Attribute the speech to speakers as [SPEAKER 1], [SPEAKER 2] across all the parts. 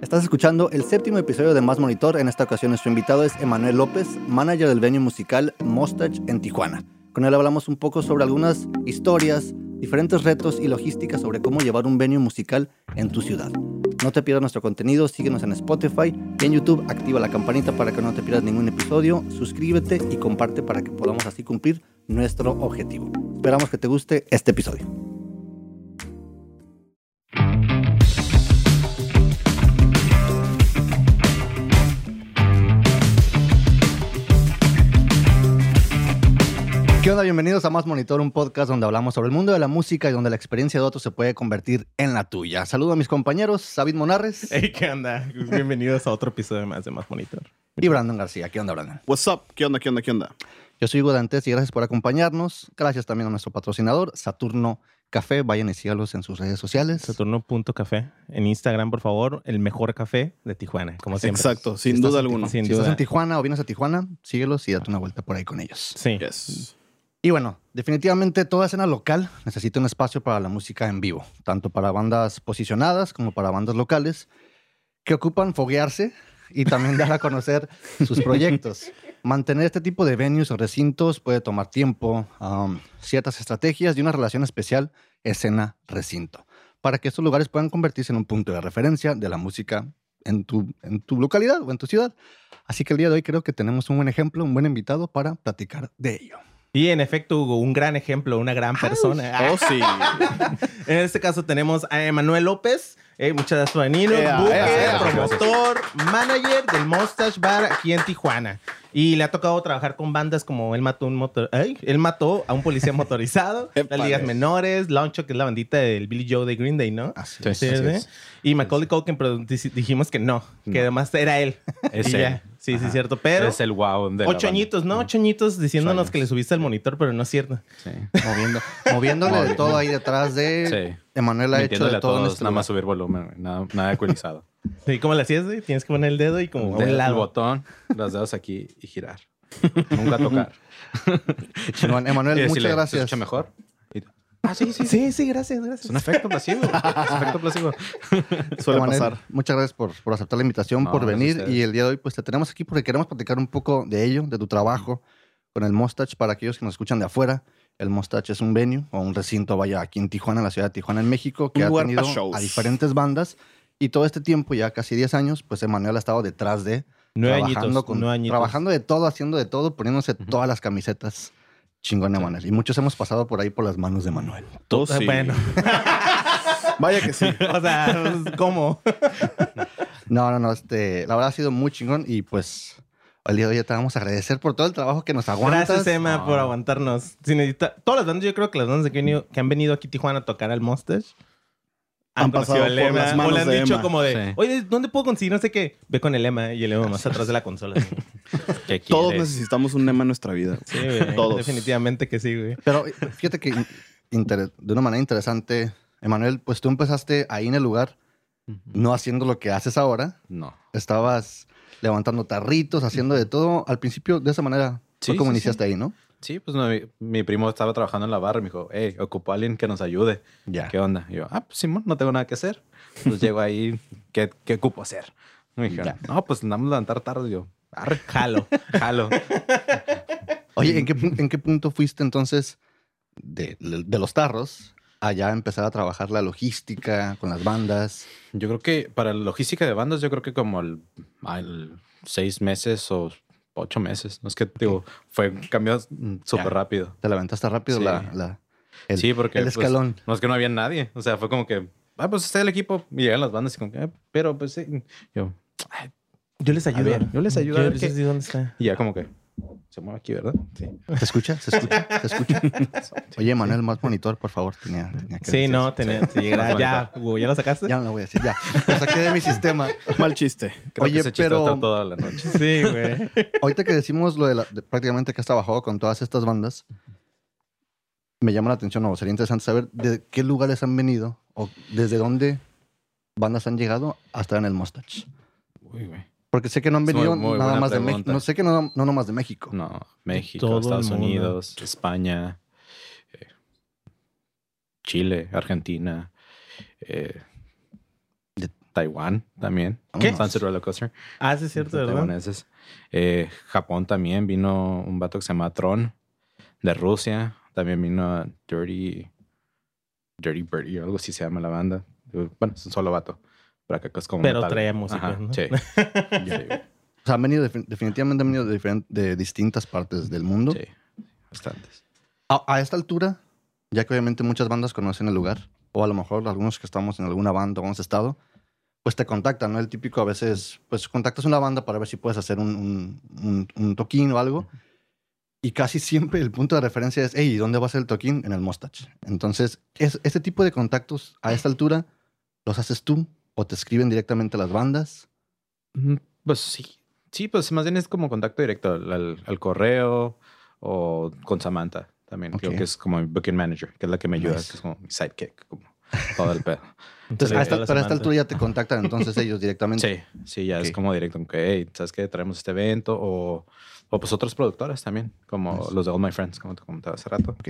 [SPEAKER 1] Estás escuchando el séptimo episodio de Más Monitor. En esta ocasión nuestro invitado es Emanuel López, manager del venue musical Mustache en Tijuana. Con él hablamos un poco sobre algunas historias, diferentes retos y logística sobre cómo llevar un venue musical en tu ciudad. No te pierdas nuestro contenido, síguenos en Spotify y en YouTube, activa la campanita para que no te pierdas ningún episodio, suscríbete y comparte para que podamos así cumplir nuestro objetivo. Esperamos que te guste este episodio. ¿Qué onda? Bienvenidos a Más Monitor, un podcast donde hablamos sobre el mundo de la música y donde la experiencia de otros se puede convertir en la tuya. Saludo a mis compañeros, David Monarres
[SPEAKER 2] Hey, ¿qué onda? Bienvenidos a otro episodio más de Más Monitor.
[SPEAKER 1] y Brandon García. ¿Qué onda, Brandon?
[SPEAKER 3] What's up? ¿Qué onda? ¿Qué onda? ¿Qué onda?
[SPEAKER 1] Yo soy Hugo Dantes y gracias por acompañarnos. Gracias también a nuestro patrocinador, Saturno Café. Vayan y sígalos en sus redes sociales.
[SPEAKER 2] Saturno.café. En Instagram, por favor, el mejor café de Tijuana, como siempre.
[SPEAKER 3] Exacto,
[SPEAKER 1] Si
[SPEAKER 3] sin
[SPEAKER 1] estás
[SPEAKER 3] duda
[SPEAKER 1] en
[SPEAKER 3] alguna.
[SPEAKER 1] Tijuana-
[SPEAKER 2] Sin
[SPEAKER 1] si
[SPEAKER 2] duda.
[SPEAKER 1] estás en Tijuana o vienes a Tijuana, síguelos y date una vuelta por ahí con ellos.
[SPEAKER 2] Sí.
[SPEAKER 3] Yes.
[SPEAKER 1] Y bueno, definitivamente toda escena local necesita un espacio para la música en vivo, tanto para bandas posicionadas como para bandas locales que ocupan foguearse y también dar a conocer sus proyectos. Mantener este tipo de venues o recintos puede tomar tiempo, um, ciertas estrategias y una relación especial escena-recinto, para que estos lugares puedan convertirse en un punto de referencia de la música en tu, en tu localidad o en tu ciudad. Así que el día de hoy creo que tenemos un buen ejemplo, un buen invitado para platicar de ello.
[SPEAKER 2] Y en efecto, Hugo, un gran ejemplo, una gran persona.
[SPEAKER 3] Oh, sí.
[SPEAKER 2] En este caso tenemos a Emanuel López. Eh, muchas gracias por venir.
[SPEAKER 3] Ea,
[SPEAKER 2] Booker,
[SPEAKER 3] ea, ea.
[SPEAKER 2] promotor, manager del Mustache Bar aquí en Tijuana. Y le ha tocado trabajar con bandas como Él mató, un motor, ay, él mató a un policía motorizado,
[SPEAKER 3] Epa,
[SPEAKER 2] las ligas
[SPEAKER 3] güey.
[SPEAKER 2] menores, Launcho, que es la bandita del Billy Joe de Green Day, ¿no?
[SPEAKER 1] Así
[SPEAKER 2] Sí, ¿verdad? Y Macaulay Culkin, pero dici- dijimos que no, que además era él.
[SPEAKER 4] Es
[SPEAKER 2] Y
[SPEAKER 4] él.
[SPEAKER 2] ya. Sí, sí,
[SPEAKER 4] Ajá.
[SPEAKER 2] cierto. Pero
[SPEAKER 4] es el wow de la
[SPEAKER 2] ocho
[SPEAKER 4] banda. Mm.
[SPEAKER 2] añitos, ¿no? Ocho añitos diciéndonos
[SPEAKER 4] años.
[SPEAKER 2] que le subiste al monitor, pero no es cierto.
[SPEAKER 4] Sí.
[SPEAKER 1] moviendo, moviéndole de todo ahí detrás de
[SPEAKER 4] Sí.
[SPEAKER 1] Emanuel ha hecho
[SPEAKER 4] Mintiéndole
[SPEAKER 1] de
[SPEAKER 4] a
[SPEAKER 1] todo en
[SPEAKER 4] todos,
[SPEAKER 1] este
[SPEAKER 4] nada más
[SPEAKER 1] lugar.
[SPEAKER 4] subir volumen, güey, nada, nada ecualizado.
[SPEAKER 2] ¿Y cómo le hacías? güey? Tienes que poner el dedo y como a
[SPEAKER 4] Dedo-
[SPEAKER 2] un
[SPEAKER 4] El
[SPEAKER 2] lado.
[SPEAKER 4] botón, los dedos aquí y girar. Nunca tocar.
[SPEAKER 1] Chingón.
[SPEAKER 4] Y
[SPEAKER 1] Emanuel,
[SPEAKER 4] decirle,
[SPEAKER 1] muchas
[SPEAKER 4] "¿Se
[SPEAKER 1] gracias.
[SPEAKER 4] escucha mejor? Y-
[SPEAKER 2] Ah, sí, sí, sí, sí, gracias,
[SPEAKER 4] Es
[SPEAKER 2] gracias.
[SPEAKER 4] un efecto placebo. es un efecto placebo.
[SPEAKER 3] Suele
[SPEAKER 1] Emanuel,
[SPEAKER 3] pasar.
[SPEAKER 1] Muchas gracias por, por aceptar la invitación,
[SPEAKER 4] No,
[SPEAKER 1] por
[SPEAKER 4] gracias a
[SPEAKER 1] venir.
[SPEAKER 4] ustedes.
[SPEAKER 1] Y el día de hoy, pues te tenemos aquí porque queremos platicar un poco de ello, de tu trabajo con el Mustache. Para aquellos que nos escuchan de afuera, el Mustache es un venue o un recinto, vaya, aquí en Tijuana, en la ciudad de Tijuana, en México, que
[SPEAKER 3] Un
[SPEAKER 1] ha
[SPEAKER 3] lugar
[SPEAKER 1] tenido
[SPEAKER 3] para shows.
[SPEAKER 1] a diferentes bandas. Y todo este tiempo, ya casi 10 años, pues Emanuel ha estado detrás de
[SPEAKER 2] Nueve
[SPEAKER 1] trabajando,
[SPEAKER 2] añitos,
[SPEAKER 1] con-
[SPEAKER 2] nueve añitos.
[SPEAKER 1] trabajando de todo, haciendo de todo, poniéndose
[SPEAKER 4] Ujú.
[SPEAKER 1] todas las camisetas. Chingón, Emanuel. Y muchos hemos pasado por ahí por las manos de Manuel.
[SPEAKER 3] Oh,
[SPEAKER 2] Ah,
[SPEAKER 3] sí.
[SPEAKER 2] Bueno,
[SPEAKER 3] Vaya que sí.
[SPEAKER 2] o sea, pues, ¿cómo?
[SPEAKER 1] No, no, no. Este, la verdad ha sido muy chingón y pues el día de hoy ya te vamos a agradecer por todo el trabajo que nos aguantas.
[SPEAKER 2] Gracias, Emma,
[SPEAKER 4] No.
[SPEAKER 2] por aguantarnos. Si necesita... Todas las bandas, yo creo que las bandas que han venido, que han venido aquí a Tijuana a tocar al Mustache
[SPEAKER 3] Han
[SPEAKER 2] conocido
[SPEAKER 3] pasado
[SPEAKER 2] al
[SPEAKER 3] por
[SPEAKER 2] Emma,
[SPEAKER 3] las manos
[SPEAKER 2] o le han
[SPEAKER 3] de
[SPEAKER 2] dicho
[SPEAKER 3] Emma.
[SPEAKER 2] como de,
[SPEAKER 4] Sí.
[SPEAKER 2] oye, ¿dónde puedo conseguir no sé qué? Ve con el Emma y el Emma más atrás de la consola. así.
[SPEAKER 4] ¿Qué quieres?
[SPEAKER 3] Todos necesitamos un lema en nuestra vida.
[SPEAKER 2] Sí, güey.
[SPEAKER 3] Todos.
[SPEAKER 2] Definitivamente que sí, güey.
[SPEAKER 1] Pero eh, fíjate que in- inter- de una manera interesante, Emanuel, pues tú empezaste ahí en el lugar, no haciendo lo que haces ahora.
[SPEAKER 4] No.
[SPEAKER 1] Estabas levantando tarritos, haciendo de todo. Al principio, de esa manera, fue
[SPEAKER 4] Sí,
[SPEAKER 1] como
[SPEAKER 4] sí,
[SPEAKER 1] iniciaste ahí, ¿no?
[SPEAKER 4] Sí, pues no, mi, mi primo estaba trabajando en la barra y me dijo, hey, ocupo a alguien que nos ayude.
[SPEAKER 1] Ya.
[SPEAKER 4] ¿Qué onda? Y yo, ah, pues Simón, no tengo nada que hacer. Entonces llego ahí, ¿qué, qué ocupo hacer? Me dijeron, no, pues andamos a levantar tarde. Y yo, arre, jalo, jalo.
[SPEAKER 1] Oye, ¿en qué, pu- en qué punto fuiste entonces de, de los tarros allá a empezar a trabajar la logística con las bandas?
[SPEAKER 4] Yo creo que para la logística de bandas, yo creo que como al, al seis meses o ocho meses. No es que digo, fue cambió mm, súper
[SPEAKER 1] Ya.
[SPEAKER 4] rápido.
[SPEAKER 1] Te la aventaste rápido
[SPEAKER 4] Sí.
[SPEAKER 1] la, la- el,
[SPEAKER 4] sí, porque
[SPEAKER 1] el
[SPEAKER 4] pues,
[SPEAKER 1] escalón.
[SPEAKER 4] no es que no había nadie. O sea, fue como que, ah, pues está el equipo. Y llegan las bandas y como que, "Ah, pero pues sí. Yo,
[SPEAKER 2] Yo les ayudo.
[SPEAKER 4] A ver, yo les ayudo a
[SPEAKER 2] Yo
[SPEAKER 4] ver
[SPEAKER 2] les
[SPEAKER 4] qué-
[SPEAKER 2] digo dónde está.
[SPEAKER 4] y ya como que se mueve aquí, ¿verdad? Sí.
[SPEAKER 1] ¿Se escucha? ¿Se escucha? ¿Se escucha? Oye, Manuel, más monitor, por favfavor. Tenía, tenía que
[SPEAKER 2] Sí,
[SPEAKER 1] decir
[SPEAKER 2] no,
[SPEAKER 1] eso.
[SPEAKER 2] tenía, sí, gra- ya, Hugo, ¿ya lo sacaste?
[SPEAKER 1] Ya no lo voy a decir, ya. Lo saqué de mi sistema.
[SPEAKER 3] Mal chiste.
[SPEAKER 4] Creo
[SPEAKER 1] Oye,
[SPEAKER 4] que ese chiste va
[SPEAKER 1] pero-
[SPEAKER 4] a estar toda la noche.
[SPEAKER 2] Sí, güey.
[SPEAKER 1] Ahorita que decimos lo de, la- de prácticamente que has trabajado con todas estas bandas, me llama la atención, o sería interesante saber de qué lugares han venido o desde dónde bandas han llegado hasta en el Mustache.
[SPEAKER 4] Uy, güey.
[SPEAKER 1] Porque sé que no han
[SPEAKER 4] Es muy-
[SPEAKER 1] venido
[SPEAKER 4] muy
[SPEAKER 1] nada
[SPEAKER 4] buena
[SPEAKER 1] más de México.
[SPEAKER 4] pregunta. Mm.
[SPEAKER 1] No sé que no, no nomás de México.
[SPEAKER 4] No, México,
[SPEAKER 2] Todo el
[SPEAKER 4] Estados
[SPEAKER 2] mundo.
[SPEAKER 4] Unidos, España, eh, Chile, Argentina, eh, Taiwán también.
[SPEAKER 1] ¿Qué?
[SPEAKER 4] Sunset Roller Coaster.
[SPEAKER 2] Ah, sí, es cierto,
[SPEAKER 4] Pues,
[SPEAKER 2] ¿verdad?
[SPEAKER 4] taiwaneses. Eh, Japón también vino un vato que se llama Tron de Rusia. También vino Dirty, Dirty Birdie o algo así se llama la banda. Bueno, es un solo vato. Pero, acá es como
[SPEAKER 2] Pero
[SPEAKER 4] metal.
[SPEAKER 2] traía música,
[SPEAKER 4] Ajá,
[SPEAKER 2] ¿no?
[SPEAKER 4] sí. Sí,
[SPEAKER 1] O sea, han venido, defin- definitivamente han venido de, diferen- de distintas partes del mundo.
[SPEAKER 4] sí, bastantes.
[SPEAKER 1] A, a esta altura, ya que obviamente muchas bandas conocen el lugar, o a lo mejor algunos que estamos en alguna banda o hemos estado, pues te contactan, ¿no? El típico a veces, pues contactas una banda para ver si puedes hacer un, un, un- un toquín o algo. Y casi siempre el punto de referencia es, hey, ¿dónde va a ser el toquín? En el Mustache. Entonces, es, este tipo de contactos a esta altura los haces tú o te escriben directamente a las bandas.
[SPEAKER 4] Mm, Pues sí. Sí, pues más bien es como contacto directo al, al- al correo o con Samantha también. Creo
[SPEAKER 1] Ok.
[SPEAKER 4] que es como mi booking manager, que es la que me ayuda,
[SPEAKER 1] Nice.
[SPEAKER 4] que es como mi sidekick, como todo el pedo.
[SPEAKER 1] Entonces, a
[SPEAKER 2] Traía
[SPEAKER 1] esta-
[SPEAKER 2] la
[SPEAKER 1] para esta
[SPEAKER 2] Samantha.
[SPEAKER 1] altura ya te contactan entonces ellos directamente.
[SPEAKER 4] Sí, sí, ya es
[SPEAKER 1] Ok.
[SPEAKER 4] como directo, como que, hey, ¿sabes qué? Traemos este evento o, o pues otras productoras también, como
[SPEAKER 1] Nice.
[SPEAKER 4] los de All My Friends, como te comentaba hace rato.
[SPEAKER 1] Ok.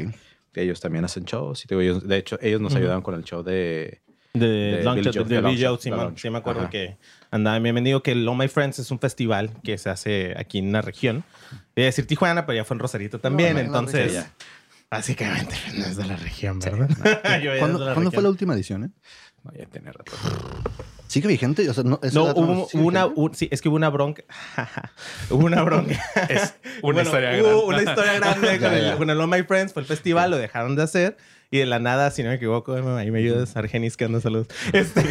[SPEAKER 4] que Ellos también hacen shows y te digo, ellos, de hecho, ellos nos
[SPEAKER 2] Ujú.
[SPEAKER 4] ayudaron con el show de...
[SPEAKER 2] De
[SPEAKER 4] de
[SPEAKER 2] Long
[SPEAKER 4] Billy
[SPEAKER 2] Shot,
[SPEAKER 4] Joe,
[SPEAKER 2] de
[SPEAKER 4] de
[SPEAKER 2] Billy Joe,
[SPEAKER 4] Long Shot,
[SPEAKER 2] sí,
[SPEAKER 4] de
[SPEAKER 2] me-
[SPEAKER 4] Long
[SPEAKER 2] sí me
[SPEAKER 4] Shot,
[SPEAKER 2] acuerdo
[SPEAKER 4] ajá.
[SPEAKER 2] que andaba bien venido que el All My Friends es un festival que se hace aquí en la región. Iba a decir Tijuana, pero ya fue en Rosarito también,
[SPEAKER 1] no, en la
[SPEAKER 2] entonces...
[SPEAKER 1] región.
[SPEAKER 2] Básicamente no es de la región, ¿verdad? Yo ya
[SPEAKER 1] ¿Cuándo,
[SPEAKER 2] es de la
[SPEAKER 1] cuándo fue la
[SPEAKER 2] región.
[SPEAKER 1] última edición? eh?
[SPEAKER 4] No, ya tiene rato.
[SPEAKER 1] ¿Sigue vigente? O sea, no, ese
[SPEAKER 2] No,
[SPEAKER 1] dato
[SPEAKER 2] hubo,
[SPEAKER 1] sigue
[SPEAKER 2] hubo una...
[SPEAKER 1] vigente.
[SPEAKER 2] un- sí, es que hubo una bronca. hubo una bronca.
[SPEAKER 4] Es
[SPEAKER 2] Bueno, hubo una historia grande con,
[SPEAKER 1] Ya,
[SPEAKER 2] el,
[SPEAKER 1] ya.
[SPEAKER 2] con el All My Friends. Fue el festival, lo dejaron de hacer. Y de la nada, si no me equivoco, em, ahí me ayudas, Argenis, que anda saludos. Este,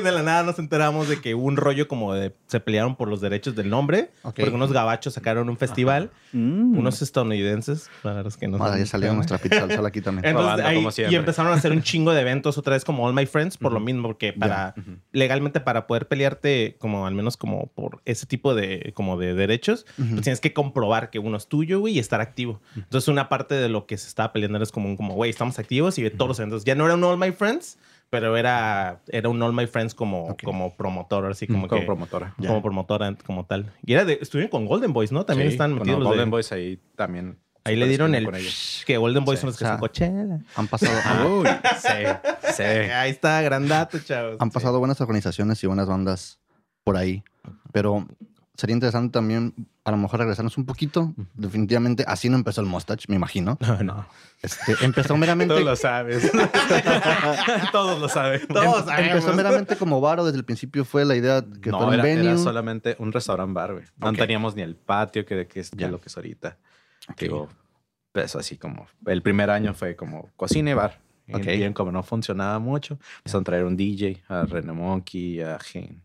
[SPEAKER 2] de la nada nos enteramos de que hubo un rollo como de... Se pelearon por los derechos del nombre.
[SPEAKER 1] Ok.
[SPEAKER 2] Porque unos gabachos sacaron un festival.
[SPEAKER 3] Mm.
[SPEAKER 2] Unos estadounidenses, para los que no
[SPEAKER 1] Madre,
[SPEAKER 2] saben.
[SPEAKER 1] ya salió nuestra pizza al sol aquí también.
[SPEAKER 2] Entonces,
[SPEAKER 4] Robando,
[SPEAKER 2] ahí-
[SPEAKER 4] como
[SPEAKER 2] y
[SPEAKER 4] siempre.
[SPEAKER 2] empezaron a hacer un chingo de eventos otra vez como All My Friends por lo mismo, porque para
[SPEAKER 4] Ujú.
[SPEAKER 2] legalmente para poder pelearte como al menos como por ese tipo de como de derechos,
[SPEAKER 1] Ujú.
[SPEAKER 2] pues tienes que comprobar que uno es tuyo güey, y estar activo. Entonces una parte de lo que se estaba peleando era como un como güey, estamos activos y de todos los eventos. Ya no era un All My Friends, pero era era un All My Friends como
[SPEAKER 1] Ok.
[SPEAKER 2] como promotor, así como
[SPEAKER 4] Como,
[SPEAKER 2] que-
[SPEAKER 4] promotora.
[SPEAKER 1] Ya.
[SPEAKER 2] como promotora como tal. Y era de estuvieron con Golden Boys, ¿no? También
[SPEAKER 4] Sí,
[SPEAKER 2] están
[SPEAKER 4] con
[SPEAKER 2] metidos los de-
[SPEAKER 4] Golden Boys ahí también.
[SPEAKER 2] Ahí le dieron el
[SPEAKER 4] Con ellos.
[SPEAKER 2] que Golden Boys
[SPEAKER 4] Sí.
[SPEAKER 2] son los que
[SPEAKER 1] O sea,
[SPEAKER 2] son Coachella.
[SPEAKER 1] Han pasado,
[SPEAKER 4] Uy, sí, sí.
[SPEAKER 2] Eh, Ahí está, grandato, chavos.
[SPEAKER 1] Eh. han pasado buenas organizaciones y buenas bandas por ahí. Pero sería interesante también, a lo mejor regresarnos un poquito. Definitivamente, así no empezó el Mustache, me imagino.
[SPEAKER 2] No, no.
[SPEAKER 1] Este, empezó meramente...
[SPEAKER 4] Tú lo sabes. Todos lo saben.
[SPEAKER 2] Todos
[SPEAKER 1] em- empezó meramente como bar o desde el principio fue la idea que
[SPEAKER 4] no,
[SPEAKER 1] fuera un
[SPEAKER 4] era, era
[SPEAKER 1] venue.
[SPEAKER 4] solamente un restaurant bar, güey. No
[SPEAKER 1] Ok.
[SPEAKER 4] teníamos ni el patio que, que es que
[SPEAKER 1] Ya.
[SPEAKER 4] lo que es ahorita. Digo, eso así como... El primer año fue como cocina y bar. Y
[SPEAKER 1] Ok.
[SPEAKER 4] bien, como no funcionaba mucho, empezaron a traer un DJ, a René Monkey, a Gen.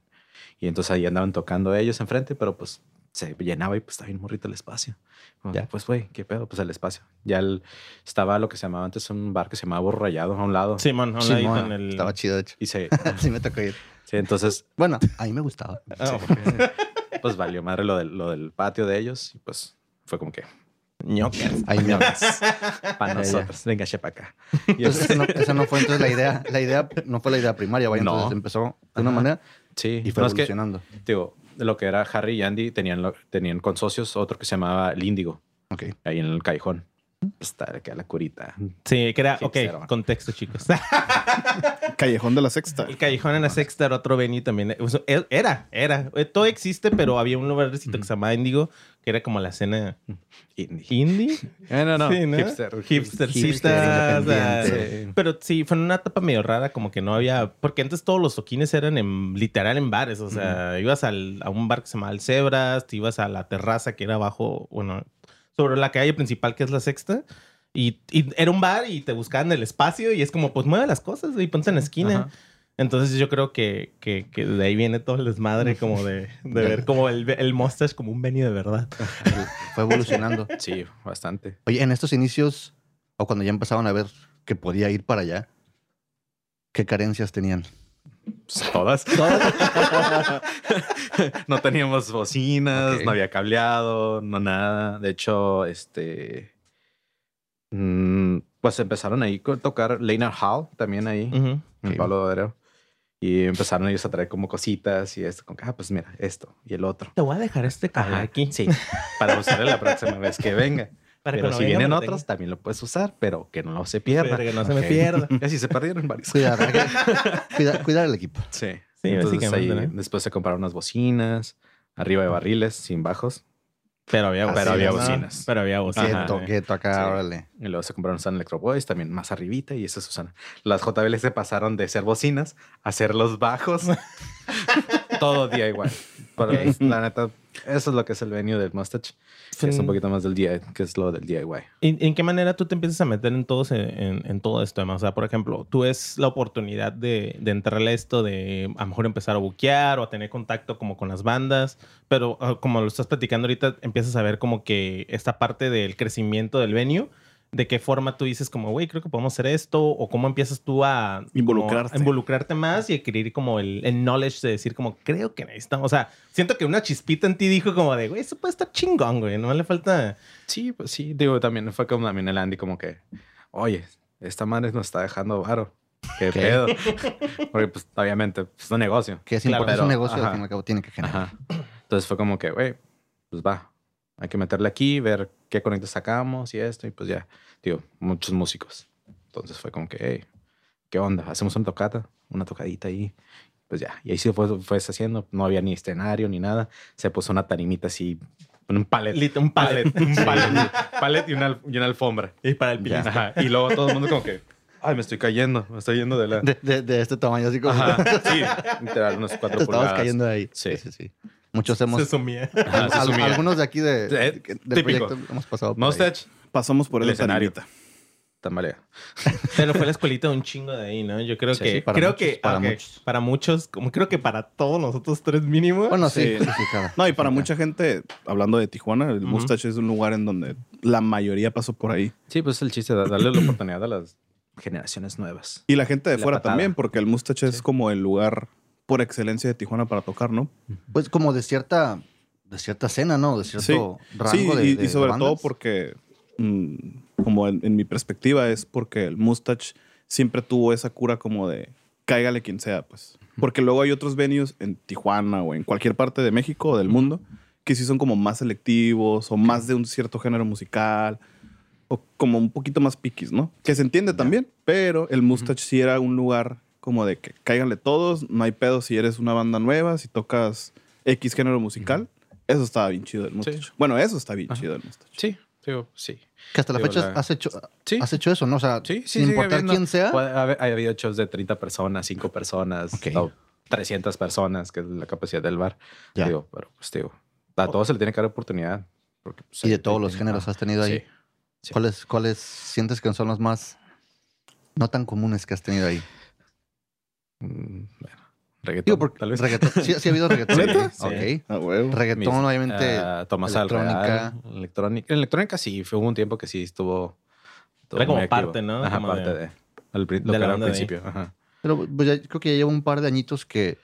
[SPEAKER 4] Y entonces ahí andaban tocando ellos enfrente, pero pues se llenaba y pues estaba bien morrito el espacio. Como que,
[SPEAKER 1] Ya.
[SPEAKER 4] Pues, güey, qué pedo, pues el espacio. Ya el- estaba lo que se llamaba antes un bar que se llamaba Burro Rayado a un lado.
[SPEAKER 2] Simón, habla ahí
[SPEAKER 1] Simón,
[SPEAKER 2] con el.
[SPEAKER 1] Estaba chido, de hecho.
[SPEAKER 4] Y se,
[SPEAKER 1] sí me tocó ir.
[SPEAKER 4] sí, entonces
[SPEAKER 1] Bueno, a mí me gustaba.
[SPEAKER 2] Ah,
[SPEAKER 4] pues valió madre lo del, lo del patio de ellos y pues fue como que
[SPEAKER 2] ñocas.
[SPEAKER 1] Ahí me
[SPEAKER 4] para nosotros, venga, chepa acá. Y
[SPEAKER 1] Entonces,
[SPEAKER 4] es-
[SPEAKER 1] esa, no, esa no fue entonces la idea. La idea no fue la idea primaria, vaya.
[SPEAKER 4] No.
[SPEAKER 1] Entonces empezó de una
[SPEAKER 4] Ajá.
[SPEAKER 1] manera
[SPEAKER 4] sí,
[SPEAKER 1] y fue
[SPEAKER 4] no, es que,
[SPEAKER 1] evolucionando.
[SPEAKER 4] digo, lo que era Harry y Andy tenían, lo- tenían con socios otro que se llamaba el Índigo,
[SPEAKER 1] Ok. Mm.
[SPEAKER 4] ahí en el callejón. Pues, está acá la curita.
[SPEAKER 2] Sí, que era. Ok,
[SPEAKER 4] Hipster, va.
[SPEAKER 2] contexto, chicos.
[SPEAKER 3] Callejón de la Sexta.
[SPEAKER 2] El Callejón en la Sexta era otro venue también. O sea, él- Era, era. Eh, Todo existe, pero había un lugarcito que se llamaba Indigo, que era como la cena
[SPEAKER 4] Indie.
[SPEAKER 2] indie.
[SPEAKER 4] Eh, no, no,
[SPEAKER 2] Sí, ¿no?
[SPEAKER 4] hipster.
[SPEAKER 1] Hipster,
[SPEAKER 2] Hipstercitas. o sea,
[SPEAKER 4] independiente.
[SPEAKER 2] Pero sí, fue en una etapa medio rara, como que no había. Porque antes todos los toquines eran en, literal en bares. O sea, ibas al- a un bar que se llamaba el Cebras, te ibas a la terraza que era abajo, bueno, sobre la calle principal que es la sexta. Y, y era un bar y te buscaban el espacio y es como, pues mueve las cosas y ponte en la esquina.
[SPEAKER 4] Ajá.
[SPEAKER 2] Entonces yo creo que, que, que de ahí viene todo el desmadre como de, de ver como el, el Mustache como un venue de verdad.
[SPEAKER 1] Fue evolucionando.
[SPEAKER 4] Sí, bastante.
[SPEAKER 1] Oye, en estos inicios, o cuando ya empezaban a ver que podía ir para allá, ¿qué carencias tenían?
[SPEAKER 4] Pues, todas. no teníamos bocinas,
[SPEAKER 1] Ok.
[SPEAKER 4] no había cableado, no nada. De hecho, este. mm, Pues empezaron ahí a tocar Lena Hall también ahí,
[SPEAKER 2] Ujú.
[SPEAKER 4] en
[SPEAKER 1] Ok.
[SPEAKER 4] Pablo Doreo. Y empezaron ellos a traer como cositas y esto, con que, ah, pues mira, esto y el otro.
[SPEAKER 2] Te voy a dejar este cable
[SPEAKER 4] Ajá,
[SPEAKER 2] aquí.
[SPEAKER 4] Sí, para usar la próxima vez que venga.
[SPEAKER 2] Para
[SPEAKER 4] pero
[SPEAKER 2] cuando
[SPEAKER 4] si
[SPEAKER 2] venga me
[SPEAKER 4] vienen
[SPEAKER 2] lo
[SPEAKER 4] otros,
[SPEAKER 2] tenga.
[SPEAKER 4] también lo puedes usar, pero que no se pierda.
[SPEAKER 2] Pero que no se me
[SPEAKER 4] Ok.
[SPEAKER 2] pierda.
[SPEAKER 4] Y así se perdieron varios.
[SPEAKER 1] Cuidar, hay que- ¿eh? cuida- cuidar el equipo.
[SPEAKER 4] Sí.
[SPEAKER 2] Sí,
[SPEAKER 4] Entonces ahí
[SPEAKER 2] básicamente. ¿no?
[SPEAKER 4] después se compraron unas bocinas, arriba de barriles, sin bajos.
[SPEAKER 2] Pero había,
[SPEAKER 1] Así
[SPEAKER 2] pero había
[SPEAKER 1] es, ¿no?
[SPEAKER 2] bocinas. Pero había bocinas.
[SPEAKER 1] Quieto,
[SPEAKER 4] eh.
[SPEAKER 1] quieto acá,
[SPEAKER 4] Sí.
[SPEAKER 1] órale.
[SPEAKER 4] Y luego se compraron San Electro Boys, también más arribita, y esa es Susana. Las JBL se pasaron de ser bocinas a ser los bajos. Todo DIY. Pero
[SPEAKER 2] Ok.
[SPEAKER 4] la neta, eso es lo que es el venue del Mustache. que es un poquito más del DIY, que es lo del DIY.
[SPEAKER 2] ¿En, en qué manera tú te empiezas a meter en, todos, en, en todo esto? Emma? O sea, por ejemplo, tú es la oportunidad de, de entrarle a esto, de a lo mejor empezar a buquear o a tener contacto como con las bandas, pero ah, como lo estás platicando ahorita, empiezas a ver como que esta parte del crecimiento del venue, de qué forma tú dices como, güey, creo que podemos hacer esto, o cómo empiezas tú a como,
[SPEAKER 3] Involucrarte.
[SPEAKER 2] a involucrarte más y adquirir como el, el knowledge de decir como, creo que necesitamos, o sea, siento que una chispita en ti dijo como de, güey, eso puede estar chingón, güey, no le falta...
[SPEAKER 4] Sí, pues sí, digo, también fue como también el Andy como que, oye, esta madre nos está dejando varo. ¿Qué, pedo? Porque pues obviamente pues, es un negocio.
[SPEAKER 1] Que es
[SPEAKER 2] Claro,
[SPEAKER 1] importante, es un
[SPEAKER 4] pero-
[SPEAKER 1] negocio, al
[SPEAKER 4] ajá.
[SPEAKER 1] fin y al cabo tiene que generar.
[SPEAKER 4] Ajá. Entonces fue como que, güey, pues va, hay que meterle aquí, ver qué conectas sacamos y esto, y pues ya, digo, muchos músicos. Entonces fue como que, hey, ¿qué onda? Hacemos una tocata, una tocadita ahí. Pues ya, y ahí se fue, fue haciendo, no había ni escenario ni nada, se puso una tarimita así, un palet.
[SPEAKER 2] Lit- eh, un palet.
[SPEAKER 4] un palet, palet y, una, y una alfombra.
[SPEAKER 2] y para el pilín.
[SPEAKER 4] Ajá. Y luego todo el mundo como que, ay, me estoy cayendo, me estoy yendo de la...
[SPEAKER 1] De, de- de este tamaño, así como
[SPEAKER 4] Ajá, sí, literal, unos cuatro
[SPEAKER 1] te estabas
[SPEAKER 4] pulgadas.
[SPEAKER 1] cayendo de ahí.
[SPEAKER 4] Sí.
[SPEAKER 1] Muchos
[SPEAKER 2] Se
[SPEAKER 1] hemos,
[SPEAKER 2] sumía.
[SPEAKER 4] Ajá, se
[SPEAKER 1] al-
[SPEAKER 4] sumía.
[SPEAKER 1] algunos de aquí de,
[SPEAKER 4] Eh,
[SPEAKER 1] de- del
[SPEAKER 4] típico.
[SPEAKER 1] proyecto hemos pasado por ahí.
[SPEAKER 4] Mustache,
[SPEAKER 3] Pasamos por
[SPEAKER 4] El
[SPEAKER 3] el
[SPEAKER 4] escenario.
[SPEAKER 3] escenario.
[SPEAKER 4] tambalea.
[SPEAKER 2] Pero fue la escuelita de un chingo de ahí, ¿no? Yo creo
[SPEAKER 4] Sí,
[SPEAKER 2] que.
[SPEAKER 1] sí, para
[SPEAKER 2] creo
[SPEAKER 1] muchos,
[SPEAKER 2] que.
[SPEAKER 1] para
[SPEAKER 2] ok,
[SPEAKER 1] muchos.
[SPEAKER 2] para muchos, como creo que para todos nosotros tres mínimo.
[SPEAKER 1] Bueno, sí,
[SPEAKER 3] Sí.
[SPEAKER 1] sí, sí, claro.
[SPEAKER 3] No, y para mucha gente, hablando de Tijuana, el
[SPEAKER 2] Ujú.
[SPEAKER 3] Mustache es un lugar en donde la mayoría pasó por ahí.
[SPEAKER 4] Sí, pues el chiste, da- darle la oportunidad a las generaciones nuevas.
[SPEAKER 3] Y la gente de
[SPEAKER 4] La
[SPEAKER 3] fuera
[SPEAKER 4] patada.
[SPEAKER 3] también, porque el Mustache es como el lugar por excelencia de Tijuana para tocar, ¿no?
[SPEAKER 1] Pues como de cierta, de cierta escena, ¿no? De cierto rango
[SPEAKER 3] sí,
[SPEAKER 1] de,
[SPEAKER 3] y, y
[SPEAKER 1] de
[SPEAKER 3] sobre
[SPEAKER 1] bandas.
[SPEAKER 3] todo porque, mm, como en, en mi perspectiva, es porque el Mustache siempre tuvo esa cura como de cáigale quien sea, pues. Porque luego hay otros venues en Tijuana o en cualquier parte de México o del mundo que sí son como más selectivos o más de un cierto género musical o como un poquito más piquis, ¿no? Que se entiende también, pero el Mustache sí era un lugar como de que cáiganle todos, no hay pedo si eres una banda nueva, si tocas X género musical. Eso estaba bien chido del Mustache. Bueno, eso está bien
[SPEAKER 4] Ajá.
[SPEAKER 3] chido del Mustache.
[SPEAKER 4] Sí, digo, sí.
[SPEAKER 1] Que hasta la
[SPEAKER 4] Digo,
[SPEAKER 1] fecha
[SPEAKER 4] la-
[SPEAKER 1] has hecho,
[SPEAKER 4] Sí,
[SPEAKER 1] has hecho eso, ¿no? O sea,
[SPEAKER 4] sí,
[SPEAKER 1] sin
[SPEAKER 4] sí. sigue
[SPEAKER 1] importar
[SPEAKER 4] habiendo.
[SPEAKER 1] quién sea.
[SPEAKER 4] Puede haber- Ha habido shows de 30 personas, 5 personas,
[SPEAKER 1] Ok.
[SPEAKER 4] o 300 personas, que es la capacidad del bar.
[SPEAKER 1] Ya.
[SPEAKER 4] Digo, pero pues digo, a todos se le tiene que dar oportunidad. porque, pues,
[SPEAKER 1] y de
[SPEAKER 4] ahí-
[SPEAKER 1] todos
[SPEAKER 4] ahí
[SPEAKER 1] los
[SPEAKER 4] tiene-
[SPEAKER 1] géneros
[SPEAKER 4] ah,
[SPEAKER 1] has tenido ahí.
[SPEAKER 4] sí. sí.
[SPEAKER 1] ¿Cuáles, ¿Cuáles sientes que son los más no tan comunes que has tenido ahí?
[SPEAKER 4] Mm, bueno, reggaetón,
[SPEAKER 1] Digo, porque
[SPEAKER 4] tal vez.
[SPEAKER 1] reggaetón. Sí, sí ha habido reggaetón.
[SPEAKER 2] ¿Neta?
[SPEAKER 1] Sí,
[SPEAKER 2] Sí.
[SPEAKER 1] Ok.
[SPEAKER 3] Ah, huevo.
[SPEAKER 1] Reggaetón,
[SPEAKER 4] Mis-
[SPEAKER 1] obviamente.
[SPEAKER 4] Ah, Tomás
[SPEAKER 1] electrónica.
[SPEAKER 4] electrónica. electrónica. En electrónica sí, fue hubo un tiempo que sí estuvo. estuvo
[SPEAKER 2] Era como
[SPEAKER 4] muy activo.
[SPEAKER 2] parte, ¿no?
[SPEAKER 4] Ajá,
[SPEAKER 2] Como de-
[SPEAKER 4] parte de. al pri- lo
[SPEAKER 2] de
[SPEAKER 4] que
[SPEAKER 2] la
[SPEAKER 4] era al
[SPEAKER 2] onda de ahí.
[SPEAKER 4] principio. Ajá.
[SPEAKER 1] Pero pues, ya- creo que ya llevo un par de añitos que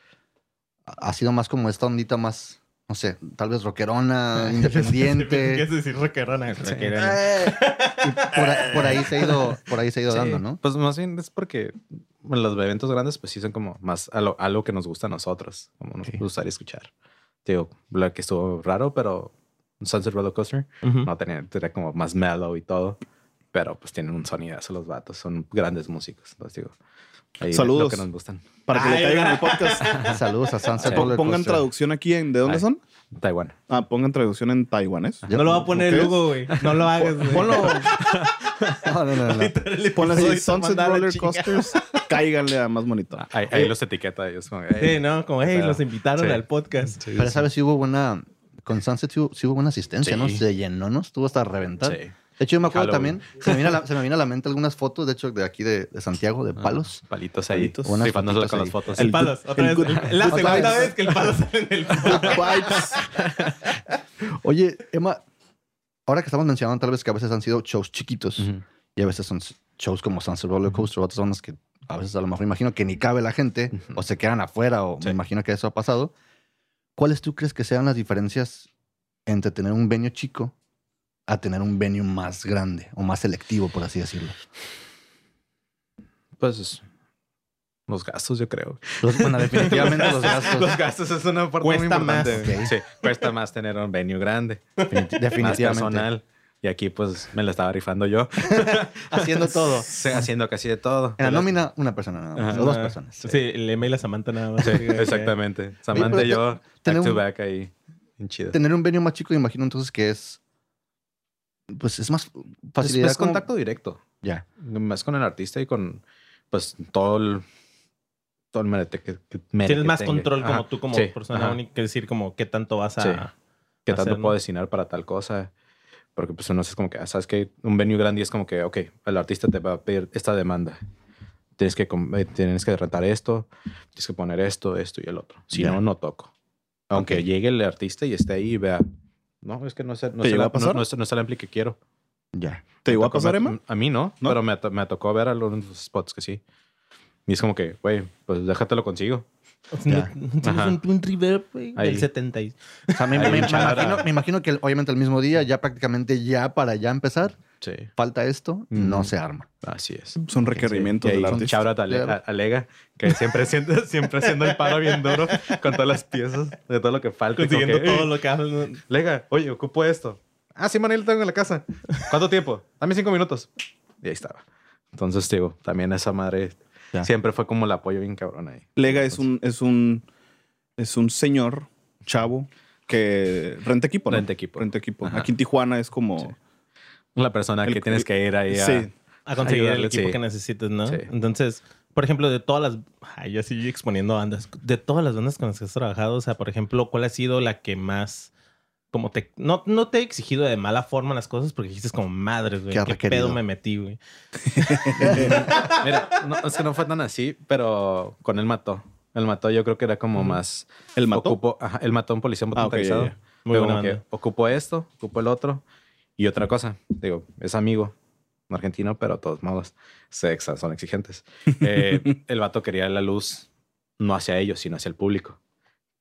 [SPEAKER 1] ha sido más como esta ondita más, no sé, tal vez rockerona, independiente.
[SPEAKER 2] ¿Qué es decir requerona? Requerona.
[SPEAKER 1] Eh, y por, a- por ahí se ha ido, por ahí se ha ido
[SPEAKER 4] Sí,
[SPEAKER 1] dando, ¿no?
[SPEAKER 4] Pues más bien es porque bueno, los eventos grandes pues sí son como más a lo, a lo que nos gusta a nosotros, como nos
[SPEAKER 1] Sí.
[SPEAKER 4] gustaría escuchar. Te Digo, la que estuvo raro, pero Sunset Roller Coaster
[SPEAKER 2] Ujú.
[SPEAKER 4] no tenía, tenía como más mellow y todo, pero pues tienen un sonidazo los vatos, son grandes músicos, entonces digo. ahí Lo
[SPEAKER 3] Saludos.
[SPEAKER 4] que nos gustan.
[SPEAKER 3] Para que le
[SPEAKER 2] Ay,
[SPEAKER 3] caigan el podcast,
[SPEAKER 1] Ah, Saludos a Sunset
[SPEAKER 4] Sí.
[SPEAKER 1] Roller
[SPEAKER 3] pongan
[SPEAKER 1] Coaster.
[SPEAKER 3] traducción aquí en... ¿De dónde
[SPEAKER 4] Ay.
[SPEAKER 3] son?
[SPEAKER 4] Taiwán.
[SPEAKER 3] Ah, pongan traducción en taiwanés.
[SPEAKER 1] Ya-
[SPEAKER 2] No lo va a poner el
[SPEAKER 3] ¿Ustedes?
[SPEAKER 2] logo, güey. No lo hagas, güey.
[SPEAKER 3] Ponlo,
[SPEAKER 1] No, no, no, no.
[SPEAKER 3] ponlo así,
[SPEAKER 2] Soy
[SPEAKER 3] Sunset
[SPEAKER 2] mandada
[SPEAKER 3] Roller
[SPEAKER 2] chinga.
[SPEAKER 3] Coasters. Cáiganle a más bonito.
[SPEAKER 4] Ahí,
[SPEAKER 1] Eh,
[SPEAKER 4] ahí los etiqueta ellos. Como,
[SPEAKER 2] Sí,
[SPEAKER 4] "Hey".
[SPEAKER 2] ¿no? Como, hey,
[SPEAKER 4] Pero-
[SPEAKER 2] los invitaron
[SPEAKER 4] Sí.
[SPEAKER 2] al podcast.
[SPEAKER 1] Pero sabes si hubo buena con Sunset sí hubo, sí hubo buena asistencia, ¿no?
[SPEAKER 4] Sí.
[SPEAKER 1] Se llenó, ¿no? Estuvo hasta a reventar.
[SPEAKER 4] Sí.
[SPEAKER 1] De hecho, yo me acuerdo
[SPEAKER 4] Halloween.
[SPEAKER 1] también, se me, viene a la, se me viene a la mente algunas fotos, de hecho, de aquí de, de Santiago, de Palos.
[SPEAKER 4] Ah, palitos ahí.
[SPEAKER 3] Palitos.
[SPEAKER 4] Unas
[SPEAKER 1] Unas
[SPEAKER 4] Rifándosela con
[SPEAKER 1] fotitos
[SPEAKER 4] las
[SPEAKER 1] ahí.
[SPEAKER 4] fotos.
[SPEAKER 2] El,
[SPEAKER 3] El
[SPEAKER 2] palos,
[SPEAKER 3] good-
[SPEAKER 2] otra
[SPEAKER 3] el
[SPEAKER 2] vez.
[SPEAKER 3] good-
[SPEAKER 2] la
[SPEAKER 1] good
[SPEAKER 2] segunda
[SPEAKER 1] vibes.
[SPEAKER 2] vez que el palo sale en el.
[SPEAKER 3] Vibes.
[SPEAKER 1] Oye, Emma, ahora que estamos mencionando tal vez que a veces han sido shows chiquitos
[SPEAKER 4] Ujú.
[SPEAKER 1] y a veces son shows como Sunset Roller Coaster, otras bandas que a veces a lo mejor imagino que ni cabe la gente
[SPEAKER 4] Ujú.
[SPEAKER 1] o se quedan afuera o
[SPEAKER 4] Sí.
[SPEAKER 1] me imagino que eso ha pasado. ¿Cuáles tú crees que sean las diferencias entre tener un venue chico a tener un venue más grande o más selectivo, por así decirlo?
[SPEAKER 4] Pues los gastos, yo creo.
[SPEAKER 1] Los- bueno, definitivamente los
[SPEAKER 4] Los
[SPEAKER 1] gastos.
[SPEAKER 4] gastos es una parte
[SPEAKER 2] Cuesta
[SPEAKER 4] muy importante.
[SPEAKER 1] más.
[SPEAKER 4] Sí, cuesta más tener un venue grande,
[SPEAKER 1] defini-
[SPEAKER 4] más
[SPEAKER 1] definitivamente.
[SPEAKER 4] personal. Y aquí pues me la estaba rifando yo.
[SPEAKER 1] Haciendo todo.
[SPEAKER 4] Sí, haciendo casi de todo.
[SPEAKER 1] En la nómina, una persona nada más,
[SPEAKER 4] Ajá.
[SPEAKER 1] o dos personas.
[SPEAKER 2] Sí, le mail a Samantha nada más.
[SPEAKER 4] Sí, exactamente. Samantha
[SPEAKER 1] pero
[SPEAKER 4] y yo,
[SPEAKER 1] te-
[SPEAKER 4] back
[SPEAKER 1] tenemos-
[SPEAKER 4] to back ahí. Bien chido.
[SPEAKER 1] Tener un venue más chico, imagino entonces que es. Pues es más
[SPEAKER 4] Es,
[SPEAKER 1] facilidad.
[SPEAKER 4] es
[SPEAKER 1] como-
[SPEAKER 4] pues, contacto directo.
[SPEAKER 1] Ya.
[SPEAKER 4] Más con el artista y con pues todo el todo el merete que, que- mere
[SPEAKER 2] Tienes
[SPEAKER 4] que
[SPEAKER 2] más
[SPEAKER 4] tenga.
[SPEAKER 2] control como
[SPEAKER 4] Ajá,
[SPEAKER 2] tú como
[SPEAKER 4] sí,
[SPEAKER 2] persona
[SPEAKER 4] ajá.
[SPEAKER 2] única, decir como qué tanto vas a...
[SPEAKER 4] Sí. ¿Qué tanto
[SPEAKER 2] hacer, ¿no?
[SPEAKER 4] puedo destinar para tal cosa? Porque pues uno es como que, ah, sabes que un venue grande es como que, ok, el artista te va a pedir esta demanda. Tienes que, com- eh, tienes que rentar esto, tienes que poner esto, esto y el otro. Si
[SPEAKER 1] Ya.
[SPEAKER 4] no, no toco. Aunque
[SPEAKER 1] Ok.
[SPEAKER 4] llegue el artista y esté ahí y vea, no, es que no es, no
[SPEAKER 3] ¿Te
[SPEAKER 4] es, el,
[SPEAKER 3] llegó a
[SPEAKER 4] ampli-
[SPEAKER 3] pasar?
[SPEAKER 4] no, no es- no es el ampli que quiero.
[SPEAKER 1] Ya.
[SPEAKER 3] ¿Te llegó a
[SPEAKER 4] tocó-
[SPEAKER 3] pasar,
[SPEAKER 4] me-
[SPEAKER 3] Emma?
[SPEAKER 4] A mí no,
[SPEAKER 3] ¿No?
[SPEAKER 4] pero me, to- me tocó ver algunos spots que sí. Y es como que, güey, pues déjatelo consigo.
[SPEAKER 1] Ya.
[SPEAKER 2] Tienes
[SPEAKER 4] Ajá.
[SPEAKER 2] un Twin River, güey,
[SPEAKER 4] Ahí.
[SPEAKER 2] del 70. y-
[SPEAKER 1] O sea, me,
[SPEAKER 4] Hay
[SPEAKER 1] me-
[SPEAKER 4] un
[SPEAKER 1] me
[SPEAKER 4] chara.
[SPEAKER 1] imagino, me imagino que el- obviamente el mismo día, ya prácticamente ya para ya empezar,
[SPEAKER 4] Sí,
[SPEAKER 1] falta esto, no
[SPEAKER 4] Ujú.
[SPEAKER 1] se arma.
[SPEAKER 4] así es.
[SPEAKER 3] Son requerimientos
[SPEAKER 4] Sí, y
[SPEAKER 3] del
[SPEAKER 4] ahí un
[SPEAKER 3] artista.
[SPEAKER 4] shout out a Ale-
[SPEAKER 1] Claro.
[SPEAKER 4] a- alega que siempre haciendo, siempre haciendo el paro bien duro con todas las piezas, de todo lo que falta. y como
[SPEAKER 2] Consiguiendo
[SPEAKER 4] que,
[SPEAKER 2] todo
[SPEAKER 4] "Ey,
[SPEAKER 2] lo que hacen.
[SPEAKER 4] Lega, oye, ocupo esto. Ah, sí, Manuel, lo tengo en la casa. ¿Cuánto tiempo? Dame cinco minutos. Y ahí estaba. Entonces, digo, también esa madre
[SPEAKER 1] Ya.
[SPEAKER 4] siempre fue como el apoyo bien cabrón ahí.
[SPEAKER 3] Lega
[SPEAKER 4] Pues
[SPEAKER 3] es un, es un, es un señor, chavo, que renta equipo, ¿no?
[SPEAKER 4] Renta equipo.
[SPEAKER 3] Renta equipo.
[SPEAKER 4] Ajá.
[SPEAKER 3] Aquí en Tijuana es como...
[SPEAKER 4] La persona
[SPEAKER 3] El-
[SPEAKER 4] que tienes que ir ahí a...
[SPEAKER 3] Sí.
[SPEAKER 2] A conseguir el
[SPEAKER 4] Ayudarle,
[SPEAKER 2] equipo
[SPEAKER 4] sí.
[SPEAKER 2] que necesites, ¿no?
[SPEAKER 4] Sí.
[SPEAKER 2] Entonces, por ejemplo, de todas las... Ay, yo sigo exponiendo bandas. De todas las bandas con las que has trabajado, o sea, por ejemplo, ¿cuál ha sido la que más... Como te... No, no te he exigido de mala forma las cosas porque dijiste como madres, güey.
[SPEAKER 1] Que ha
[SPEAKER 2] ¿Qué
[SPEAKER 1] requerido.
[SPEAKER 2] pedo me metí, güey?
[SPEAKER 4] Mira, no, es que no fue tan así, pero con él mató. El mató yo creo que era como más...
[SPEAKER 3] ¿El mató?
[SPEAKER 4] Ocupo, ajá, el mató a un policía
[SPEAKER 3] Ah, ok, ya,
[SPEAKER 4] motorizado.
[SPEAKER 3] ya.
[SPEAKER 2] Muy
[SPEAKER 4] Digo,
[SPEAKER 2] buena
[SPEAKER 4] como que
[SPEAKER 2] banda.
[SPEAKER 4] ocupo esto, ocupo el otro. Y otra cosa, digo, es amigo argentino, pero de todos modos, se exa- son exigentes. Eh, el vato quería la luz no hacia ellos, sino hacia el público.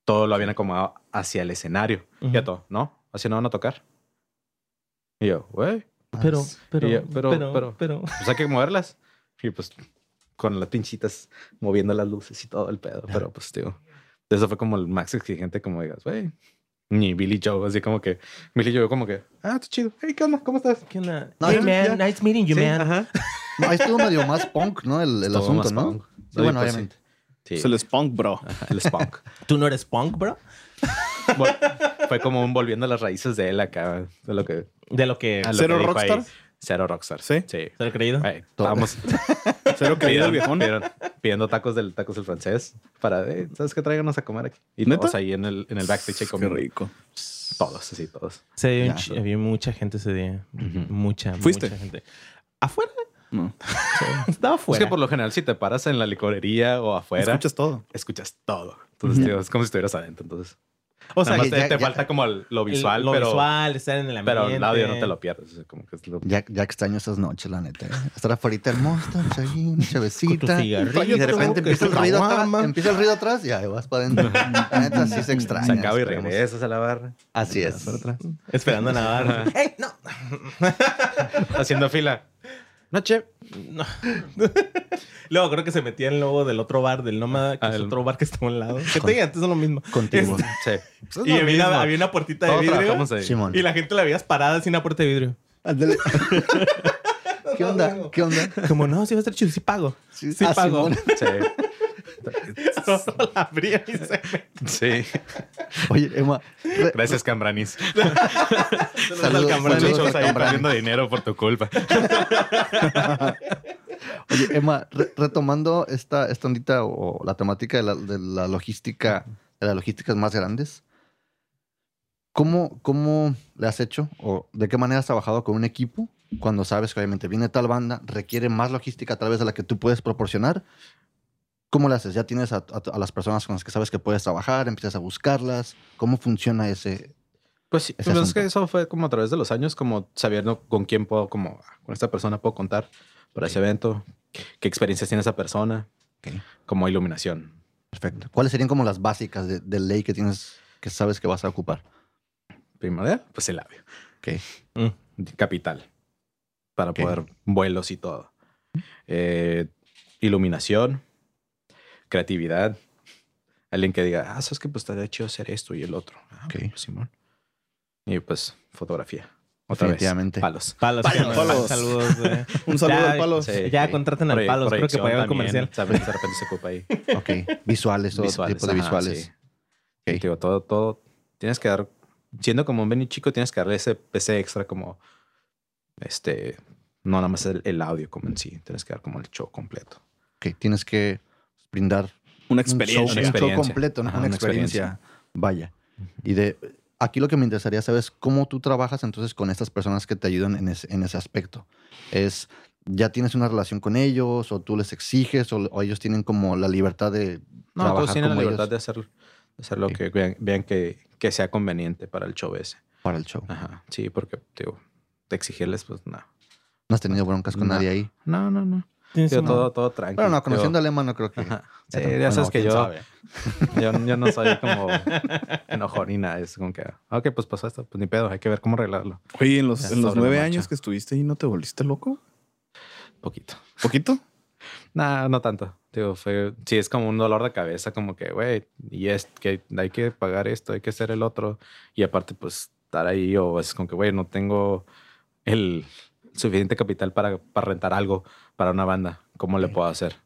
[SPEAKER 4] Todo lo habían acomodado hacia el escenario. Y a
[SPEAKER 2] Ujú.
[SPEAKER 4] todo, no, así no van a tocar. Y yo, güey,
[SPEAKER 2] Ah, Pero, pero,
[SPEAKER 4] Y yo, pero,
[SPEAKER 2] pero, pero,
[SPEAKER 4] pero. pues hay que moverlas. Y pues con las pinchitas moviendo las luces y todo el pedo. Pero pues, digo, eso fue como el max exigente, como digas, güey. Ni Billy Joe, así como que, Billy Joe, como que, ah, tú chido, hey, ¿qué onda? ¿Cómo estás?
[SPEAKER 2] ¿Qué onda?
[SPEAKER 1] No,
[SPEAKER 2] hey,
[SPEAKER 1] ya-
[SPEAKER 2] man,
[SPEAKER 1] ya-
[SPEAKER 2] nice meeting you,
[SPEAKER 4] Sí,
[SPEAKER 2] man.
[SPEAKER 4] ajá.
[SPEAKER 1] No, ahí estuvo medio más punk, ¿no? El, el
[SPEAKER 4] Todo
[SPEAKER 1] asunto,
[SPEAKER 4] más
[SPEAKER 1] ¿no?
[SPEAKER 4] punk.
[SPEAKER 1] Sí, bueno,
[SPEAKER 4] pues,
[SPEAKER 1] obviamente.
[SPEAKER 4] Sí,
[SPEAKER 3] Se les punk, bro.
[SPEAKER 4] Ajá, el spunk.
[SPEAKER 2] ¿Tú no eres punk, bro?
[SPEAKER 4] Vol- fue como un volviendo a las raíces de él acá, de lo que...
[SPEAKER 2] De lo que...
[SPEAKER 4] a Ah, lo
[SPEAKER 3] ¿Cero
[SPEAKER 4] que dijo ahí.
[SPEAKER 3] rockstar?
[SPEAKER 4] Cero rockstar.
[SPEAKER 3] ¿Sí?
[SPEAKER 4] Sí.
[SPEAKER 2] ¿Te lo he creído?
[SPEAKER 4] Ay,
[SPEAKER 1] Todo.
[SPEAKER 4] estábamos-
[SPEAKER 3] Cero querido el
[SPEAKER 4] Pidieron-
[SPEAKER 3] viejón.
[SPEAKER 4] pidieron- pidiendo tacos del tacos del francés para, eh, ¿sabes qué? Tráiganos a comer aquí. Y
[SPEAKER 3] ¿Neta?
[SPEAKER 4] todos ahí en el, en el backstage ahí
[SPEAKER 3] Qué
[SPEAKER 4] comiendo.
[SPEAKER 3] rico.
[SPEAKER 4] Todos, así, todos.
[SPEAKER 2] Sí, había,
[SPEAKER 1] Ya.
[SPEAKER 2] un ch- había mucha gente ese día.
[SPEAKER 4] Ujú.
[SPEAKER 2] Mucha,
[SPEAKER 3] ¿Fuiste?
[SPEAKER 2] mucha gente. ¿Afuera?
[SPEAKER 3] No.
[SPEAKER 2] Estaba
[SPEAKER 4] Es
[SPEAKER 2] afuera.
[SPEAKER 4] que por lo general, si te paras en la licorería o afuera, escuchas,
[SPEAKER 3] Escuchas todo.
[SPEAKER 4] todo. Entonces, tío, es como si estuvieras adentro. Entonces,
[SPEAKER 2] O
[SPEAKER 4] o
[SPEAKER 2] sea,
[SPEAKER 4] sea,
[SPEAKER 1] Nada más
[SPEAKER 2] que
[SPEAKER 4] te,
[SPEAKER 1] ya-
[SPEAKER 4] te
[SPEAKER 1] ya-
[SPEAKER 4] falta como el- lo
[SPEAKER 2] el-
[SPEAKER 4] visual,
[SPEAKER 2] lo
[SPEAKER 4] pero,
[SPEAKER 2] visual, estar en el ambiente.
[SPEAKER 4] pero el audio no te lo pierdes. es como que es lo-
[SPEAKER 1] Ya, ya extraño esas noches, la neta. Estar afuera del monstruo, ahí, una
[SPEAKER 2] Con tu
[SPEAKER 1] chavecita. Y
[SPEAKER 2] cigarrito,
[SPEAKER 1] de
[SPEAKER 2] como que
[SPEAKER 1] repente empieza el
[SPEAKER 2] tu
[SPEAKER 1] ruido
[SPEAKER 2] caguama.
[SPEAKER 1] atrás. Empieza el ruido atrás y ahí vas para adentro. La neta sí se extraña.
[SPEAKER 4] se acaba y
[SPEAKER 1] esperemos.
[SPEAKER 4] regresas a la barra.
[SPEAKER 1] Así es.
[SPEAKER 2] Esperando nada. ¡Hey, no!
[SPEAKER 4] Haciendo fila. Noche.
[SPEAKER 2] No. Luego creo que se metía el logo del otro bar, del Nómada, que
[SPEAKER 4] Ah,
[SPEAKER 2] es
[SPEAKER 4] el-
[SPEAKER 2] otro bar que está a un lado. Que te digan, antes son lo mismo. Este,
[SPEAKER 1] Contigo.
[SPEAKER 4] Sí.
[SPEAKER 2] Y había una, había una puertita de
[SPEAKER 4] Todos
[SPEAKER 2] vidrio.
[SPEAKER 4] trabajamos ahí.
[SPEAKER 1] Simón.
[SPEAKER 2] Y la gente la veías parada sin una puerta de vidrio.
[SPEAKER 1] Ándale. ¿Qué onda? ¿Qué onda?
[SPEAKER 2] Como, no, sí va a estar chido, sí pago.
[SPEAKER 1] Sí,
[SPEAKER 2] Sí
[SPEAKER 1] ah,
[SPEAKER 2] pago.
[SPEAKER 1] Simón.
[SPEAKER 4] Sí.
[SPEAKER 2] la abría y se
[SPEAKER 4] Sí.
[SPEAKER 1] Oye, Emma. re-
[SPEAKER 4] Gracias, Cambranis.
[SPEAKER 1] Saludos,
[SPEAKER 4] Cambranis,
[SPEAKER 1] saludos
[SPEAKER 4] muchos
[SPEAKER 1] a
[SPEAKER 4] ahí
[SPEAKER 1] Cambranis.
[SPEAKER 4] perdiendo dinero por tu culpa.
[SPEAKER 1] Oye, Emma, re- retomando esta, esta ondita o la temática de la, de la logística, de las logísticas más grandes, ¿cómo, ¿cómo le has hecho o de qué manera has trabajado con un equipo cuando sabes que obviamente viene tal banda, requiere más logística tal vez de la que tú puedes proporcionar? ¿Cómo le haces? ¿Ya tienes a, a- a las personas con las que sabes que puedes trabajar? ¿Empiezas a buscarlas? ¿Cómo funciona ese?
[SPEAKER 4] Pues sí,
[SPEAKER 1] ese
[SPEAKER 4] pues es que
[SPEAKER 1] asunto.
[SPEAKER 4] eso fue como a través de los años, como sabiendo con quién puedo, como ah, con esta persona puedo contar para ese evento, qué experiencias tiene esa persona,
[SPEAKER 1] Ok.
[SPEAKER 4] como iluminación.
[SPEAKER 1] Perfecto. ¿Cuáles serían como las básicas de, de ley que tienes, que sabes que vas a ocupar?
[SPEAKER 4] Primordial, pues el labio. Mm.
[SPEAKER 1] Ok.
[SPEAKER 4] Capital. Para
[SPEAKER 1] Ok.
[SPEAKER 4] poder vuelos y todo. Eh, iluminación, creatividad. Alguien que diga, ah, sabes que pues estaría chido hacer esto y el otro. Ah,
[SPEAKER 1] Ok.
[SPEAKER 4] pues, Simón. Y pues fotografía. Otra
[SPEAKER 1] Definitivamente.
[SPEAKER 4] vez. Palos.
[SPEAKER 2] Palos.
[SPEAKER 3] Palos.
[SPEAKER 2] Palos. Saludos, güey.
[SPEAKER 3] Un saludo
[SPEAKER 2] Ya,
[SPEAKER 3] al Palos.
[SPEAKER 2] sí. Ya contraten al
[SPEAKER 4] Proye-
[SPEAKER 2] Palos, creo que para ir al
[SPEAKER 4] proyección
[SPEAKER 2] comercial.
[SPEAKER 4] también, De repente se ocupa ahí.
[SPEAKER 1] Ok, visuales, todo
[SPEAKER 4] Visuales,
[SPEAKER 1] tipo de
[SPEAKER 4] ajá,
[SPEAKER 1] visuales.
[SPEAKER 4] sí. Y te Digo, todo, todo. Tienes que dar. Siendo como un venue chico, tienes que darle ese, ese extra como. Este. No nada más el, el audio como en sí. Tienes que dar como el show completo.
[SPEAKER 1] Ok, tienes que brindar
[SPEAKER 3] Una
[SPEAKER 1] un show,
[SPEAKER 3] experiencia.
[SPEAKER 1] un show
[SPEAKER 4] experiencia.
[SPEAKER 1] completo, ¿no?
[SPEAKER 4] Ajá,
[SPEAKER 1] una,
[SPEAKER 4] una
[SPEAKER 1] experiencia. Vaya. Y de aquí lo que me interesaría saber es cómo tú trabajas entonces con estas personas que te ayudan en ese, en ese aspecto. Es ya tienes una relación con ellos o tú les exiges o, o ellos tienen como la libertad de
[SPEAKER 4] No,
[SPEAKER 1] trabajar
[SPEAKER 4] todos tienen la
[SPEAKER 1] como
[SPEAKER 4] libertad
[SPEAKER 1] ellos
[SPEAKER 4] de hacer, de hacer lo
[SPEAKER 1] Sí.
[SPEAKER 4] que vean, vean que, que sea conveniente para el show ese.
[SPEAKER 1] para el show.
[SPEAKER 4] Ajá. Sí, porque, digo, de exigirles, pues no.
[SPEAKER 1] No has tenido broncas con
[SPEAKER 4] No.
[SPEAKER 1] nadie ahí.
[SPEAKER 4] No, no, no.
[SPEAKER 2] Tienes
[SPEAKER 4] Digo,
[SPEAKER 2] un-
[SPEAKER 4] todo, todo tranquilo.
[SPEAKER 1] Pero no, conociendo alemán no creo que.
[SPEAKER 4] Ajá. Sí,
[SPEAKER 1] Bueno,
[SPEAKER 4] ya sabes que
[SPEAKER 1] quién
[SPEAKER 4] yo,
[SPEAKER 1] sabe.
[SPEAKER 4] yo, yo no soy como enojón ni nada. Es como que, ok, pues pasó esto, pues ni pedo, hay que ver cómo arreglarlo.
[SPEAKER 3] Oye, en los,
[SPEAKER 4] Ya,
[SPEAKER 3] en los
[SPEAKER 4] sobre la
[SPEAKER 3] nueve
[SPEAKER 4] marcha.
[SPEAKER 3] años que estuviste ahí, ¿no te volviste loco?
[SPEAKER 4] Poquito.
[SPEAKER 3] ¿Poquito?
[SPEAKER 4] Nah, no tanto. Digo, fue, sí, es como un dolor de cabeza, como que, güey, y es que hay que pagar esto, hay que hacer el otro. Y aparte, pues, estar ahí, o es como que, güey, no tengo el suficiente capital para, para rentar algo para una banda. ¿Cómo le puedo hacer?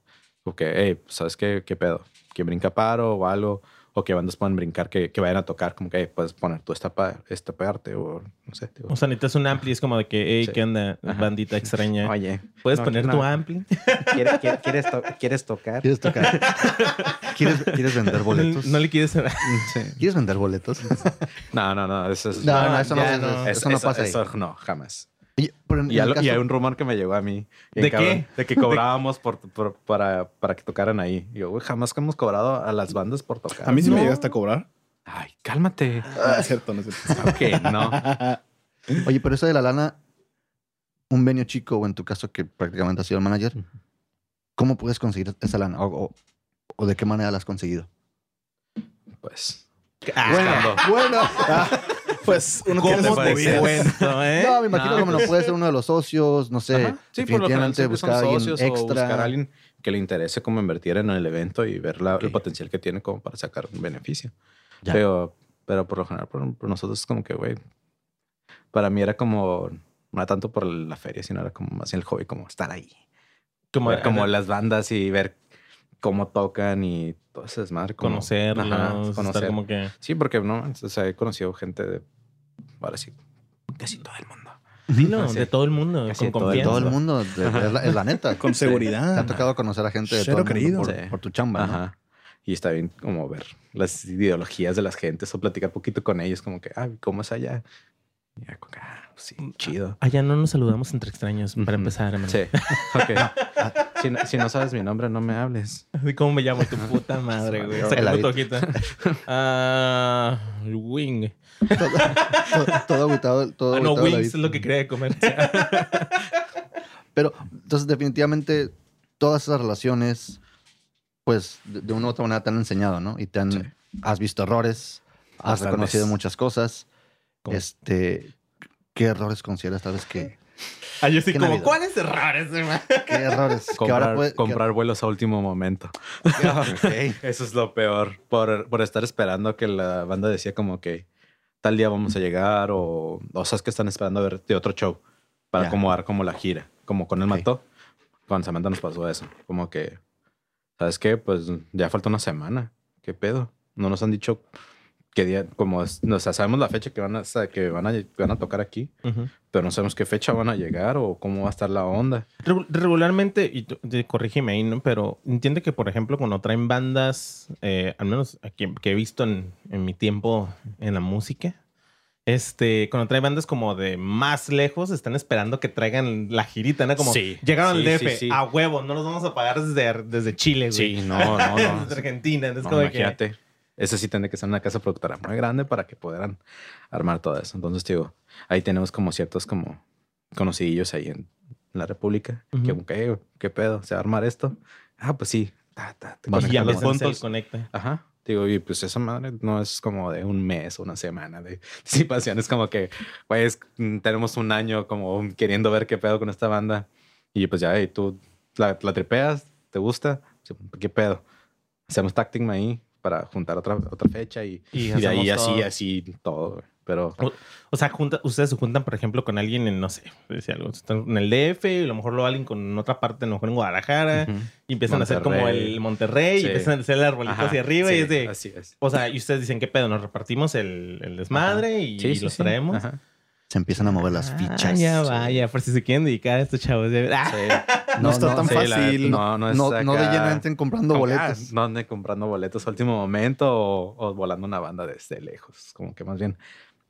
[SPEAKER 4] Porque, hey, pues, ¿sabes qué, qué pedo? Que brinca paro o algo, o que bandas puedan brincar, que, que vayan a tocar, como que, hey, puedes poner tú esta, pa- esta parte, o no sé. digo,
[SPEAKER 2] O sea, necesitas un ampli, es como de que, hey,
[SPEAKER 4] Sí.
[SPEAKER 2] ¿qué onda?
[SPEAKER 4] Ajá.
[SPEAKER 2] Bandita extraña.
[SPEAKER 4] Oye,
[SPEAKER 2] ¿Puedes
[SPEAKER 4] no,
[SPEAKER 2] poner
[SPEAKER 4] no.
[SPEAKER 2] tu ampli?
[SPEAKER 4] ¿quieres, quieres, quieres, to- quieres tocar?
[SPEAKER 1] ¿Quieres tocar? ¿Quieres, quieres vender
[SPEAKER 2] No,
[SPEAKER 1] boletos?
[SPEAKER 2] no le quieres...
[SPEAKER 4] Sí.
[SPEAKER 1] ¿Quieres vender boletos?
[SPEAKER 4] No, no, no, eso es...
[SPEAKER 1] No,
[SPEAKER 2] No,
[SPEAKER 1] no, eso no,
[SPEAKER 2] ya
[SPEAKER 1] eso-
[SPEAKER 2] no.
[SPEAKER 1] Eso, no pasa ahí.
[SPEAKER 4] eso no, jamás.
[SPEAKER 1] Y- pero en
[SPEAKER 4] Y,
[SPEAKER 1] el
[SPEAKER 4] al- y
[SPEAKER 1] caso-
[SPEAKER 4] hay un rumor que me llegó a mí.
[SPEAKER 2] ¿De
[SPEAKER 4] bien cabrón,
[SPEAKER 2] qué?
[SPEAKER 4] De que cobrábamos por, por- para, para que tocaran ahí. Y yo, güey, jamás que hemos cobrado a las bandas por tocar.
[SPEAKER 3] A mí sí me
[SPEAKER 4] No.
[SPEAKER 3] llegaste a cobrar.
[SPEAKER 4] Ay, cálmate.
[SPEAKER 3] Ah, es cierto, no es cierto.
[SPEAKER 4] Ok, no.
[SPEAKER 1] Oye, pero eso de la lana, un venio chico, o en tu caso, que prácticamente has sido el manager,
[SPEAKER 4] Ujú.
[SPEAKER 1] ¿cómo puedes conseguir esa lana? ¿O, o- o de qué manera la has conseguido?
[SPEAKER 4] Pues.
[SPEAKER 1] Bueno, bueno.
[SPEAKER 3] Pues uno
[SPEAKER 2] ¿Cómo
[SPEAKER 3] tiene
[SPEAKER 4] te
[SPEAKER 3] sus
[SPEAKER 4] parece?
[SPEAKER 3] movidas.
[SPEAKER 2] cuento, eh?
[SPEAKER 1] No, me imagino
[SPEAKER 4] No,
[SPEAKER 1] como no
[SPEAKER 4] pues-
[SPEAKER 1] puede ser uno de los socios, no sé.
[SPEAKER 4] Ajá. Sí, por lo general
[SPEAKER 1] definitivamente
[SPEAKER 4] siempre son
[SPEAKER 1] buscar a alguien
[SPEAKER 4] socios o
[SPEAKER 1] extra.
[SPEAKER 4] buscar a alguien que le interese como invertir en el evento y ver la-
[SPEAKER 1] Ok.
[SPEAKER 4] el potencial que tiene como para sacar un beneficio.
[SPEAKER 1] Ya.
[SPEAKER 4] Pero, pero por lo general, por, por nosotros es como que, güey, para mí era como, no era tanto por la feria, sino era como más el hobby, como estar ahí.
[SPEAKER 2] Como,
[SPEAKER 4] Ver como las bandas y ver cómo tocan y todo ese desmadre. como-
[SPEAKER 2] conocerlos,
[SPEAKER 4] Ajá,
[SPEAKER 2] estar
[SPEAKER 4] conocer.
[SPEAKER 2] como que...
[SPEAKER 4] Sí, porque no, o sea, he conocido gente de, ahora sí, casi todo el mundo.
[SPEAKER 2] Dilo,
[SPEAKER 4] Ah, sí.
[SPEAKER 2] de todo el mundo,
[SPEAKER 4] Casi
[SPEAKER 2] con
[SPEAKER 4] de todo
[SPEAKER 2] confianza.
[SPEAKER 1] Todo el mundo, de- es, la, es la neta.
[SPEAKER 3] Con
[SPEAKER 1] Te ha
[SPEAKER 3] seguridad.
[SPEAKER 1] tocado conocer a gente de
[SPEAKER 3] Cero
[SPEAKER 1] todo el mundo
[SPEAKER 3] creído.
[SPEAKER 1] por,
[SPEAKER 4] Sí.
[SPEAKER 1] por tu chamba, ¿no?
[SPEAKER 4] Ajá. Y está bien como ver las ideologías de las gentes o platicar poquito con ellos, como que, ah, ¿cómo es allá? Y ya, como que, ah, sí,
[SPEAKER 1] Mm,
[SPEAKER 4] chido.
[SPEAKER 2] Allá no nos saludamos entre extraños, para
[SPEAKER 4] Ujú.
[SPEAKER 2] empezar, hermano.
[SPEAKER 4] Sí, ok. si, no, si no sabes mi nombre, no me hables.
[SPEAKER 2] Ay, ¿Cómo me llamo? Tu puta madre, güey.
[SPEAKER 1] El
[SPEAKER 2] Sacando
[SPEAKER 1] hábito.
[SPEAKER 2] toquita. Ah, wing.
[SPEAKER 1] Todo, todo, todo agüitado, todo
[SPEAKER 2] Ah, no,
[SPEAKER 1] agüitado la
[SPEAKER 2] wings es
[SPEAKER 1] vida.
[SPEAKER 2] lo que quería comer.
[SPEAKER 1] Pero entonces definitivamente todas esas relaciones, pues de, de una u otra manera te han enseñado, ¿no? Y te han,
[SPEAKER 4] Sí.
[SPEAKER 1] has visto errores, has
[SPEAKER 4] Bastantes.
[SPEAKER 1] reconocido muchas cosas.
[SPEAKER 4] ¿Cómo?
[SPEAKER 1] Este, ¿qué errores consideras tal vez que,
[SPEAKER 2] Ah, yo sí
[SPEAKER 1] Qué
[SPEAKER 2] como,
[SPEAKER 1] navidad.
[SPEAKER 2] ¿cuáles errores, hermano?
[SPEAKER 1] qué errores que
[SPEAKER 4] Comprar,
[SPEAKER 1] puede- que-
[SPEAKER 4] comprar vuelos a último momento.
[SPEAKER 1] Ok.
[SPEAKER 4] Eso es lo peor, por, por estar esperando que la banda decía como que tal día vamos a llegar o, o sabes que están esperando a ver de otro show para
[SPEAKER 1] Ya.
[SPEAKER 4] acomodar como la gira, como con el
[SPEAKER 1] Ok.
[SPEAKER 4] mató. Con Samantha nos pasó eso, como que, ¿sabes qué? Pues ya falta una semana, ¿qué pedo? No nos han dicho qué día, como es- no, o sea, sabemos la fecha que van a, o sea, que van a, van a tocar aquí, pero no sabemos qué fecha van a llegar o cómo va a estar la onda.
[SPEAKER 2] Regu- Regularmente, y tú- de- corrígeme ahí, ¿no? Pero entiende que, por ejemplo, cuando traen bandas, eh, al menos aquí- que he visto en, en mi tiempo en la música, este, cuando traen bandas como de más lejos, están esperando que traigan la girita, ¿no? Como
[SPEAKER 4] Sí,
[SPEAKER 2] llegaron al
[SPEAKER 4] sí,
[SPEAKER 2] DF,
[SPEAKER 4] sí, sí.
[SPEAKER 2] a huevo, no los vamos a pagar desde, desde Chile, güey.
[SPEAKER 4] no, no,
[SPEAKER 2] desde Argentina, entonces
[SPEAKER 4] No,
[SPEAKER 2] como que-
[SPEAKER 4] imagínate. Eso sí tendría que ser una casa productora muy grande para que pudieran armar todo eso. Entonces, te digo, ahí tenemos como ciertos como conocidillos ahí en la República.
[SPEAKER 2] Ujú.
[SPEAKER 4] Que como que, "Ey, ¿qué pedo? ¿Se va a armar esto? Ah, pues sí. Ta, ta, te
[SPEAKER 2] Pues, Y ya
[SPEAKER 4] conectan
[SPEAKER 2] los
[SPEAKER 4] los
[SPEAKER 2] puntos
[SPEAKER 4] sensores.
[SPEAKER 2] conecta.
[SPEAKER 4] Ajá. Digo, y pues esa madre no es como de un mes o una semana de anticipación. Es como que, güey, es- mm, tenemos un año como queriendo ver qué pedo con esta banda. Y pues ya, y tú la, la tripeas, te gusta, Sí, qué pedo. Hacemos tacting ahí para juntar otra, otra fecha y,
[SPEAKER 2] Y
[SPEAKER 4] y de ahí
[SPEAKER 2] hacemos
[SPEAKER 4] así,
[SPEAKER 2] todo.
[SPEAKER 4] así todo. güey. Pero
[SPEAKER 2] O sea, junta- ustedes se juntan, por ejemplo, con alguien en, no sé, decía algo, están en el DF, y a lo mejor lo alguien con otra parte, a lo mejor en Guadalajara,
[SPEAKER 4] ujú.
[SPEAKER 2] y empiezan a hacer como
[SPEAKER 4] Monterrey.
[SPEAKER 2] el Monterrey,
[SPEAKER 4] Sí.
[SPEAKER 2] y empiezan a hacer el arbolito
[SPEAKER 4] Ajá,
[SPEAKER 2] hacia arriba, y
[SPEAKER 4] sí,
[SPEAKER 2] es de,
[SPEAKER 4] Así es.
[SPEAKER 2] o sea, y ustedes dicen, ¿qué pedo? Nos repartimos el, el desmadre y,
[SPEAKER 4] Sí,
[SPEAKER 2] y
[SPEAKER 4] sí,
[SPEAKER 2] los
[SPEAKER 4] sí.
[SPEAKER 2] traemos.
[SPEAKER 4] Ajá.
[SPEAKER 1] Se empiezan a mover las
[SPEAKER 2] Ah,
[SPEAKER 1] fichas.
[SPEAKER 2] ya vaya, por si se quieren dedicar a estos chavos. de- Ah,
[SPEAKER 4] Sí.
[SPEAKER 1] No,
[SPEAKER 3] está
[SPEAKER 1] no,
[SPEAKER 3] tan
[SPEAKER 1] sí,
[SPEAKER 4] la-
[SPEAKER 3] fácil.
[SPEAKER 4] no, no es
[SPEAKER 1] No, no de
[SPEAKER 4] acá-
[SPEAKER 1] lleno entren comprando
[SPEAKER 4] Como que,
[SPEAKER 1] boletos.
[SPEAKER 4] ah, no ande comprando boletos a último momento o, o volando una banda desde lejos. Como que más bien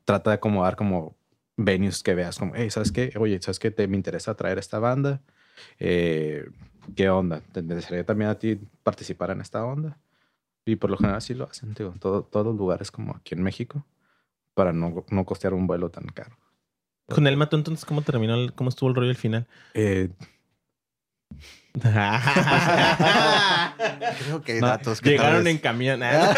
[SPEAKER 4] trata de acomodar como venues que veas como, hey, ¿sabes qué? Oye, ¿sabes qué? Te, me interesa traer esta banda. Eh, ¿Qué onda? ¿Te interesaría también a ti participar en esta onda? Y por lo general sí lo hacen, digo, en todo, todos los lugares como aquí en México para no, no costear un vuelo tan caro.
[SPEAKER 2] Con el mato, entonces, ¿cómo terminó? el- ¿Cómo estuvo el rollo al final?
[SPEAKER 4] Eh,
[SPEAKER 1] Creo que hay
[SPEAKER 4] No,
[SPEAKER 1] datos que
[SPEAKER 2] Llegaron
[SPEAKER 1] tal
[SPEAKER 2] en
[SPEAKER 1] vez-
[SPEAKER 2] camión. Ah,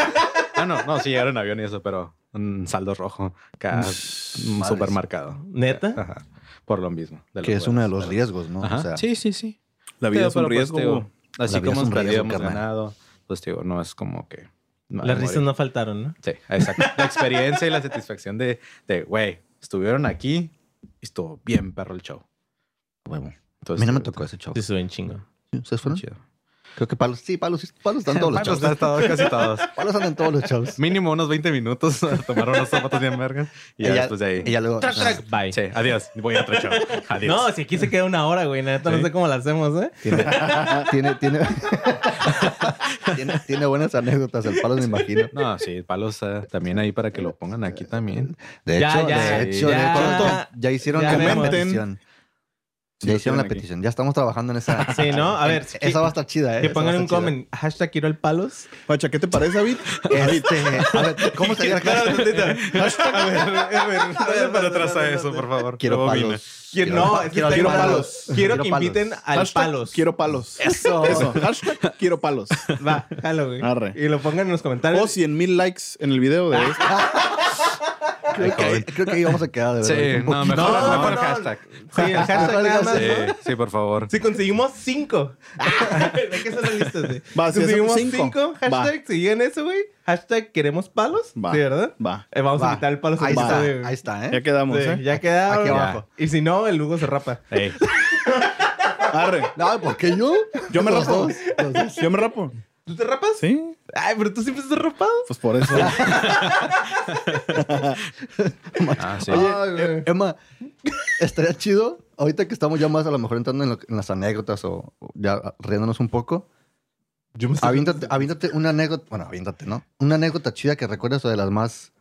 [SPEAKER 4] ah, no, no, sí llegaron en avión y eso, pero un saldo rojo cada un
[SPEAKER 1] Madres.
[SPEAKER 4] supermercado.
[SPEAKER 2] ¿Neta?
[SPEAKER 4] Ajá. Por lo mismo. de
[SPEAKER 1] Que
[SPEAKER 4] los
[SPEAKER 1] es uno de
[SPEAKER 4] vuelos,
[SPEAKER 1] los
[SPEAKER 4] pero-
[SPEAKER 1] riesgos, ¿no?
[SPEAKER 4] Ajá.
[SPEAKER 1] O sea,
[SPEAKER 4] sí, sí, sí.
[SPEAKER 3] La vida
[SPEAKER 4] Pero-
[SPEAKER 3] es un
[SPEAKER 4] pero, pues,
[SPEAKER 3] riesgo.
[SPEAKER 4] digo,
[SPEAKER 3] güey.
[SPEAKER 1] La
[SPEAKER 4] Así
[SPEAKER 1] vida
[SPEAKER 4] como
[SPEAKER 1] es un
[SPEAKER 4] hemos perdido,
[SPEAKER 1] riesgo,
[SPEAKER 4] hemos
[SPEAKER 1] carnal.
[SPEAKER 4] ganado. Pues digo, no es como que. no,
[SPEAKER 2] Las
[SPEAKER 4] a
[SPEAKER 2] risas
[SPEAKER 4] morir.
[SPEAKER 2] no faltaron, ¿no?
[SPEAKER 4] Sí, exacto. La experiencia y la satisfacción de, de, güey, estuvieron aquí y estuvo bien perro el show.
[SPEAKER 1] huevo.
[SPEAKER 4] Entonces,
[SPEAKER 1] a mí no me
[SPEAKER 4] digo,
[SPEAKER 1] tocó ese show.
[SPEAKER 2] Sí, suben chingo.
[SPEAKER 1] ¿Ustedes
[SPEAKER 4] está
[SPEAKER 1] fueron?
[SPEAKER 4] chido.
[SPEAKER 1] Creo que palos. Sí, palos. sí, Palos están todos los
[SPEAKER 4] Bueno, pues,
[SPEAKER 1] shows.
[SPEAKER 4] está- está- casi todos.
[SPEAKER 1] Palos andan en todos los shows.
[SPEAKER 4] Mínimo unos 20 minutos a tomar unos zapatos bien vergas y ya
[SPEAKER 1] Ella-
[SPEAKER 4] después de ahí.
[SPEAKER 1] Y ya luego.
[SPEAKER 2] Trac, trac, Ah, Bye.
[SPEAKER 4] Sí, adiós. Voy a otro show. Adiós.
[SPEAKER 2] No, si aquí se queda una hora, güey. La neta,
[SPEAKER 4] Sí.
[SPEAKER 2] no sé cómo la hacemos, ¿eh?
[SPEAKER 1] Tiene, tiene, tiene, tiene, tiene buenas anécdotas el palos, me imagino.
[SPEAKER 4] No, sí, palos eh, también ahí para que lo pongan aquí también.
[SPEAKER 1] De
[SPEAKER 2] Ya,
[SPEAKER 1] hecho,
[SPEAKER 2] ya,
[SPEAKER 1] de hecho, de
[SPEAKER 2] ya.
[SPEAKER 1] hecho, ya, hicieron
[SPEAKER 2] Ya
[SPEAKER 1] la
[SPEAKER 2] vemos.
[SPEAKER 1] petición.
[SPEAKER 3] Sí,
[SPEAKER 1] ya
[SPEAKER 3] lo
[SPEAKER 1] hicieron la
[SPEAKER 3] tienen aquí.
[SPEAKER 1] petición. Ya estamos trabajando en esa.
[SPEAKER 2] Sí, ¿no? A ver,
[SPEAKER 1] en-
[SPEAKER 2] que-
[SPEAKER 1] esa va a estar chida, ¿eh?
[SPEAKER 2] Que
[SPEAKER 1] Esa va a
[SPEAKER 2] pongan un
[SPEAKER 1] estar
[SPEAKER 2] comment. Hashtag quiero el palos.
[SPEAKER 3] Pacha, ¿qué te parece, David?
[SPEAKER 1] chida. Este, a ver, ¿cómo sería acá?
[SPEAKER 4] A ver, a ver, dale para atrás a eso, por favor.
[SPEAKER 1] Quiero
[SPEAKER 4] Luego vine.
[SPEAKER 1] palos.
[SPEAKER 2] Quiero, no, es que
[SPEAKER 1] quiero,
[SPEAKER 2] está
[SPEAKER 1] quiero
[SPEAKER 2] mal.
[SPEAKER 1] palos.
[SPEAKER 2] Quiero, que
[SPEAKER 1] palos.
[SPEAKER 2] inviten al
[SPEAKER 3] Hashtag
[SPEAKER 2] palos.
[SPEAKER 3] Quiero palos.
[SPEAKER 2] Eso.
[SPEAKER 3] Eso. Hashtag quiero palos.
[SPEAKER 2] Va, jalo, güey.
[SPEAKER 3] Arre. Oh,
[SPEAKER 2] Y lo pongan en los comentarios.
[SPEAKER 3] O 100 mil likes en el video de este.
[SPEAKER 1] Creo que, creo que ahí vamos a quedar de
[SPEAKER 4] Sí,
[SPEAKER 1] verdad.
[SPEAKER 4] no, mejor,
[SPEAKER 2] No,
[SPEAKER 4] mejor
[SPEAKER 2] no.
[SPEAKER 4] hashtag.
[SPEAKER 2] Sí, el hashtag nada más, ¿no?
[SPEAKER 4] Sí, sí, por favor.
[SPEAKER 2] Si conseguimos cinco. ¿De qué están listos? güey?
[SPEAKER 3] Va, si
[SPEAKER 2] conseguimos
[SPEAKER 3] hacemos
[SPEAKER 2] cinco.
[SPEAKER 3] cinco,
[SPEAKER 2] hashtag, siguen eso, güey. Hashtag queremos palos.
[SPEAKER 3] Va.
[SPEAKER 2] Sí, ¿verdad?
[SPEAKER 3] Va.
[SPEAKER 2] Eh, vamos
[SPEAKER 1] Va.
[SPEAKER 2] a quitar el palo.
[SPEAKER 1] Ahí
[SPEAKER 3] Va.
[SPEAKER 1] está,
[SPEAKER 2] güey.
[SPEAKER 1] ahí está,
[SPEAKER 3] Ya
[SPEAKER 1] ¿eh?
[SPEAKER 3] quedamos,
[SPEAKER 2] Sí,
[SPEAKER 3] ¿eh?
[SPEAKER 2] ya queda.
[SPEAKER 1] Aquí
[SPEAKER 2] güey.
[SPEAKER 1] abajo.
[SPEAKER 2] Y si no, el Lugo se rapa.
[SPEAKER 4] Ey,
[SPEAKER 3] Arre.
[SPEAKER 1] No, ¿por qué yo?
[SPEAKER 3] Yo me
[SPEAKER 1] Los
[SPEAKER 3] rapo.
[SPEAKER 1] dos, los dos.
[SPEAKER 3] Yo me rapo.
[SPEAKER 2] ¿Tú te rapas?
[SPEAKER 3] Sí.
[SPEAKER 2] Ay, pero tú siempre estás rapado.
[SPEAKER 3] Pues por eso.
[SPEAKER 4] ah, sí.
[SPEAKER 1] Oye,
[SPEAKER 2] Ay, güey.
[SPEAKER 1] eh, Emma, estaría chido, ahorita que estamos ya más a lo mejor entrando en, lo- en las anécdotas o o ya riéndonos un poco,
[SPEAKER 2] Yo me estoy-
[SPEAKER 1] aviéntate, aviéntate una anécdota, bueno, aviéntate, ¿no? Una anécdota chida que recuerdas o de las más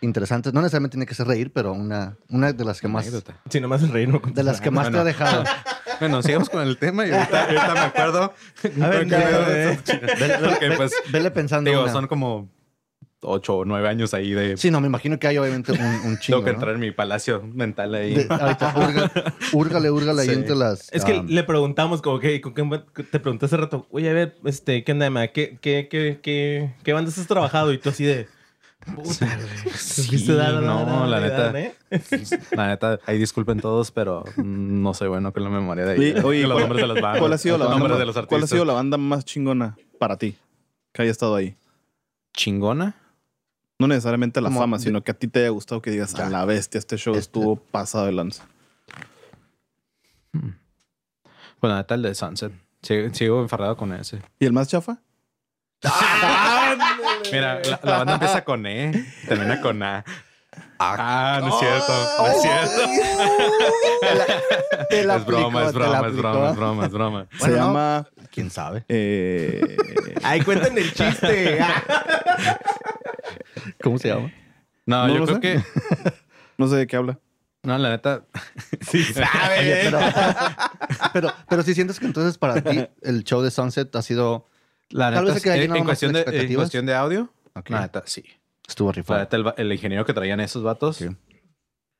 [SPEAKER 1] interesantes, no necesariamente tiene que ser reír, pero una, una de las que más... De
[SPEAKER 4] Anécdota.
[SPEAKER 2] Si no me haces reír, no contesto
[SPEAKER 1] las que más te
[SPEAKER 4] Bueno.
[SPEAKER 1] ha dejado.
[SPEAKER 4] Bueno, sigamos con el tema y ahorita, ahorita me acuerdo.
[SPEAKER 2] A ver,
[SPEAKER 4] Porque
[SPEAKER 2] dale,
[SPEAKER 4] veo
[SPEAKER 2] dale.
[SPEAKER 4] esas chidas.
[SPEAKER 1] Vele,
[SPEAKER 4] Porque,
[SPEAKER 1] ve-
[SPEAKER 4] pues,
[SPEAKER 1] vele pensando
[SPEAKER 4] Digo,
[SPEAKER 1] una.
[SPEAKER 4] son como ocho o nueve años ahí de...
[SPEAKER 1] Sí, no, me imagino que hay obviamente un, un chingo,
[SPEAKER 4] tengo que
[SPEAKER 1] ¿no?
[SPEAKER 4] entrar en mi palacio mental ahí.
[SPEAKER 1] De- ahorita, hurga- húrgale, húrgale ahí
[SPEAKER 4] Sí.
[SPEAKER 1] entre las...
[SPEAKER 2] Es que
[SPEAKER 1] ah,
[SPEAKER 2] le preguntamos, como que con qué- te pregunté hace rato, oye, a ver, este, ¿qué onda, Emma? ¿Qué, qué, qué, qué, qué bandas has trabajado? Y tú así de. Puta, güey.
[SPEAKER 4] Sí,
[SPEAKER 2] Supiste dar, dar,
[SPEAKER 4] no,
[SPEAKER 2] dar,
[SPEAKER 4] la
[SPEAKER 2] dar,
[SPEAKER 4] neta.
[SPEAKER 2] ¿eh?
[SPEAKER 4] La neta, ahí disculpen todos, pero mm, no soy bueno con la memoria de
[SPEAKER 3] Oye,
[SPEAKER 4] ahí.
[SPEAKER 3] oye,
[SPEAKER 4] los
[SPEAKER 3] ¿cuál-
[SPEAKER 4] nombres de las bandas.
[SPEAKER 3] Ah, ¿Cuál ha sido la
[SPEAKER 4] los
[SPEAKER 3] banda?
[SPEAKER 4] nombres
[SPEAKER 3] más-
[SPEAKER 4] de los artistas.
[SPEAKER 3] ¿Cuál ha sido la banda más chingona para ti? Que haya estado ahí.
[SPEAKER 4] chingona?
[SPEAKER 3] No necesariamente la
[SPEAKER 1] Como
[SPEAKER 3] fama,
[SPEAKER 1] de-
[SPEAKER 3] sino que a ti te haya gustado que digas, a la bestia, este show
[SPEAKER 1] Este-
[SPEAKER 3] estuvo pasado de lanza.
[SPEAKER 4] Bueno, la neta el de Sunset. Sigo, sigo enfarrado con ese.
[SPEAKER 3] ¿Y el más chafa?
[SPEAKER 4] Mira, la, la banda empieza con E, y termina con A. Ah, no es cierto, no es cierto.
[SPEAKER 1] Te la
[SPEAKER 4] Es
[SPEAKER 1] aplicó,
[SPEAKER 4] broma, es
[SPEAKER 1] te la
[SPEAKER 4] broma, es broma,
[SPEAKER 1] aplicó.
[SPEAKER 4] es broma, es broma.
[SPEAKER 1] Bueno,
[SPEAKER 3] Se
[SPEAKER 1] no.
[SPEAKER 3] llama...
[SPEAKER 1] ¿Quién sabe?
[SPEAKER 3] eh,
[SPEAKER 2] Ay, cuenten el chiste. Ah.
[SPEAKER 1] ¿Cómo se llama?
[SPEAKER 4] No,
[SPEAKER 3] No
[SPEAKER 4] yo
[SPEAKER 3] lo
[SPEAKER 4] creo
[SPEAKER 3] sé.
[SPEAKER 4] que.
[SPEAKER 3] no sé de qué habla.
[SPEAKER 4] No, la neta.
[SPEAKER 2] Sí,
[SPEAKER 1] Oye,
[SPEAKER 2] sabe.
[SPEAKER 1] pero, pero, si sientes que entonces para ti el show de Sunset ha sido...
[SPEAKER 4] La
[SPEAKER 1] Tal vez
[SPEAKER 4] neta,
[SPEAKER 1] se queda
[SPEAKER 4] en-
[SPEAKER 1] llenado
[SPEAKER 4] en,
[SPEAKER 1] más
[SPEAKER 4] cuestión de, eh,
[SPEAKER 1] de
[SPEAKER 4] en
[SPEAKER 1] expectativas.
[SPEAKER 4] cuestión de audio,
[SPEAKER 1] Ok.
[SPEAKER 4] la neta, sí.
[SPEAKER 1] Ah, Estuvo
[SPEAKER 4] La
[SPEAKER 1] rifado.
[SPEAKER 4] neta, el, va- el ingeniero que traían esos vatos,
[SPEAKER 1] Sí.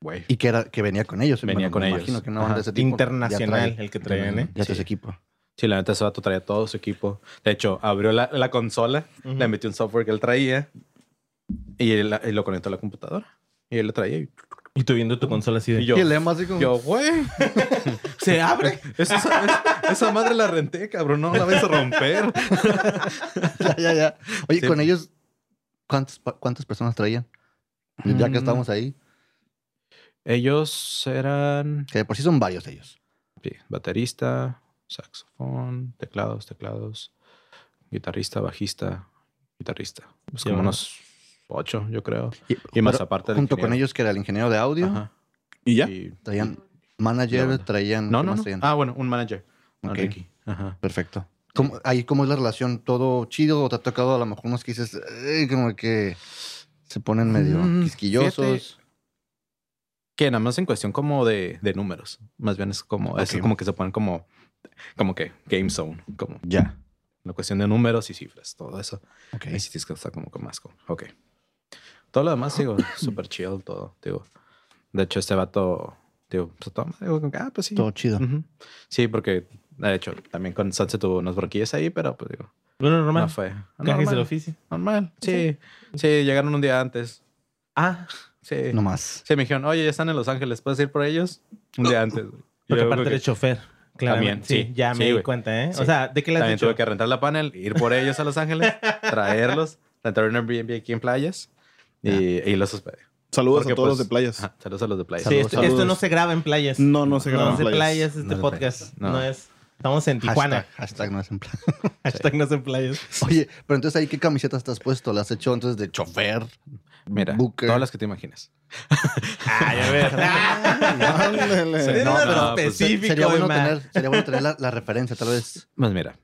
[SPEAKER 4] güey.
[SPEAKER 1] Y que, era, que venía con ellos.
[SPEAKER 4] Venía con
[SPEAKER 1] me
[SPEAKER 4] ellos.
[SPEAKER 1] imagino que una banda de ese tipo
[SPEAKER 2] Internacional, el que
[SPEAKER 1] Ya trae,
[SPEAKER 2] traían, ¿eh?
[SPEAKER 1] ya trae
[SPEAKER 4] Sí.
[SPEAKER 1] ese equipo.
[SPEAKER 4] Sí, la neta, ese vato traía todo su equipo. De hecho, abrió la, la consola,
[SPEAKER 2] Ujú.
[SPEAKER 4] le metió un software que él traía y, él- y lo conectó a la computadora. Y él lo traía y
[SPEAKER 2] Y tú viendo tu consola así de.
[SPEAKER 4] Y yo-
[SPEAKER 1] Y el Emma así como...
[SPEAKER 4] Yo, güey.
[SPEAKER 2] Se abre.
[SPEAKER 4] Esa, esa- esa madre la renté, cabrón. No la vais a romper.
[SPEAKER 1] Ya, ya, ya. Oye,
[SPEAKER 4] Sí.
[SPEAKER 1] con ellos, ¿cuántas, pa- ¿cuántas personas traían? Pues Ya que
[SPEAKER 4] Mm.
[SPEAKER 1] estamos ahí,
[SPEAKER 4] Ellos eran
[SPEAKER 1] que de por sí son varios ellos.
[SPEAKER 4] sí, baterista, saxofón, teclados, teclados, guitarrista, bajista, guitarrista. Pues
[SPEAKER 2] Sí,
[SPEAKER 4] como
[SPEAKER 2] ¿verdad?
[SPEAKER 4] unos ocho, yo creo.
[SPEAKER 1] Y,
[SPEAKER 4] Y más
[SPEAKER 1] pero
[SPEAKER 4] aparte. del
[SPEAKER 1] junto con
[SPEAKER 4] ingeniero.
[SPEAKER 1] ellos que era el ingeniero de audio,
[SPEAKER 4] Ajá.
[SPEAKER 3] ¿Y ya?
[SPEAKER 4] Y-
[SPEAKER 1] traían manager,
[SPEAKER 4] La banda.
[SPEAKER 1] traían...
[SPEAKER 4] no,
[SPEAKER 1] Mm, ¿qué
[SPEAKER 4] no,
[SPEAKER 1] más
[SPEAKER 4] no.
[SPEAKER 1] traían?
[SPEAKER 4] Ah, bueno, un manager.
[SPEAKER 1] Ok.
[SPEAKER 4] Enrique. Ajá.
[SPEAKER 1] Perfecto. ¿Cómo- ahí, ¿cómo es la relación? ¿Todo chido? ¿O te ha tocado a lo mejor unos que dices, "Ey", como que se ponen medio
[SPEAKER 4] Mm,
[SPEAKER 1] quisquillosos?
[SPEAKER 4] Que nada más en cuestión como de, de números. Más bien es como, es
[SPEAKER 1] Ok.
[SPEAKER 4] como que se ponen como, como que game zone, como
[SPEAKER 1] Ya.
[SPEAKER 4] la cuestión de números y cifras, todo eso.
[SPEAKER 1] Ok.
[SPEAKER 4] Ahí sí tienes que estar como con más. con- Ok. Todo lo demás, digo, súper chill todo, digo. De hecho, este vato, digo, se toma, digo, como que, ah, pues sí.
[SPEAKER 1] Todo chido.
[SPEAKER 4] Ujú. Sí, porque, de hecho, también con Sunset tuvo unos bronquillas ahí, pero pues digo,
[SPEAKER 2] Bueno, normal.
[SPEAKER 4] no fue.
[SPEAKER 2] Cajes del
[SPEAKER 4] Normal,
[SPEAKER 2] oficio.
[SPEAKER 4] normal. Sí, sí, llegaron un día antes. Ah, sí.
[SPEAKER 1] No más.
[SPEAKER 4] Sí, me dijeron, oye, ya están en Los Ángeles, ¿puedes ir por ellos? Un día antes. güey. Y
[SPEAKER 2] Porque
[SPEAKER 4] yo,
[SPEAKER 2] aparte
[SPEAKER 4] ok,
[SPEAKER 2] eres chofer. Claramente.
[SPEAKER 4] También,
[SPEAKER 2] sí,
[SPEAKER 4] sí,
[SPEAKER 2] ya
[SPEAKER 4] sí,
[SPEAKER 2] me di
[SPEAKER 4] güey.
[SPEAKER 2] cuenta, ¿eh? O
[SPEAKER 4] Sí.
[SPEAKER 2] sea, ¿de qué la has
[SPEAKER 4] También
[SPEAKER 2] hecho?
[SPEAKER 4] tuve que rentar la panel, ir por ellos a Los Ángeles, traerlos, rentar un Airbnb aquí en playas y, y los hospedé.
[SPEAKER 3] Saludos
[SPEAKER 4] Porque,
[SPEAKER 3] a todos
[SPEAKER 4] pues,
[SPEAKER 3] los de playas.
[SPEAKER 4] Ajá, saludos a los de playas.
[SPEAKER 2] Sí,
[SPEAKER 1] Saludos,
[SPEAKER 2] esto,
[SPEAKER 3] saludos.
[SPEAKER 2] esto no se graba en playas.
[SPEAKER 3] No, no se
[SPEAKER 2] No
[SPEAKER 3] graban
[SPEAKER 2] es en
[SPEAKER 3] playas.
[SPEAKER 2] playas este
[SPEAKER 4] No es
[SPEAKER 2] podcast.
[SPEAKER 4] playas, no.
[SPEAKER 2] no es. Estamos en Tijuana.
[SPEAKER 1] Hashtag, hashtag no es en plan.
[SPEAKER 2] Hashtag no es en playas.
[SPEAKER 1] Oye, pero entonces ahí, ¿qué camisetas te has puesto? ¿Las has hecho entonces de chofer?
[SPEAKER 2] este,
[SPEAKER 4] Mira,
[SPEAKER 1] Booker.
[SPEAKER 4] todas las que te imaginas.
[SPEAKER 2] Ay, a ver.
[SPEAKER 3] Ándale.
[SPEAKER 4] Sí,
[SPEAKER 2] No,
[SPEAKER 4] no,
[SPEAKER 2] no,
[SPEAKER 4] no, pues,
[SPEAKER 2] específico,
[SPEAKER 1] Sería bueno,
[SPEAKER 2] Emma.
[SPEAKER 1] tener, sería bueno tener la, la referencia, tal vez.
[SPEAKER 4] Pues mira,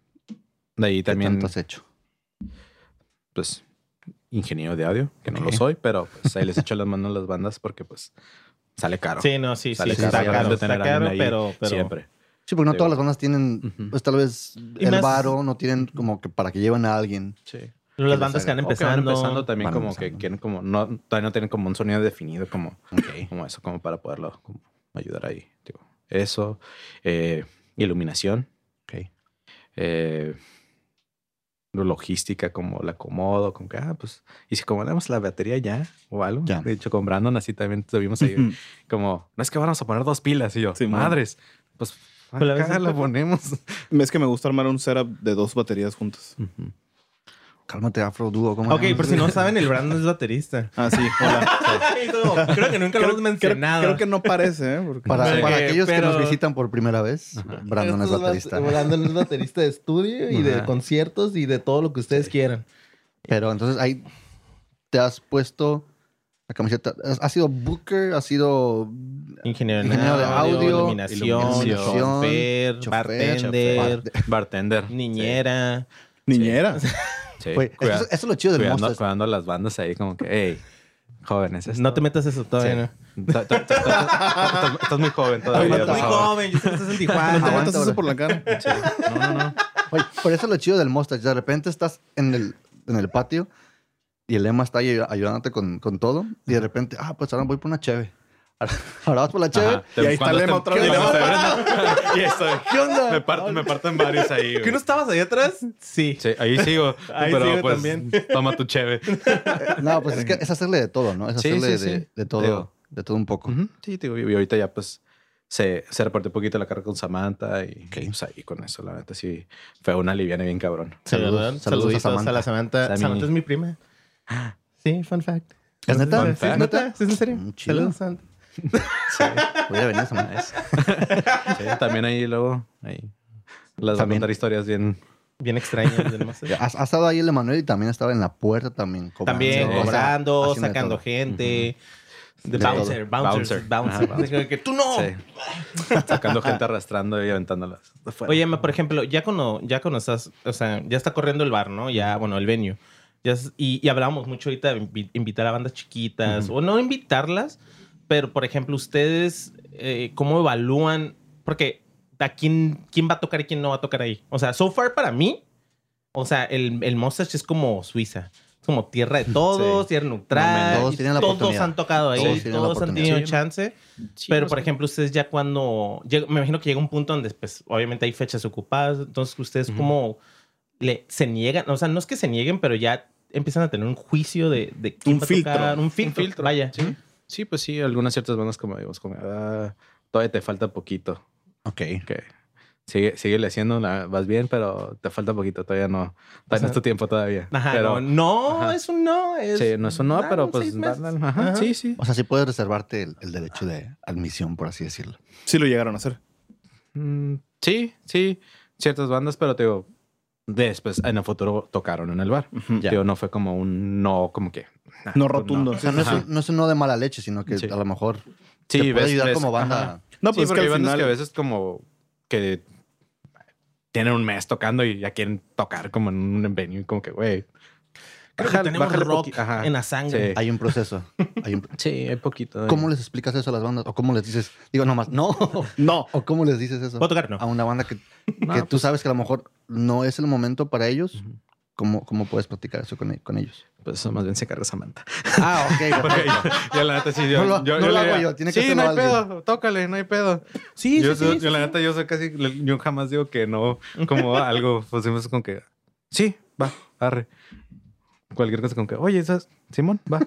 [SPEAKER 4] de ahí
[SPEAKER 1] ¿Qué
[SPEAKER 4] también,
[SPEAKER 1] tanto has hecho?
[SPEAKER 4] pues, ingeniero de audio, que no
[SPEAKER 1] Ok.
[SPEAKER 4] lo soy, pero pues ahí les echo las manos a las bandas porque pues sale caro.
[SPEAKER 2] Sí, no, sí, sí.
[SPEAKER 4] sale
[SPEAKER 2] está
[SPEAKER 4] caro,
[SPEAKER 2] caro,
[SPEAKER 4] de
[SPEAKER 2] está
[SPEAKER 4] tener a alguien
[SPEAKER 2] caro,
[SPEAKER 4] ahí
[SPEAKER 2] pero, pero-
[SPEAKER 4] Siempre.
[SPEAKER 1] Sí, porque no
[SPEAKER 4] Digo.
[SPEAKER 1] todas las bandas tienen,
[SPEAKER 4] Ujú.
[SPEAKER 1] pues tal vez
[SPEAKER 2] Y
[SPEAKER 1] el
[SPEAKER 2] más-
[SPEAKER 1] varo, no tienen como que para que lleven a alguien.
[SPEAKER 4] Sí.
[SPEAKER 2] Pero las bandas que van
[SPEAKER 4] O que van
[SPEAKER 2] empezando.
[SPEAKER 4] empezando también
[SPEAKER 1] Van
[SPEAKER 4] como que
[SPEAKER 1] empezando.
[SPEAKER 4] quieren como no todavía no tienen como un sonido definido como
[SPEAKER 1] Ok.
[SPEAKER 4] como eso como para poderlo como ayudar ahí digo, eso eh, iluminación
[SPEAKER 1] Ok.
[SPEAKER 4] eh, logística como la acomodo con que ah pues y si acomodamos la batería ya o algo
[SPEAKER 1] Ya.
[SPEAKER 4] de hecho con Brandon así también estuvimos ahí
[SPEAKER 3] Ujú.
[SPEAKER 4] como no es que vamos a poner dos pilas y yo
[SPEAKER 3] Sí, man.
[SPEAKER 4] madres pues
[SPEAKER 2] Pues la ves
[SPEAKER 4] acá
[SPEAKER 2] en
[SPEAKER 4] la
[SPEAKER 2] tu-
[SPEAKER 4] ponemos
[SPEAKER 3] Es que me gusta armar un setup de dos baterías juntas.
[SPEAKER 4] Ujú.
[SPEAKER 1] Cálmate, Afro Dúo. ¿cómo
[SPEAKER 2] Ok,
[SPEAKER 1] llamas?
[SPEAKER 2] pero si no saben, el Brandon es baterista.
[SPEAKER 3] Ah, sí. Hola.
[SPEAKER 2] Ay, no, creo que nunca lo hemos mencionado.
[SPEAKER 3] Creo que no parece, ¿eh? Porque-
[SPEAKER 1] Para,
[SPEAKER 2] Porque-
[SPEAKER 1] para aquellos
[SPEAKER 2] pero-
[SPEAKER 1] que nos visitan por primera vez, Brandon es
[SPEAKER 2] Estos bat-
[SPEAKER 1] baterista.
[SPEAKER 2] Brandon es baterista de estudio y de
[SPEAKER 4] Ajá.
[SPEAKER 2] conciertos y de todo lo que ustedes quieran.
[SPEAKER 1] Pero entonces ahí te has puesto la camiseta. ¿Has has sido booker? ¿Has sido
[SPEAKER 2] Ingeniero, en
[SPEAKER 1] Ingeniero de audio,
[SPEAKER 2] iluminación,
[SPEAKER 1] iluminación,
[SPEAKER 2] chofer,
[SPEAKER 1] chofer,
[SPEAKER 2] bartender,
[SPEAKER 1] chofer.
[SPEAKER 4] bartender
[SPEAKER 2] niñera.
[SPEAKER 3] Niñera.
[SPEAKER 4] Sí.
[SPEAKER 1] Güey, eso,
[SPEAKER 4] Cuida-
[SPEAKER 1] eso es lo chido del
[SPEAKER 4] cuidando,
[SPEAKER 1] Monsters.
[SPEAKER 4] cuidando a las bandas ahí como que, hey, jóvenes. esto-
[SPEAKER 2] No te metas eso todavía.
[SPEAKER 4] Sí. Ta- ta- ta- ta- ta- Estás estás muy joven
[SPEAKER 2] ¿no?
[SPEAKER 4] todavía. por
[SPEAKER 2] muy
[SPEAKER 4] favor.
[SPEAKER 2] joven, yo sé que estás en
[SPEAKER 3] No te
[SPEAKER 2] Tijuana.
[SPEAKER 1] Aguanta,
[SPEAKER 3] metas Ah, eso
[SPEAKER 1] bro.
[SPEAKER 3] por la cara.
[SPEAKER 4] No, no, no.
[SPEAKER 1] Oye, por eso es lo chido del Mustache. De repente estás en el, en el patio y el Emma está ahí ayudándote con, con todo. Y de repente, ah, pues ahora voy por una cheve. Ahora, ahora vas por la cheve.
[SPEAKER 4] Ajá.
[SPEAKER 3] Y ahí está
[SPEAKER 4] Cuando
[SPEAKER 3] el
[SPEAKER 4] este-
[SPEAKER 3] Emma otra vez.
[SPEAKER 4] cuando este- Y eso.
[SPEAKER 1] ¿Qué onda?
[SPEAKER 4] Me parten, me parten varios ahí. güey.
[SPEAKER 2] ¿Que no estabas ahí atrás? Sí.
[SPEAKER 4] Sí, ahí sigo.
[SPEAKER 2] Ahí
[SPEAKER 4] pero
[SPEAKER 2] sigo
[SPEAKER 4] pues
[SPEAKER 2] también.
[SPEAKER 4] toma tu cheve.
[SPEAKER 1] No, pues es que es hacerle de todo, ¿no? Es
[SPEAKER 4] Sí,
[SPEAKER 1] hacerle
[SPEAKER 4] sí,
[SPEAKER 1] de,
[SPEAKER 4] sí.
[SPEAKER 1] de todo.
[SPEAKER 4] Digo.
[SPEAKER 1] De todo un poco.
[SPEAKER 4] Ujú. Sí, te digo, y ahorita ya pues se, se repartió un poquito la carga con Samantha y pues, ahí con eso, la neta sí fue una liviana bien cabrón.
[SPEAKER 1] Saludos, saludos a Samantha.
[SPEAKER 2] la Samantha.
[SPEAKER 4] Sammy.
[SPEAKER 2] Samantha es mi prima. Sí, fun fact.
[SPEAKER 1] ¿Es neta?
[SPEAKER 2] Sí,
[SPEAKER 1] Fun
[SPEAKER 2] ¿Es
[SPEAKER 1] fact.
[SPEAKER 2] neta? ¿Sí, ¿Es en serio?
[SPEAKER 1] Mm, chido.
[SPEAKER 2] Saludos, Samantha.
[SPEAKER 1] Voy a venir a Samantha.
[SPEAKER 4] Sí, también ahí luego, ahí. Las van a
[SPEAKER 1] También.
[SPEAKER 4] contar historias bien
[SPEAKER 2] Bien extraño. bien más-
[SPEAKER 1] Ha, ha estado ahí el Emanuel y también estaba en la puerta también. cobrando,
[SPEAKER 2] También
[SPEAKER 1] o sea,
[SPEAKER 2] cobrando,
[SPEAKER 1] haciendo de
[SPEAKER 2] sacando
[SPEAKER 1] todo.
[SPEAKER 2] gente. The
[SPEAKER 1] De Ah,
[SPEAKER 2] bouncer, bouncer,
[SPEAKER 4] Bouncer.
[SPEAKER 2] bouncer.
[SPEAKER 4] Ajá, bouncer.
[SPEAKER 2] De que Tú no.
[SPEAKER 4] Sí. Sacando gente arrastrando y aventándolas. afuera.
[SPEAKER 2] Oye, ma, por ejemplo, ya cuando, ya cuando estás, o sea, ya está corriendo el bar, ¿no? Ya, bueno, el venue. Ya es- y, y hablábamos mucho ahorita de invi- invitar a bandas chiquitas, o no invitarlas, pero por ejemplo, ustedes, eh, ¿cómo evalúan? Porque a quién, quién va a tocar y quién no va a tocar ahí. O sea, so far para mí, o sea, el, el Mustache es como Suiza. Es como tierra de todos,
[SPEAKER 4] Sí.
[SPEAKER 2] tierra neutral.
[SPEAKER 1] No, todos tienen la
[SPEAKER 2] todos
[SPEAKER 1] oportunidad.
[SPEAKER 2] han tocado ahí,
[SPEAKER 1] Todos
[SPEAKER 2] todos,
[SPEAKER 1] tienen la
[SPEAKER 2] han
[SPEAKER 1] oportunidad.
[SPEAKER 2] tenido chance. Pero, por ejemplo, ustedes ya cuando... llega- me imagino que llega un punto donde, pues, obviamente hay fechas ocupadas. Entonces, ustedes
[SPEAKER 4] Ujú.
[SPEAKER 2] como le, se niegan. O sea, no es que se nieguen, pero ya empiezan a tener un juicio de, de quién
[SPEAKER 3] Un
[SPEAKER 2] va a
[SPEAKER 3] filtro.
[SPEAKER 2] tocar. Un filtro.
[SPEAKER 4] filtro.
[SPEAKER 2] Vaya.
[SPEAKER 4] Sí, sí, pues sí, algunas ciertas bandas como digamos, como, ah, todavía te falta poquito.
[SPEAKER 1] Ok.
[SPEAKER 4] que Sigue, síguele haciendo, la- vas bien, pero te falta poquito, todavía no. Todavía no es tu tiempo todavía.
[SPEAKER 2] Ajá,
[SPEAKER 4] pero,
[SPEAKER 2] no, no
[SPEAKER 4] ajá.
[SPEAKER 2] es un no. Es,
[SPEAKER 4] Sí, no es un no,
[SPEAKER 2] dale
[SPEAKER 4] pero
[SPEAKER 2] un
[SPEAKER 4] pues
[SPEAKER 2] seis meses.
[SPEAKER 4] dale, ajá,
[SPEAKER 2] Ajá.
[SPEAKER 4] sí, sí.
[SPEAKER 1] O sea, sí puedes reservarte el, el derecho de admisión, por así decirlo.
[SPEAKER 3] Sí lo llegaron a hacer.
[SPEAKER 4] Mm, sí, sí, ciertas bandas, pero te digo, después en el futuro tocaron en el bar.
[SPEAKER 1] Ya.
[SPEAKER 4] Digo, no fue como un no, como que. ah,
[SPEAKER 3] No
[SPEAKER 4] pues
[SPEAKER 3] rotundo.
[SPEAKER 1] O sea, no es, un, no es un no de mala leche, sino que
[SPEAKER 4] Sí.
[SPEAKER 1] a lo mejor te
[SPEAKER 4] Sí,
[SPEAKER 1] puede
[SPEAKER 4] ves-
[SPEAKER 1] ayudar
[SPEAKER 4] ves-
[SPEAKER 1] como banda.
[SPEAKER 4] ajá.
[SPEAKER 3] No,
[SPEAKER 4] sí,
[SPEAKER 3] pues es
[SPEAKER 4] porque
[SPEAKER 3] que
[SPEAKER 4] hay
[SPEAKER 3] al
[SPEAKER 4] bandas
[SPEAKER 3] final.
[SPEAKER 4] que a veces como que tienen un mes tocando y ya quieren tocar como en un venue, como que, güey.
[SPEAKER 2] Creo que
[SPEAKER 4] bájale-
[SPEAKER 2] tenemos
[SPEAKER 4] bájale
[SPEAKER 2] rock
[SPEAKER 4] poqui- ajá.
[SPEAKER 2] en la sangre.
[SPEAKER 4] Sí.
[SPEAKER 1] Hay un proceso. Hay un-
[SPEAKER 4] Sí, hay poquito.
[SPEAKER 1] ¿Cómo les explicas eso a las bandas? ¿O cómo les dices? Digo, nomás, no.
[SPEAKER 3] No.
[SPEAKER 1] ¿O cómo les dices eso?
[SPEAKER 2] ¿Puedo tocar?
[SPEAKER 4] Ah.
[SPEAKER 2] No.
[SPEAKER 1] A una banda que,
[SPEAKER 4] No, pues
[SPEAKER 1] que tú sabes que a lo mejor no es el momento para ellos.
[SPEAKER 4] Ujú.
[SPEAKER 1] ¿Cómo, cómo puedes platicar eso con, e- con ellos?
[SPEAKER 4] Pues eso más bien se carga Samantha.
[SPEAKER 1] Ah, ok.
[SPEAKER 4] Porque yo, yo la neta sí, yo,
[SPEAKER 1] No lo-
[SPEAKER 4] yo-
[SPEAKER 1] no
[SPEAKER 4] yo
[SPEAKER 1] lo
[SPEAKER 4] le
[SPEAKER 1] hago
[SPEAKER 4] digo,
[SPEAKER 1] yo, tiene que
[SPEAKER 4] sí,
[SPEAKER 1] hacerlo
[SPEAKER 4] no hay
[SPEAKER 1] alguien".
[SPEAKER 4] pedo, tócale, no hay pedo.
[SPEAKER 2] Sí,
[SPEAKER 4] yo,
[SPEAKER 2] sí,
[SPEAKER 4] yo-
[SPEAKER 2] sí,
[SPEAKER 4] yo la
[SPEAKER 2] sí,
[SPEAKER 4] neta, yo soy casi, yo jamás digo que no, como algo, pues hemos con que, sí, va, arre. Cualquier cosa con que, oye, ¿sabes? Simón, va.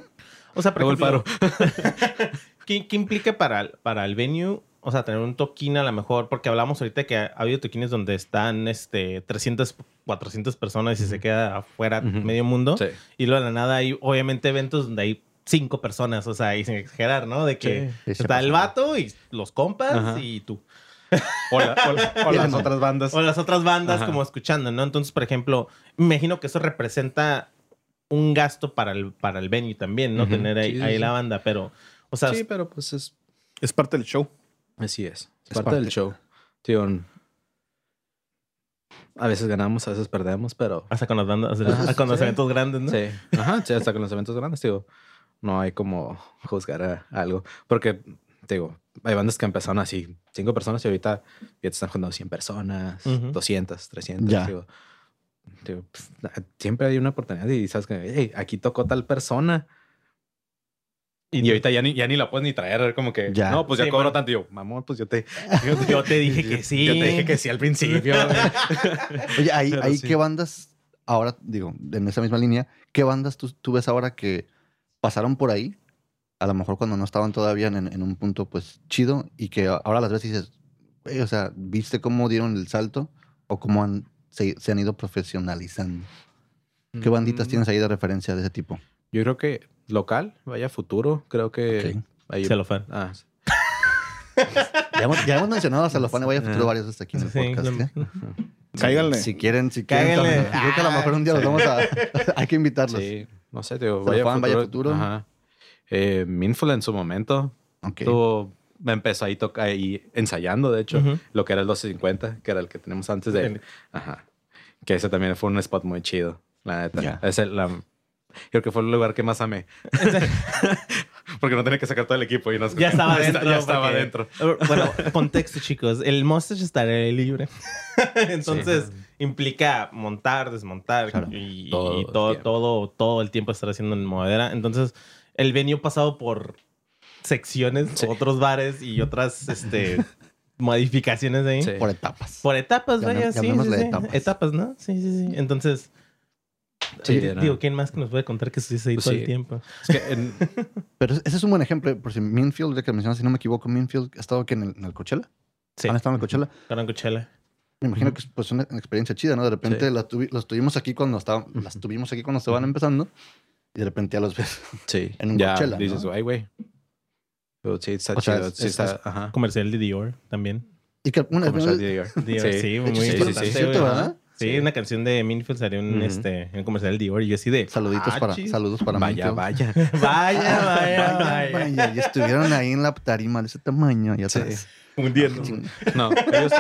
[SPEAKER 2] O sea, por
[SPEAKER 4] Luego el
[SPEAKER 2] ejemplo, ¿qué, qué implica para el, para el venue? O sea, tener un toquín a lo mejor, porque hablamos ahorita que ha habido toquines donde están este, 300, 400 personas y se queda afuera
[SPEAKER 4] Ujú.
[SPEAKER 2] medio mundo.
[SPEAKER 4] Sí.
[SPEAKER 2] Y luego de la nada hay obviamente eventos donde hay cinco personas, o sea, y sin exagerar, ¿no? De que
[SPEAKER 4] Sí.
[SPEAKER 1] Sí, sí
[SPEAKER 2] está el
[SPEAKER 1] pasa.
[SPEAKER 2] vato y los compas
[SPEAKER 4] Ajá.
[SPEAKER 2] y tú.
[SPEAKER 4] O, la- o la- o
[SPEAKER 1] Ya
[SPEAKER 4] las
[SPEAKER 1] no.
[SPEAKER 4] otras bandas.
[SPEAKER 2] O las otras bandas
[SPEAKER 4] Ajá.
[SPEAKER 2] como escuchando, ¿no? Entonces, por ejemplo, me imagino que eso representa un gasto para el, para el venue también, ¿no?
[SPEAKER 4] Ujú.
[SPEAKER 2] Tener ahí,
[SPEAKER 4] Sí, sí,
[SPEAKER 2] ahí
[SPEAKER 4] sí.
[SPEAKER 2] la banda, pero, o sea,
[SPEAKER 4] Sí, pero pues es
[SPEAKER 3] Es parte del show.
[SPEAKER 4] Así es. Es,
[SPEAKER 1] Es
[SPEAKER 4] parte, del
[SPEAKER 1] parte.
[SPEAKER 4] show. Tío, n- a veces ganamos, a veces perdemos, pero.
[SPEAKER 2] hasta con las bandas, hasta con los
[SPEAKER 4] Ah, sí.
[SPEAKER 2] eventos grandes, ¿no?
[SPEAKER 4] Sí. Ajá, sí, hasta con los eventos grandes, digo, no hay como juzgar a algo. Porque, te digo, hay bandas que empezaron así, cinco personas y ahorita ya te están juntando 100 personas,
[SPEAKER 2] Ujú.
[SPEAKER 4] 200, 300.
[SPEAKER 1] Ya.
[SPEAKER 4] Digo, digo, pues, na- siempre hay una oportunidad y sabes que, hey, aquí tocó tal persona. Y, ahorita ya ni, ya ni la puedes ni traer, como que,
[SPEAKER 1] Ya.
[SPEAKER 4] no, pues
[SPEAKER 2] Sí,
[SPEAKER 4] ya cobro
[SPEAKER 2] man.
[SPEAKER 4] tanto. Y yo, mamón, pues yo te,
[SPEAKER 2] Yo te dije que sí.
[SPEAKER 4] Yo te dije que sí al principio.
[SPEAKER 1] Oye, ahí,
[SPEAKER 4] Pero
[SPEAKER 1] ahí
[SPEAKER 4] sí.
[SPEAKER 1] qué bandas, ahora digo, en esa misma línea, ¿qué bandas tú, tú ves ahora que pasaron por ahí? A lo mejor cuando no estaban todavía en, en un punto pues chido y que ahora las ves y dices, "Güey, o sea, ¿viste cómo dieron el salto o cómo han, se, se han ido profesionalizando? ¿Qué banditas
[SPEAKER 4] Mm,
[SPEAKER 1] tienes ahí de referencia de ese tipo?
[SPEAKER 4] Yo creo que local, vaya futuro, creo que
[SPEAKER 1] Ok.
[SPEAKER 4] ahí-
[SPEAKER 2] Se lo fue.
[SPEAKER 4] Ah, sí.
[SPEAKER 1] Ya hemos, ya hemos mencionado a Celofán y Vaya
[SPEAKER 4] Ah.
[SPEAKER 1] Futuro varias veces aquí en el podcast. ¿eh?
[SPEAKER 3] Cáiganle.
[SPEAKER 1] Si quieren, si quieren.
[SPEAKER 2] Cáiganle.
[SPEAKER 1] también. Yo creo que a lo mejor un día los vamos a... hay que invitarlos.
[SPEAKER 4] Sí, no sé, digo,
[SPEAKER 1] Se lo
[SPEAKER 4] vaya,
[SPEAKER 1] juegan,
[SPEAKER 4] futuro,
[SPEAKER 1] vaya futuro.
[SPEAKER 4] Ajá. Eh, Mindful en su momento
[SPEAKER 1] Ok.
[SPEAKER 4] tuvo- empezó ahí, toca, ahí ensayando, de hecho,
[SPEAKER 2] Ujú.
[SPEAKER 4] lo que era el 250, que era el que tenemos antes de...
[SPEAKER 2] El-
[SPEAKER 4] Ajá. Que ese también fue un spot muy chido, la neta.
[SPEAKER 1] Ya.
[SPEAKER 4] Es el, la- creo que fue el lugar que más amé. Porque no tenía que sacar todo el equipo y nos-
[SPEAKER 2] Ya estaba dentro.
[SPEAKER 4] Ya estaba
[SPEAKER 2] porque-
[SPEAKER 4] dentro.
[SPEAKER 2] Bueno, contexto, chicos. El Mustache estará libre. Entonces, implica montar, desmontar
[SPEAKER 1] Claro.
[SPEAKER 2] y, y
[SPEAKER 4] Todo
[SPEAKER 2] todo,
[SPEAKER 4] el
[SPEAKER 2] todo,
[SPEAKER 4] tiempo.
[SPEAKER 2] todo, el tiempo estar haciendo en modera. Entonces, el venue pasado por secciones,
[SPEAKER 4] Sí.
[SPEAKER 2] otros bares y otras este, modificaciones ahí.
[SPEAKER 4] Sí.
[SPEAKER 1] Por etapas.
[SPEAKER 2] Por etapas,
[SPEAKER 1] Llamé-
[SPEAKER 2] vaya, sí, sí,
[SPEAKER 1] llamémosle
[SPEAKER 2] sí.
[SPEAKER 1] etapas.
[SPEAKER 2] Etapas. ¿no? Sí, sí, sí. Entonces,
[SPEAKER 4] Sí,
[SPEAKER 2] eh,
[SPEAKER 4] era-
[SPEAKER 2] digo, ¿quién más que nos puede contar que sucede ahí
[SPEAKER 4] Pues
[SPEAKER 2] todo
[SPEAKER 4] sí.
[SPEAKER 2] el tiempo?
[SPEAKER 4] Es que en-
[SPEAKER 1] Pero ese es un buen ejemplo. Por si Minfield, ya que mencionas, si no me equivoco, Minfield ha estado aquí en el, en el Coachella.
[SPEAKER 2] Sí,
[SPEAKER 1] Han estado en el Coachella.
[SPEAKER 2] Gran Coachella.
[SPEAKER 1] Me imagino que es pues, una, una experiencia chida, ¿no? De repente la tuvi- los tuvimos aquí cuando estaban, las tuvimos aquí cuando estaban empezando y de repente ya los ves.
[SPEAKER 4] Sí.
[SPEAKER 1] En un
[SPEAKER 4] ya
[SPEAKER 1] Coachella,
[SPEAKER 4] dices,
[SPEAKER 1] ¿no?
[SPEAKER 4] ay, güey. Pero sí, está
[SPEAKER 1] O sea,
[SPEAKER 4] chido.
[SPEAKER 1] es-
[SPEAKER 4] sí,
[SPEAKER 1] es-
[SPEAKER 4] está,
[SPEAKER 1] es-
[SPEAKER 4] ajá.
[SPEAKER 2] Comercial de Dior también.
[SPEAKER 1] Y que una
[SPEAKER 4] Comercial
[SPEAKER 1] vez.
[SPEAKER 4] Dior.
[SPEAKER 2] Dior, sí, muy
[SPEAKER 1] sí, sí, sí.
[SPEAKER 2] importante. güey.
[SPEAKER 1] Cierto, ¿verdad?
[SPEAKER 2] Sí,
[SPEAKER 4] Sí.
[SPEAKER 2] una canción de Minfield salió en
[SPEAKER 4] Ujú.
[SPEAKER 2] este en el comercial de Dior y yo así de
[SPEAKER 1] Saluditos
[SPEAKER 2] "Ah,
[SPEAKER 1] para,
[SPEAKER 2] chis".
[SPEAKER 1] saludos para
[SPEAKER 4] Vaya,
[SPEAKER 1] Minfield.
[SPEAKER 4] vaya.
[SPEAKER 2] Vaya, vaya,
[SPEAKER 1] Vaya,
[SPEAKER 2] vaya.
[SPEAKER 1] vaya. Y estuvieron ahí en la tarima de ese tamaño. Ya
[SPEAKER 4] Sí.
[SPEAKER 1] atrás.
[SPEAKER 3] Hundiendo.
[SPEAKER 4] No, ellos,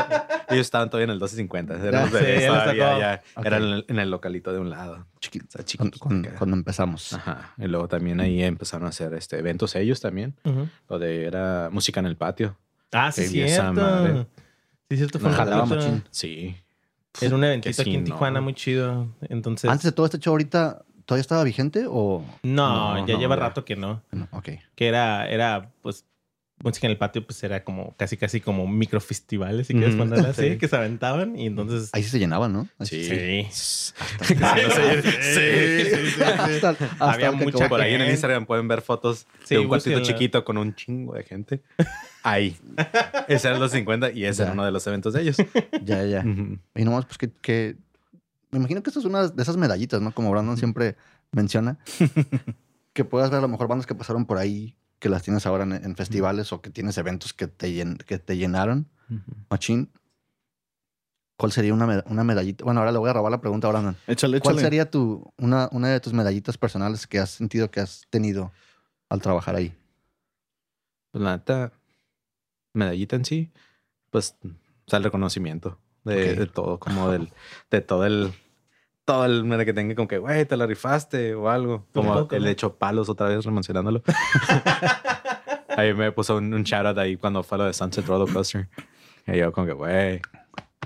[SPEAKER 4] ellos estaban todavía en el 250. Eran
[SPEAKER 1] Ya,
[SPEAKER 4] de-
[SPEAKER 2] sí, ya los
[SPEAKER 4] todavía,
[SPEAKER 2] sacó.
[SPEAKER 4] ya.
[SPEAKER 1] Ok.
[SPEAKER 4] Eran en el, en el localito de un lado. Chiquito, está
[SPEAKER 1] Con-
[SPEAKER 4] chiquito. Ah,
[SPEAKER 1] con-
[SPEAKER 4] acá.
[SPEAKER 1] cuando empezamos.
[SPEAKER 4] Ajá. Y luego también ahí empezaron a hacer este, eventos ellos también.
[SPEAKER 2] Ujú.
[SPEAKER 4] Lo de era música en el patio.
[SPEAKER 2] Ah, sí,
[SPEAKER 4] Sí, esa madre.
[SPEAKER 2] cierto. Sí, cierto. Fue una
[SPEAKER 1] Jalaba
[SPEAKER 2] cosa-
[SPEAKER 1] machín.
[SPEAKER 4] Sí.
[SPEAKER 2] Era un eventito
[SPEAKER 4] Que sí,
[SPEAKER 2] aquí en
[SPEAKER 4] no.
[SPEAKER 2] Tijuana muy chido. Entonces.
[SPEAKER 1] Antes de todo este show ahorita, ¿todavía estaba vigente o...?
[SPEAKER 2] No,
[SPEAKER 4] No,
[SPEAKER 2] ya
[SPEAKER 4] no,
[SPEAKER 2] lleva
[SPEAKER 4] ya.
[SPEAKER 2] rato que no.
[SPEAKER 1] No, ok.
[SPEAKER 2] Que era, era, pues, música en el patio, pues era como casi, casi como microfestivales, si quieres
[SPEAKER 4] Ujú.
[SPEAKER 2] ponerla así,
[SPEAKER 4] Sí.
[SPEAKER 2] que se aventaban y entonces.
[SPEAKER 1] Ahí sí se llenaban, ¿no? Ahí
[SPEAKER 4] Sí. Sí.
[SPEAKER 1] Hasta, hasta
[SPEAKER 2] Había
[SPEAKER 1] que acabó.
[SPEAKER 2] mucha-
[SPEAKER 4] Por ahí en el
[SPEAKER 2] Bien.
[SPEAKER 4] Instagram pueden ver fotos
[SPEAKER 2] Sí,
[SPEAKER 4] de un cuartito
[SPEAKER 2] búsquenla.
[SPEAKER 4] chiquito con un chingo de gente. Ahí. Ese era los 50 y ese
[SPEAKER 1] Ya.
[SPEAKER 4] era uno de los eventos de ellos.
[SPEAKER 1] Ya, ya.
[SPEAKER 4] Ujú.
[SPEAKER 1] Y nomás, pues que, que- Me imagino que esto es una de esas medallitas, ¿no? Como Brandon siempre menciona. que puedas ver a lo mejor bandas que pasaron por ahí, que las tienes ahora en, en festivales o que tienes eventos que te, llen- que te llenaron. Machín. ¿Cuál sería una, meda- una medallita? Bueno, ahora le voy a robar la pregunta a Brandon.
[SPEAKER 3] Échale, échale.
[SPEAKER 1] ¿Cuál sería tu, una, una de tus medallitas personales que has sentido que has tenido al trabajar ahí?
[SPEAKER 4] Pues la neta, medallita en sí, pues, o sea, el reconocimiento de,
[SPEAKER 1] Ok.
[SPEAKER 4] de todo, como del, de todo el, todo el, mira, que tenga como que, güey, te la rifaste o algo.
[SPEAKER 2] Un
[SPEAKER 4] Como
[SPEAKER 2] poco,
[SPEAKER 4] el
[SPEAKER 2] ¿no?
[SPEAKER 4] hecho palos otra vez, remencionándolo. ahí me puso un, un shout out ahí cuando fue lo de Sunset Roller Coaster. Y yo como que, güey,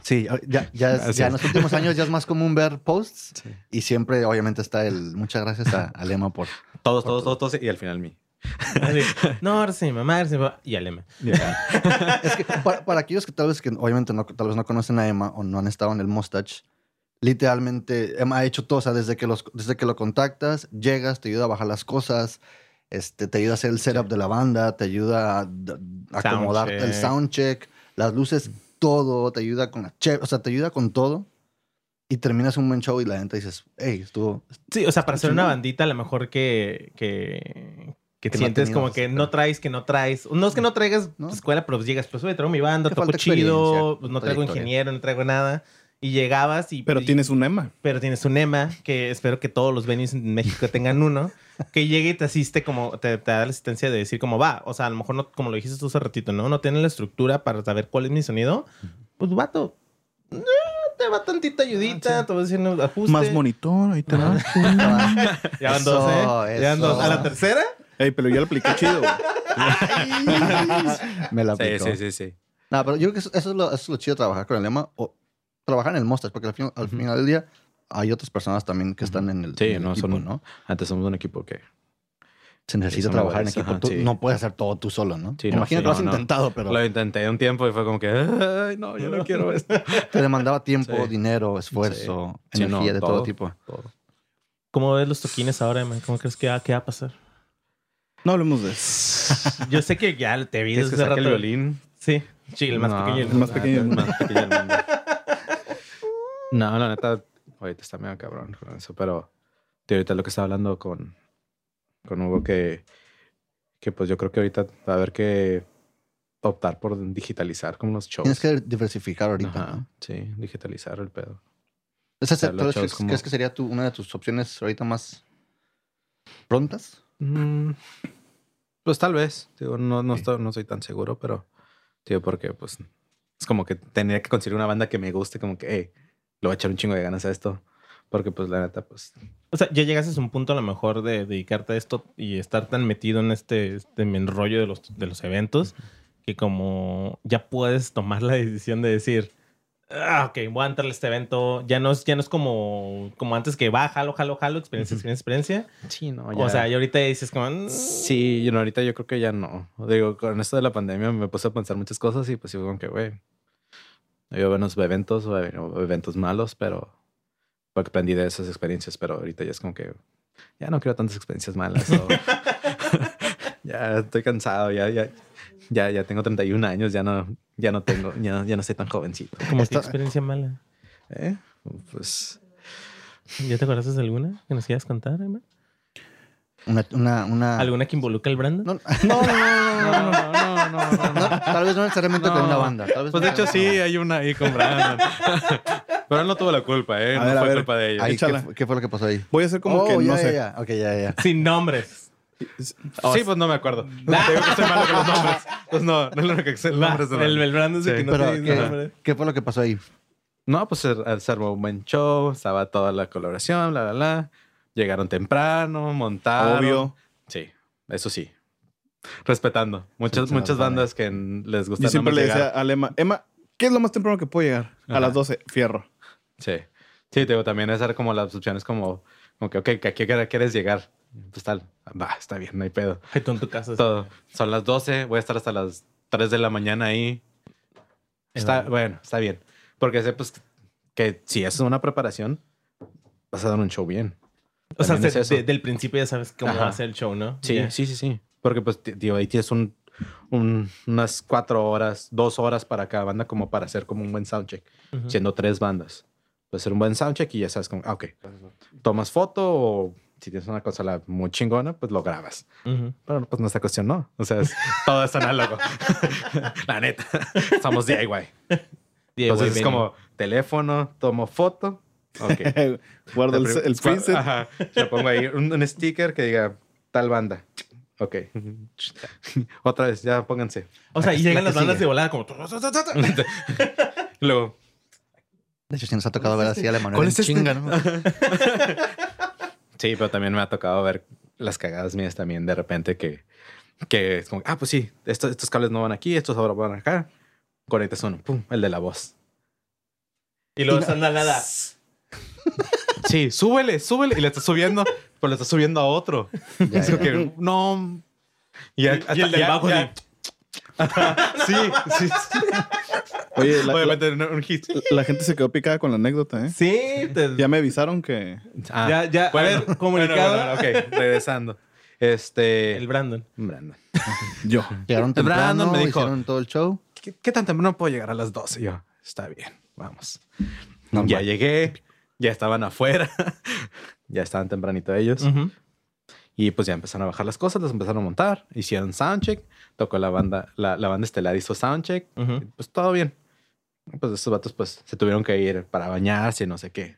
[SPEAKER 1] Sí, ah, ya, ya, es- ya en los últimos años ya es más común ver posts
[SPEAKER 4] Sí.
[SPEAKER 1] y siempre, obviamente, está el muchas gracias a, a Lema por.
[SPEAKER 4] todos, todos, todos, todos, y al final mí.
[SPEAKER 2] Así, no, ahora sí, mamá, ahora sí, mamá", Y alema.
[SPEAKER 1] Es que para, para aquellos que tal vez que obviamente no, tal vez no conocen a Emma o no han estado en el Mustache, literalmente Emma ha hecho todo, o sea, desde que, los, desde que lo contactas, llegas, te ayuda a bajar las cosas, este, te ayuda a hacer el setup de la banda, te ayuda a, d- a acomodar el
[SPEAKER 2] Soundcheck.
[SPEAKER 1] soundcheck, las luces,
[SPEAKER 4] Mm.
[SPEAKER 1] todo, te ayuda con la che, o sea, te ayuda con todo. Y terminas un buen show y la gente dices, hey, estuvo.
[SPEAKER 2] Sí, o sea, para ser una
[SPEAKER 1] Chingón.
[SPEAKER 2] bandita, a lo mejor que. que que
[SPEAKER 1] Que no
[SPEAKER 2] sientes
[SPEAKER 1] tenías,
[SPEAKER 2] como que
[SPEAKER 1] pero-
[SPEAKER 2] no traes, que no traes. No es que no traigas
[SPEAKER 1] No.
[SPEAKER 2] escuela, pero pues llegas, pues, oye, traigo mi banda,
[SPEAKER 1] Que
[SPEAKER 2] toco
[SPEAKER 1] falta experiencia,
[SPEAKER 2] chido, pues, no traigo
[SPEAKER 1] trayectoria.
[SPEAKER 2] ingeniero, no traigo nada. Y llegabas y...
[SPEAKER 3] Pero
[SPEAKER 2] y-
[SPEAKER 3] tienes un Emma.
[SPEAKER 2] pero tienes un EMA, que espero que todos los venues en México tengan uno, que llegue y te asiste como, te, te da la asistencia de decir como va, o sea, a lo mejor no, como lo dijiste tú hace ratito, ¿no? No tienen la estructura para saber cuál es mi sonido, pues vato, eh, te va tantita ayudita, te va diciendo ajuste.
[SPEAKER 3] Más monitor, ahí te va.
[SPEAKER 2] Ya van dos,
[SPEAKER 1] Eso,
[SPEAKER 2] ¿eh? Ya van dos.
[SPEAKER 1] eso.
[SPEAKER 2] A la tercera,
[SPEAKER 3] Ey, pero yo lo apliqué chido. güey.
[SPEAKER 1] Me la
[SPEAKER 4] Sí,
[SPEAKER 1] aplicó.
[SPEAKER 4] sí, sí, sí.
[SPEAKER 1] No, pero yo creo que eso, eso es lo, eso es lo chido de trabajar con el lema o trabajar en el Mostas, porque al, fin- al
[SPEAKER 4] Ujú.
[SPEAKER 1] final del día hay otras personas también que están en el,
[SPEAKER 4] Sí,
[SPEAKER 1] en el
[SPEAKER 4] no,
[SPEAKER 1] equipo,
[SPEAKER 4] son-
[SPEAKER 1] ¿no?
[SPEAKER 4] Antes Ah, somos un equipo que...
[SPEAKER 1] Se necesita
[SPEAKER 4] son
[SPEAKER 1] trabajar en
[SPEAKER 4] labores,
[SPEAKER 1] equipo.
[SPEAKER 4] ajá,
[SPEAKER 1] tú
[SPEAKER 4] sí.
[SPEAKER 1] no puedes hacer todo tú solo, ¿no?
[SPEAKER 4] Sí, no,
[SPEAKER 1] Imagino que
[SPEAKER 4] sí,
[SPEAKER 1] lo has
[SPEAKER 4] no, no.
[SPEAKER 1] intentado, pero
[SPEAKER 4] Lo intenté un tiempo y fue como que, ay, no, yo no quiero esto.
[SPEAKER 1] te demandaba tiempo,
[SPEAKER 4] Sí.
[SPEAKER 1] dinero, esfuerzo,
[SPEAKER 4] Sí, no,
[SPEAKER 1] energía de todo,
[SPEAKER 4] todo.
[SPEAKER 1] tipo.
[SPEAKER 4] Todo.
[SPEAKER 2] ¿cómo ves los toquines ahora, man? ¿Cómo crees que va, qué va a pasar?
[SPEAKER 3] No hablemos de eso.
[SPEAKER 2] Yo sé que ya te vi
[SPEAKER 4] ¿Quieres que
[SPEAKER 2] desde hace
[SPEAKER 4] saque
[SPEAKER 2] rato.
[SPEAKER 4] el violín?
[SPEAKER 2] Sí, sí, el más
[SPEAKER 4] No,
[SPEAKER 2] pequeño.
[SPEAKER 3] El más pequeño del mundo.
[SPEAKER 4] más pequeño del mundo. No, la neta, ahorita está medio cabrón con eso, pero de ahorita lo que estaba hablando con, con Hugo, que, que pues yo creo que ahorita va a haber que optar por digitalizar como los shows.
[SPEAKER 1] Tienes que diversificar ahorita,
[SPEAKER 4] Ajá,
[SPEAKER 1] ¿no?
[SPEAKER 4] sí, digitalizar el pedo.
[SPEAKER 1] Esa
[SPEAKER 4] sea,
[SPEAKER 1] es-
[SPEAKER 4] los
[SPEAKER 1] ¿crees-
[SPEAKER 4] shows como-
[SPEAKER 1] ¿Crees que sería tu- una de tus opciones ahorita más prontas?
[SPEAKER 4] Mm, Pues tal vez. Digo, no, no,
[SPEAKER 1] Sí.
[SPEAKER 4] estoy, no soy tan seguro, pero digo, porque pues es como que tendría que conseguir una banda que me guste, como que, hey, le voy a echar un chingo de ganas a esto. Porque pues la neta, pues
[SPEAKER 2] O sea, ya llegaste a un punto a lo mejor de dedicarte a esto y estar tan metido en este, este enrollo de los, de los eventos que como ya puedes tomar la decisión de decir, ah, ok, voy a entrar a este evento. Ya no es, ya no es como, como antes que va, jalo, jalo, jalo, experiencia,
[SPEAKER 4] Ujú.
[SPEAKER 2] experiencia, experiencia.
[SPEAKER 4] sí, no.
[SPEAKER 2] O sea, y ahorita dices como... "Mm,
[SPEAKER 4] Sí, yo no, ahorita yo creo que ya no. Digo, con esto de la pandemia me puse a pensar muchas cosas y pues digo, como que, güey, había buenos eventos, o había eventos malos, pero porque aprendí de esas experiencias, pero ahorita ya es como que ya no quiero tantas experiencias malas. o- ya estoy cansado, ya, ya, ya, ya tengo 31 años, ya no, ya no tengo, ya, no- ya no soy tan jovencito.
[SPEAKER 2] Como
[SPEAKER 1] Está-
[SPEAKER 2] qué experiencia mala.
[SPEAKER 4] ¿eh? Pues
[SPEAKER 2] ¿Ya te acuerdas de alguna que nos quieras contar, Emma?
[SPEAKER 1] Una, una,
[SPEAKER 4] Ah.
[SPEAKER 1] una...
[SPEAKER 2] ¿Alguna que involucra al Brandon?
[SPEAKER 1] No, no, no, no, no, no, no.
[SPEAKER 4] no, no, no,
[SPEAKER 1] No, tal vez no necesariamente con
[SPEAKER 4] No.
[SPEAKER 1] una banda. tal vez
[SPEAKER 4] Pues de hecho sí, hay una ahí con Brandon. Pero él no tuvo la culpa, ¿eh?
[SPEAKER 3] A
[SPEAKER 4] no
[SPEAKER 3] ver, a
[SPEAKER 4] fue
[SPEAKER 3] ver.
[SPEAKER 4] culpa de ellos.
[SPEAKER 1] Ahí, ¿qué,
[SPEAKER 3] Échala.
[SPEAKER 1] fu- qué fue lo que pasó ahí?
[SPEAKER 3] Voy a hacer como
[SPEAKER 1] Oh,
[SPEAKER 3] que
[SPEAKER 1] ya,
[SPEAKER 3] no
[SPEAKER 1] ya,
[SPEAKER 3] sé.
[SPEAKER 1] ya. Ok, ya, ya.
[SPEAKER 2] Sin nombres.
[SPEAKER 4] Sí, pues no me acuerdo. Te digo que soy malo con los nombres. Pues no, no es lo que sé los
[SPEAKER 2] Va,
[SPEAKER 4] nombres de
[SPEAKER 2] el,
[SPEAKER 4] Brandon.
[SPEAKER 2] el Brandon es el
[SPEAKER 4] Sí.
[SPEAKER 2] que no
[SPEAKER 1] Pero,
[SPEAKER 2] tiene
[SPEAKER 1] ¿qué,
[SPEAKER 2] nombres.
[SPEAKER 1] qué fue lo que pasó ahí?
[SPEAKER 4] No, pues se se armó un buen show, estaba toda la coloración, bla, bla, bla. Llegaron temprano, montaron.
[SPEAKER 3] Obvio.
[SPEAKER 4] Sí, eso sí. Respetando. Muchas,
[SPEAKER 1] se las
[SPEAKER 4] muchas
[SPEAKER 1] van a-
[SPEAKER 4] bandas que n- les gusta
[SPEAKER 3] eh. Yo siempre
[SPEAKER 4] nada más
[SPEAKER 3] le
[SPEAKER 4] llegar.
[SPEAKER 3] decía a Emma, Emma, ¿qué es lo más temprano que puedo llegar? A
[SPEAKER 4] Ajá.
[SPEAKER 3] las 12, fierro.
[SPEAKER 4] Sí. Sí, te digo, también esa era como las opciones como, como que, ok, ¿a qué hora quieres llegar? Pues tal, va, está bien, no hay pedo.
[SPEAKER 2] Ay, tú en tu casa.
[SPEAKER 4] Todo. Son las 12, voy a estar hasta las 3 de la mañana ahí. Está,
[SPEAKER 2] Ajá.
[SPEAKER 4] bueno, está bien. Porque sé pues que si es una preparación, vas a dar un show bien.
[SPEAKER 2] O sea,
[SPEAKER 4] También es
[SPEAKER 2] desde
[SPEAKER 4] eso.
[SPEAKER 2] el principio ya sabes cómo
[SPEAKER 4] Ajá.
[SPEAKER 2] va a ser el show, ¿no?
[SPEAKER 4] Sí,
[SPEAKER 2] Ya.
[SPEAKER 4] sí, sí, sí. Porque pues, t- digo, ahí tienes un, un- unas cuatro horas, dos horas para cada banda como para hacer como un buen soundcheck,
[SPEAKER 2] Ujú.
[SPEAKER 4] siendo tres bandas. Puedes hacer un buen soundcheck y ya sabes como, ah, ok, tomas foto o si tienes una cosa la- muy chingona, pues lo grabas.
[SPEAKER 2] Ujú.
[SPEAKER 4] Pero pues nuestra cuestión no. O sea, es- todo es análogo. la neta. Somos DIY.
[SPEAKER 2] Yeah,
[SPEAKER 4] Entonces
[SPEAKER 2] güey,
[SPEAKER 4] es como teléfono, tomo foto. Ok.
[SPEAKER 3] Guardo el,
[SPEAKER 4] La prim-
[SPEAKER 3] el
[SPEAKER 4] cua-
[SPEAKER 3] preset.
[SPEAKER 4] Ajá. Le pongo ahí un, un sticker que diga tal banda. Ok. Otra vez, ya pónganse.
[SPEAKER 2] O sea, y llegan
[SPEAKER 4] la
[SPEAKER 2] las
[SPEAKER 4] que
[SPEAKER 2] bandas
[SPEAKER 4] sigue.
[SPEAKER 2] de volada como...
[SPEAKER 4] Luego,
[SPEAKER 1] De hecho, sí nos ha tocado ver así a la Manuel
[SPEAKER 4] ¿Cuál
[SPEAKER 1] en
[SPEAKER 4] es este?
[SPEAKER 1] chinga, ¿no?
[SPEAKER 4] sí, pero también me ha tocado ver las cagadas mías también de repente que, que es como, ah, pues sí, esto- estos cables no van aquí, estos ahora van acá. Conectas uno, pum, el de la voz.
[SPEAKER 2] Y luego están al nada.
[SPEAKER 4] Sí, súbele, súbele. Y le estás subiendo, pero le estás subiendo a otro.
[SPEAKER 1] Ya,
[SPEAKER 4] Es
[SPEAKER 1] ya.
[SPEAKER 4] como que, no. Y,
[SPEAKER 2] Y el del bajo.
[SPEAKER 4] ya- Sí, sí, sí.
[SPEAKER 3] Oye, la,
[SPEAKER 4] Obviamente un, un hit.
[SPEAKER 3] la- la gente se quedó picada con la anécdota, ¿eh?
[SPEAKER 2] Sí, te-
[SPEAKER 3] Ya me avisaron que.
[SPEAKER 4] Ah.
[SPEAKER 2] ya, ya. A
[SPEAKER 4] Bueno,
[SPEAKER 2] ver,
[SPEAKER 4] Bueno,
[SPEAKER 2] comunicado.
[SPEAKER 4] bueno, bueno, ok, regresando. Este.
[SPEAKER 2] El Brandon.
[SPEAKER 4] Brandon.
[SPEAKER 3] Yo.
[SPEAKER 1] Llegaron
[SPEAKER 4] Brandon
[SPEAKER 1] temprano,
[SPEAKER 4] me dijo-
[SPEAKER 1] hicieron todo el show.
[SPEAKER 4] ¿Qué, qué tan temprano puedo llegar a las 12? Yo, está bien, vamos.
[SPEAKER 1] Normal.
[SPEAKER 4] Ya llegué, ya estaban afuera, ya estaban tempranito ellos. Y pues ya empezaron a bajar las cosas, las empezaron a montar, hicieron soundcheck, tocó la banda, la, la banda estelar hizo soundcheck,
[SPEAKER 2] Ujú.
[SPEAKER 4] pues todo bien. Pues esos vatos pues se tuvieron que ir para bañarse, no sé qué.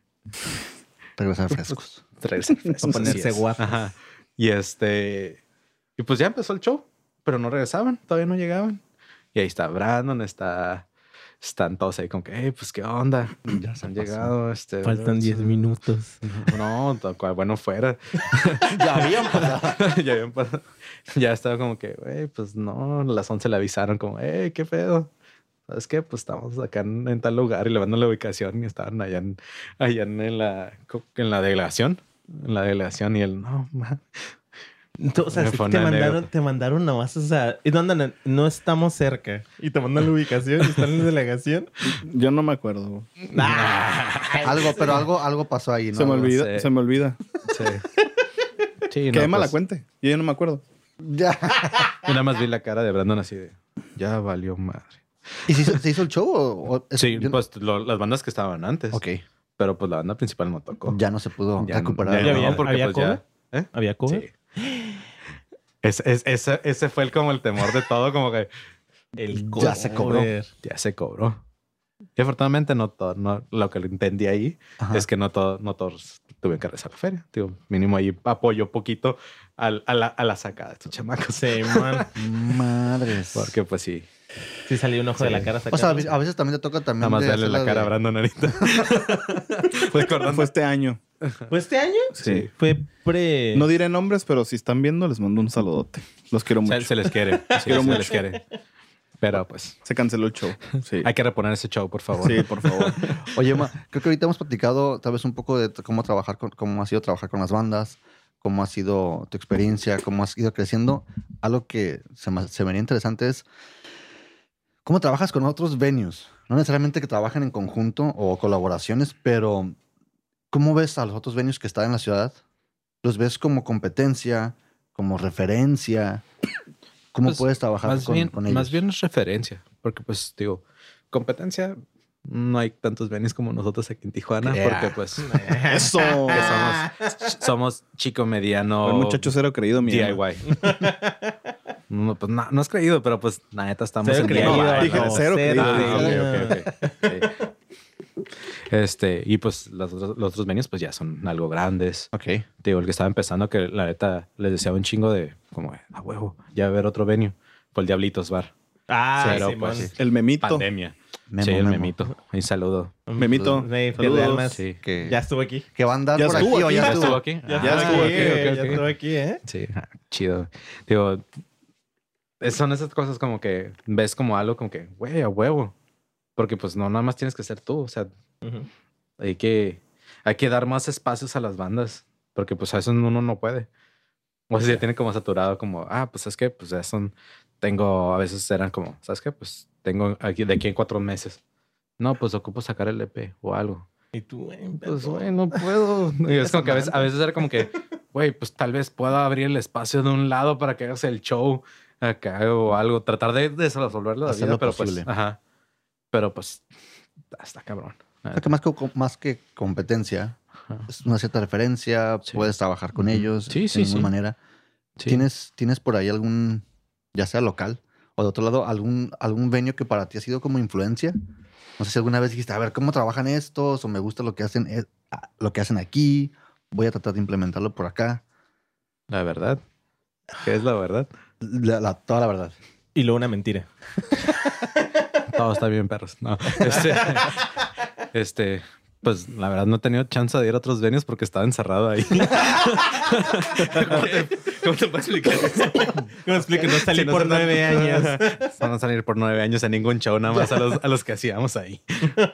[SPEAKER 1] Regresaron frescos.
[SPEAKER 4] regresar frescos,
[SPEAKER 2] ponerse
[SPEAKER 4] así es.
[SPEAKER 2] guapos.
[SPEAKER 4] Ajá. Y este. Y pues ya empezó el show, pero no regresaban, todavía no llegaban. Y ahí está Brandon, está. Están todos ahí con que, "Ey, pues qué onda.
[SPEAKER 1] Ya se
[SPEAKER 4] Han
[SPEAKER 1] pasó.
[SPEAKER 4] llegado, este.
[SPEAKER 2] Faltan 10 minutos.
[SPEAKER 4] No, tal cual, bueno, fuera. ya habían pasado. ya habían pasado. Ya estaba como que, güey, pues no, a las 11 le avisaron, como, hey, qué pedo. ¿Sabes qué? Pues estamos acá en, en tal lugar y le mandan la ubicación y estaban allá en, allá en, la, en la delegación. En la delegación y él, no, man.
[SPEAKER 2] O sea,
[SPEAKER 4] Me
[SPEAKER 2] sí
[SPEAKER 4] fue
[SPEAKER 2] te
[SPEAKER 4] una
[SPEAKER 2] mandaron,
[SPEAKER 4] anécdota.
[SPEAKER 2] te mandaron nomás, o sea, y no andan en- no estamos cerca. Y te mandan la ubicación y están en la delegación.
[SPEAKER 3] Yo no me acuerdo. güey.
[SPEAKER 1] Algo, pero algo, algo pasó ahí, ¿no?
[SPEAKER 3] se me
[SPEAKER 1] Algo-
[SPEAKER 3] olvida.
[SPEAKER 4] sé.
[SPEAKER 3] Se me olvida.
[SPEAKER 4] Sí. Sí,
[SPEAKER 3] que
[SPEAKER 4] no,
[SPEAKER 3] hay mala
[SPEAKER 4] pues,
[SPEAKER 3] cuente. Yo ya no me acuerdo.
[SPEAKER 1] Ya.
[SPEAKER 4] Yo nada más vi la cara de Brandon así de, ya valió madre.
[SPEAKER 1] ¿Y se hizo, se hizo el show o...? o- es-
[SPEAKER 4] Sí,
[SPEAKER 1] yo-
[SPEAKER 4] pues lo- las bandas que estaban antes.
[SPEAKER 1] Ok.
[SPEAKER 4] Pero pues la banda principal no tocó.
[SPEAKER 1] Ya no se pudo
[SPEAKER 4] Ya-
[SPEAKER 1] recuperar.
[SPEAKER 4] ya
[SPEAKER 1] ¿no?
[SPEAKER 2] había-
[SPEAKER 4] no, porque
[SPEAKER 2] había
[SPEAKER 4] pues ya-
[SPEAKER 2] cover?
[SPEAKER 4] ¿Eh?
[SPEAKER 2] ¿Había cover?
[SPEAKER 4] Sí. Es- es- ese, ese fue el, como el temor de todo, como que
[SPEAKER 2] El
[SPEAKER 1] Ya se cobró.
[SPEAKER 2] cover.
[SPEAKER 4] ya se cobró. Y afortunadamente no todo, no, lo que entendí ahí
[SPEAKER 1] Ajá.
[SPEAKER 4] pues, es que no, todo, no todos tuvieron que regresar a la feria. Digo, mínimo ahí apoyó poquito al- a, la, a la sacada de estos chamacos.
[SPEAKER 2] Sí, man.
[SPEAKER 1] Madres.
[SPEAKER 4] Porque pues sí,
[SPEAKER 2] Sí salió un ojo de la cara.
[SPEAKER 1] o sea, a
[SPEAKER 2] sacado.
[SPEAKER 1] veces, a veces también te toca también...
[SPEAKER 4] nada más
[SPEAKER 1] de
[SPEAKER 4] darle la
[SPEAKER 1] hacerla
[SPEAKER 4] cara a
[SPEAKER 1] de-
[SPEAKER 4] Brandon ahorita. pues acordando.
[SPEAKER 3] Fue este año.
[SPEAKER 2] ¿Fue este año?
[SPEAKER 3] Sí.
[SPEAKER 2] Fue pre...
[SPEAKER 3] No diré nombres, pero si están viendo, les mando un saludote. Los quiero mucho.
[SPEAKER 4] se, se les quiere, sí, se
[SPEAKER 3] mucho.
[SPEAKER 4] les quiere. Pero pues
[SPEAKER 3] Se canceló el show. Sí.
[SPEAKER 4] hay que reponer ese show, por favor.
[SPEAKER 3] Sí, por favor.
[SPEAKER 1] Oye, Ma, creo que ahorita hemos platicado tal vez un poco de t- cómo trabajar con, cómo ha sido trabajar con las bandas, cómo ha sido tu experiencia, cómo has ido creciendo. Algo que se me, se me venía interesante es cómo trabajas con otros venues. No necesariamente que trabajen en conjunto o colaboraciones, pero ¿cómo ves a los otros venues que están en la ciudad? ¿Los ves como competencia, como referencia? ¿Cómo
[SPEAKER 4] Pues,
[SPEAKER 1] puedes trabajar
[SPEAKER 4] más
[SPEAKER 1] con,
[SPEAKER 4] bien,
[SPEAKER 1] con ellos?
[SPEAKER 4] Más bien es referencia, porque pues digo, competencia, no hay tantos venis como nosotros aquí en Tijuana,
[SPEAKER 1] Yeah.
[SPEAKER 4] porque pues
[SPEAKER 3] Eso.
[SPEAKER 4] que somos, somos chico mediano.
[SPEAKER 3] El muchacho cero creído, mi alma.
[SPEAKER 4] DIY. no, pues no, no has creído, pero pues la neta estamos
[SPEAKER 2] Cero
[SPEAKER 4] en
[SPEAKER 2] creído,
[SPEAKER 4] DIY.
[SPEAKER 2] vato.
[SPEAKER 3] Dije, cero creído,
[SPEAKER 4] Ah,
[SPEAKER 3] dije.
[SPEAKER 4] ok, ok, ok. Sí. Este, y pues las otras- los otros venues pues ya son algo grandes.
[SPEAKER 1] Ok.
[SPEAKER 4] Te digo, el que estaba empezando, que la neta les deseaba un chingo de, como, a huevo, ya va a haber otro venue. Fue el Diablitos Bar.
[SPEAKER 2] Ah,
[SPEAKER 4] Pero,
[SPEAKER 2] sí,
[SPEAKER 4] pues,
[SPEAKER 2] man.
[SPEAKER 3] El memito.
[SPEAKER 4] Pandemia. Pues,
[SPEAKER 1] Memo,
[SPEAKER 4] sí, el
[SPEAKER 1] memo.
[SPEAKER 4] memito. Un saludo.
[SPEAKER 3] Memito.
[SPEAKER 2] Sí, Fede
[SPEAKER 3] Saludos.
[SPEAKER 2] Almas.
[SPEAKER 4] Sí.
[SPEAKER 1] Que,
[SPEAKER 2] Ya estuvo aquí.
[SPEAKER 1] que va a andar
[SPEAKER 3] Ya
[SPEAKER 1] por aquí,
[SPEAKER 3] estuvo
[SPEAKER 1] o
[SPEAKER 3] aquí,
[SPEAKER 1] ya
[SPEAKER 3] ya
[SPEAKER 1] estuvo.
[SPEAKER 4] ¿Estuvo aquí?
[SPEAKER 2] Ya
[SPEAKER 4] Ah,
[SPEAKER 2] estuvo
[SPEAKER 4] ok,
[SPEAKER 2] aquí,
[SPEAKER 4] ok, ok,
[SPEAKER 2] ya
[SPEAKER 4] ok.
[SPEAKER 2] estuvo aquí, ¿eh?
[SPEAKER 4] Sí, ah, chido. Digo, es- son esas cosas como que ves como algo como que, güey, a huevo. Porque pues no, nada más tienes que ser tú. O sea,
[SPEAKER 2] Ujú.
[SPEAKER 4] hay que, hay que dar más espacios a las bandas. Porque pues a veces uno no puede. O sea, ya tiene como saturado como, ah, pues es que, pues ya son, tengo, a veces eran como, ¿sabes qué? Pues tengo aquí, de aquí en cuatro meses. No, pues ocupo sacar el EP o algo.
[SPEAKER 2] Y tú, güey,
[SPEAKER 4] Pues,
[SPEAKER 2] vato.
[SPEAKER 4] güey, no puedo. Y es como que a veces, a veces era como que, güey, pues tal vez pueda abrir el espacio de un lado para que hagas el show acá o algo. Tratar de resolverlo la
[SPEAKER 1] Hacer
[SPEAKER 4] vida,
[SPEAKER 1] lo
[SPEAKER 4] pero
[SPEAKER 1] posible.
[SPEAKER 4] pues, ajá. Pero pues, hasta cabrón.
[SPEAKER 1] O sea, que más que, co- más que competencia,
[SPEAKER 4] Ajá.
[SPEAKER 1] es una cierta referencia,
[SPEAKER 4] Sí.
[SPEAKER 1] puedes trabajar con
[SPEAKER 4] Ujú.
[SPEAKER 1] ellos
[SPEAKER 4] Sí,
[SPEAKER 1] de
[SPEAKER 4] sí,
[SPEAKER 1] alguna
[SPEAKER 4] sí.
[SPEAKER 1] manera.
[SPEAKER 4] Sí.
[SPEAKER 1] ¿Tienes, ¿Tienes por ahí algún, ya sea local o de otro lado, algún, algún venio que para ti ha sido como influencia? No sé si alguna vez dijiste, a ver, ¿cómo trabajan estos? O me gusta lo que hacen, eh, ah, lo que hacen aquí. Voy a tratar de implementarlo por acá.
[SPEAKER 4] La verdad. ¿Qué es la verdad?
[SPEAKER 1] La- la- toda la verdad.
[SPEAKER 2] Y luego una mentira.
[SPEAKER 4] Todo está bien, perros. No. Este, este, pues la verdad no he tenido chance de ir a otros venues porque estaba encerrado ahí. ¿Cómo, te, cómo te puedo explicar eso?
[SPEAKER 2] No explico, no salí
[SPEAKER 4] Si no
[SPEAKER 2] por
[SPEAKER 4] se dan-
[SPEAKER 2] nueve años.
[SPEAKER 4] Van a salir por nueve años a ningún show, nada más a los, a los que hacíamos ahí.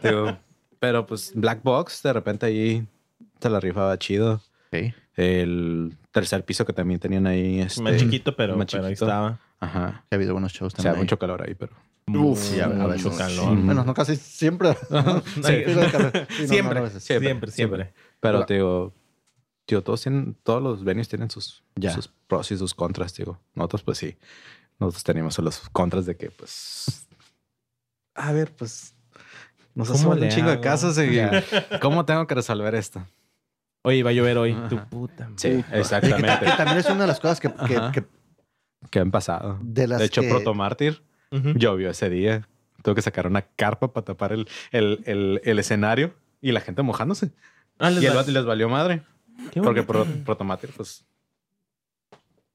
[SPEAKER 4] Digo, pero pues Black Box, de repente ahí se la rifaba chido.
[SPEAKER 1] Sí.
[SPEAKER 4] El tercer piso que también tenían ahí. Este,
[SPEAKER 2] Más chiquito, pero,
[SPEAKER 4] Más
[SPEAKER 2] pero ahí
[SPEAKER 4] chiquito.
[SPEAKER 2] estaba.
[SPEAKER 4] Ajá.
[SPEAKER 1] Ha habido buenos shows
[SPEAKER 4] O sea,
[SPEAKER 1] también. ahí.
[SPEAKER 4] mucho calor ahí, pero.
[SPEAKER 1] Sí, a- a
[SPEAKER 2] mucho
[SPEAKER 1] veces.
[SPEAKER 2] calor.
[SPEAKER 1] Sí, Bueno, no casi siempre.
[SPEAKER 2] Sí.
[SPEAKER 1] Pero el calor- sí, no, no,
[SPEAKER 2] Siempre.
[SPEAKER 1] no, a veces.
[SPEAKER 2] Siempre, siempre.
[SPEAKER 4] Pero
[SPEAKER 1] Hola.
[SPEAKER 4] te digo, tío, todos tienen, todos los venues tienen sus,
[SPEAKER 1] Ya.
[SPEAKER 4] sus pros y sus contras, digo. Nosotros, pues sí. Nosotros tenemos los contras de que, pues. A ver, pues. Nos
[SPEAKER 2] ¿Cómo
[SPEAKER 4] hacemos
[SPEAKER 2] le
[SPEAKER 4] un chingo de
[SPEAKER 2] hago?
[SPEAKER 4] casos y. ¿Cómo tengo que resolver esto?
[SPEAKER 2] Oye, va a llover hoy.
[SPEAKER 4] Ajá.
[SPEAKER 2] Tu puta madre.
[SPEAKER 4] Sí,
[SPEAKER 1] Que
[SPEAKER 4] exactamente.
[SPEAKER 1] también es una de las cosas que, que-
[SPEAKER 4] Ajá.
[SPEAKER 1] que-
[SPEAKER 4] ¿Qué han pasado?
[SPEAKER 1] de las
[SPEAKER 4] De hecho,
[SPEAKER 1] que-
[SPEAKER 4] Proto Mártir
[SPEAKER 2] Ujú.
[SPEAKER 4] llovió ese día. Tuve que sacar una carpa para tapar el, el, el, el escenario y la gente mojándose.
[SPEAKER 2] Ah, les
[SPEAKER 4] y el
[SPEAKER 2] va-
[SPEAKER 4] vato les valió madre.
[SPEAKER 2] Qué
[SPEAKER 4] Porque
[SPEAKER 2] bonito.
[SPEAKER 4] pro, Protomater, pues.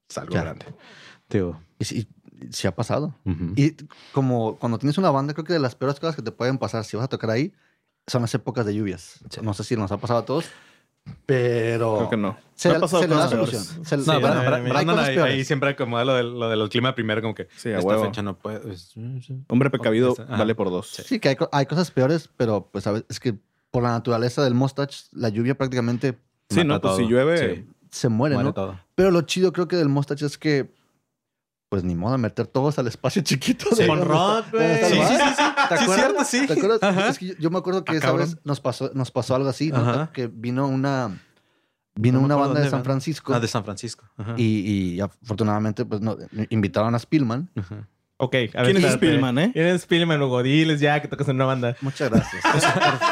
[SPEAKER 4] Es algo
[SPEAKER 1] Ya.
[SPEAKER 4] grande. Digo.
[SPEAKER 1] y sí, sí ha pasado.
[SPEAKER 4] ujú.
[SPEAKER 1] Y como cuando tienes una banda, creo que de las peores cosas que te pueden pasar si vas a tocar ahí son las épocas de lluvias. No sé si nos ha pasado a todos, pero
[SPEAKER 4] oh.
[SPEAKER 3] Creo que no.
[SPEAKER 1] se,
[SPEAKER 3] Me
[SPEAKER 1] le-
[SPEAKER 3] ha pasado
[SPEAKER 1] se le da
[SPEAKER 3] cosas
[SPEAKER 1] solución. Se le-
[SPEAKER 4] no,
[SPEAKER 1] se le da-
[SPEAKER 4] Brandon,
[SPEAKER 2] Bra-
[SPEAKER 4] Bra-
[SPEAKER 2] hay
[SPEAKER 1] hay
[SPEAKER 4] Brandon
[SPEAKER 1] cosas
[SPEAKER 4] ahí,
[SPEAKER 1] peores.
[SPEAKER 4] ahí siempre acomoda lo, de, lo del clima primero, como que
[SPEAKER 3] Sí, a
[SPEAKER 4] esta
[SPEAKER 3] huevo.
[SPEAKER 4] fecha no puede. es-
[SPEAKER 3] Hombre precavido
[SPEAKER 4] Ok, ajá.
[SPEAKER 3] vale por dos.
[SPEAKER 1] Sí, que hay, co- hay cosas peores, pero pues a veces es que por la naturaleza del mustache, la lluvia prácticamente
[SPEAKER 3] Sí,
[SPEAKER 4] mata
[SPEAKER 3] no, pues
[SPEAKER 4] todo.
[SPEAKER 3] si llueve,
[SPEAKER 4] Sí,
[SPEAKER 1] se muere,
[SPEAKER 4] muere
[SPEAKER 1] ¿no?
[SPEAKER 4] todo.
[SPEAKER 1] Pero lo chido creo que del mustache es que pues ni modo meter todos al espacio chiquito.
[SPEAKER 4] Sí.
[SPEAKER 1] de
[SPEAKER 2] Con rock,
[SPEAKER 1] Sí,
[SPEAKER 2] güey.
[SPEAKER 1] sí, sí, ¿Te
[SPEAKER 4] Sí,
[SPEAKER 1] acuerdas?
[SPEAKER 4] cierto, sí.
[SPEAKER 1] ¿Te acuerdas?
[SPEAKER 4] Ajá.
[SPEAKER 1] Es que yo, yo me acuerdo que
[SPEAKER 4] Ah,
[SPEAKER 1] esa
[SPEAKER 4] cabrón.
[SPEAKER 1] vez nos pasó, nos pasó algo así, ¿no?
[SPEAKER 4] Ajá.
[SPEAKER 1] Que vino una, vino
[SPEAKER 4] No me
[SPEAKER 1] una banda
[SPEAKER 4] acuerdo
[SPEAKER 1] de
[SPEAKER 4] dónde,
[SPEAKER 1] San
[SPEAKER 4] ¿verdad?
[SPEAKER 1] Francisco
[SPEAKER 4] Ah, de San Francisco. Ajá.
[SPEAKER 1] y, y afortunadamente pues no, invitaron a Spillman.
[SPEAKER 4] Ajá.
[SPEAKER 2] Ok, a ver.
[SPEAKER 3] ¿Quién es
[SPEAKER 2] espérate.
[SPEAKER 3] Spillman, eh?
[SPEAKER 2] ¿Quién es Spillman? Hugo, diles ya que tocas en una banda.
[SPEAKER 1] Muchas gracias.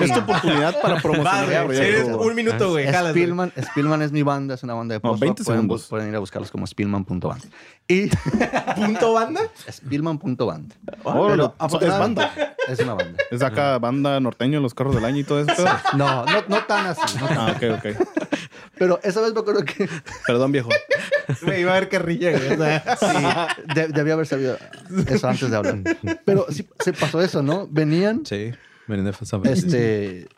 [SPEAKER 3] es tu oportunidad para promocionar
[SPEAKER 2] Va,
[SPEAKER 3] el
[SPEAKER 2] güey, eres
[SPEAKER 3] proyecto.
[SPEAKER 2] un minuto, güey. jalas, güey.
[SPEAKER 1] Spillman, Spillman es mi banda, es una banda de
[SPEAKER 3] No,
[SPEAKER 1] post
[SPEAKER 3] 20
[SPEAKER 1] pueden, bu-
[SPEAKER 3] segundos.
[SPEAKER 1] pueden ir a buscarlos como spillman.band. Y
[SPEAKER 2] ¿Punto banda?
[SPEAKER 1] spillman.band.
[SPEAKER 3] Órale,
[SPEAKER 1] Ah, Pero
[SPEAKER 3] o sea, es banda.
[SPEAKER 1] afortunadamente, Es una banda.
[SPEAKER 3] Es de acá banda norteño en los carros del año y todo eso. pero-
[SPEAKER 1] No, no, no tan así. no tan-
[SPEAKER 3] Ah, ok, ok.
[SPEAKER 1] Pero esa vez me acuerdo que
[SPEAKER 3] Perdón, viejo.
[SPEAKER 2] Güey, iba a haber carrilla, güey. o sea,
[SPEAKER 1] Sí, de- debía haber sabido eso antes de hablar. Pero sí, se pasó eso, ¿no? Venían,
[SPEAKER 4] Sí, venían de San Francisco.
[SPEAKER 1] este,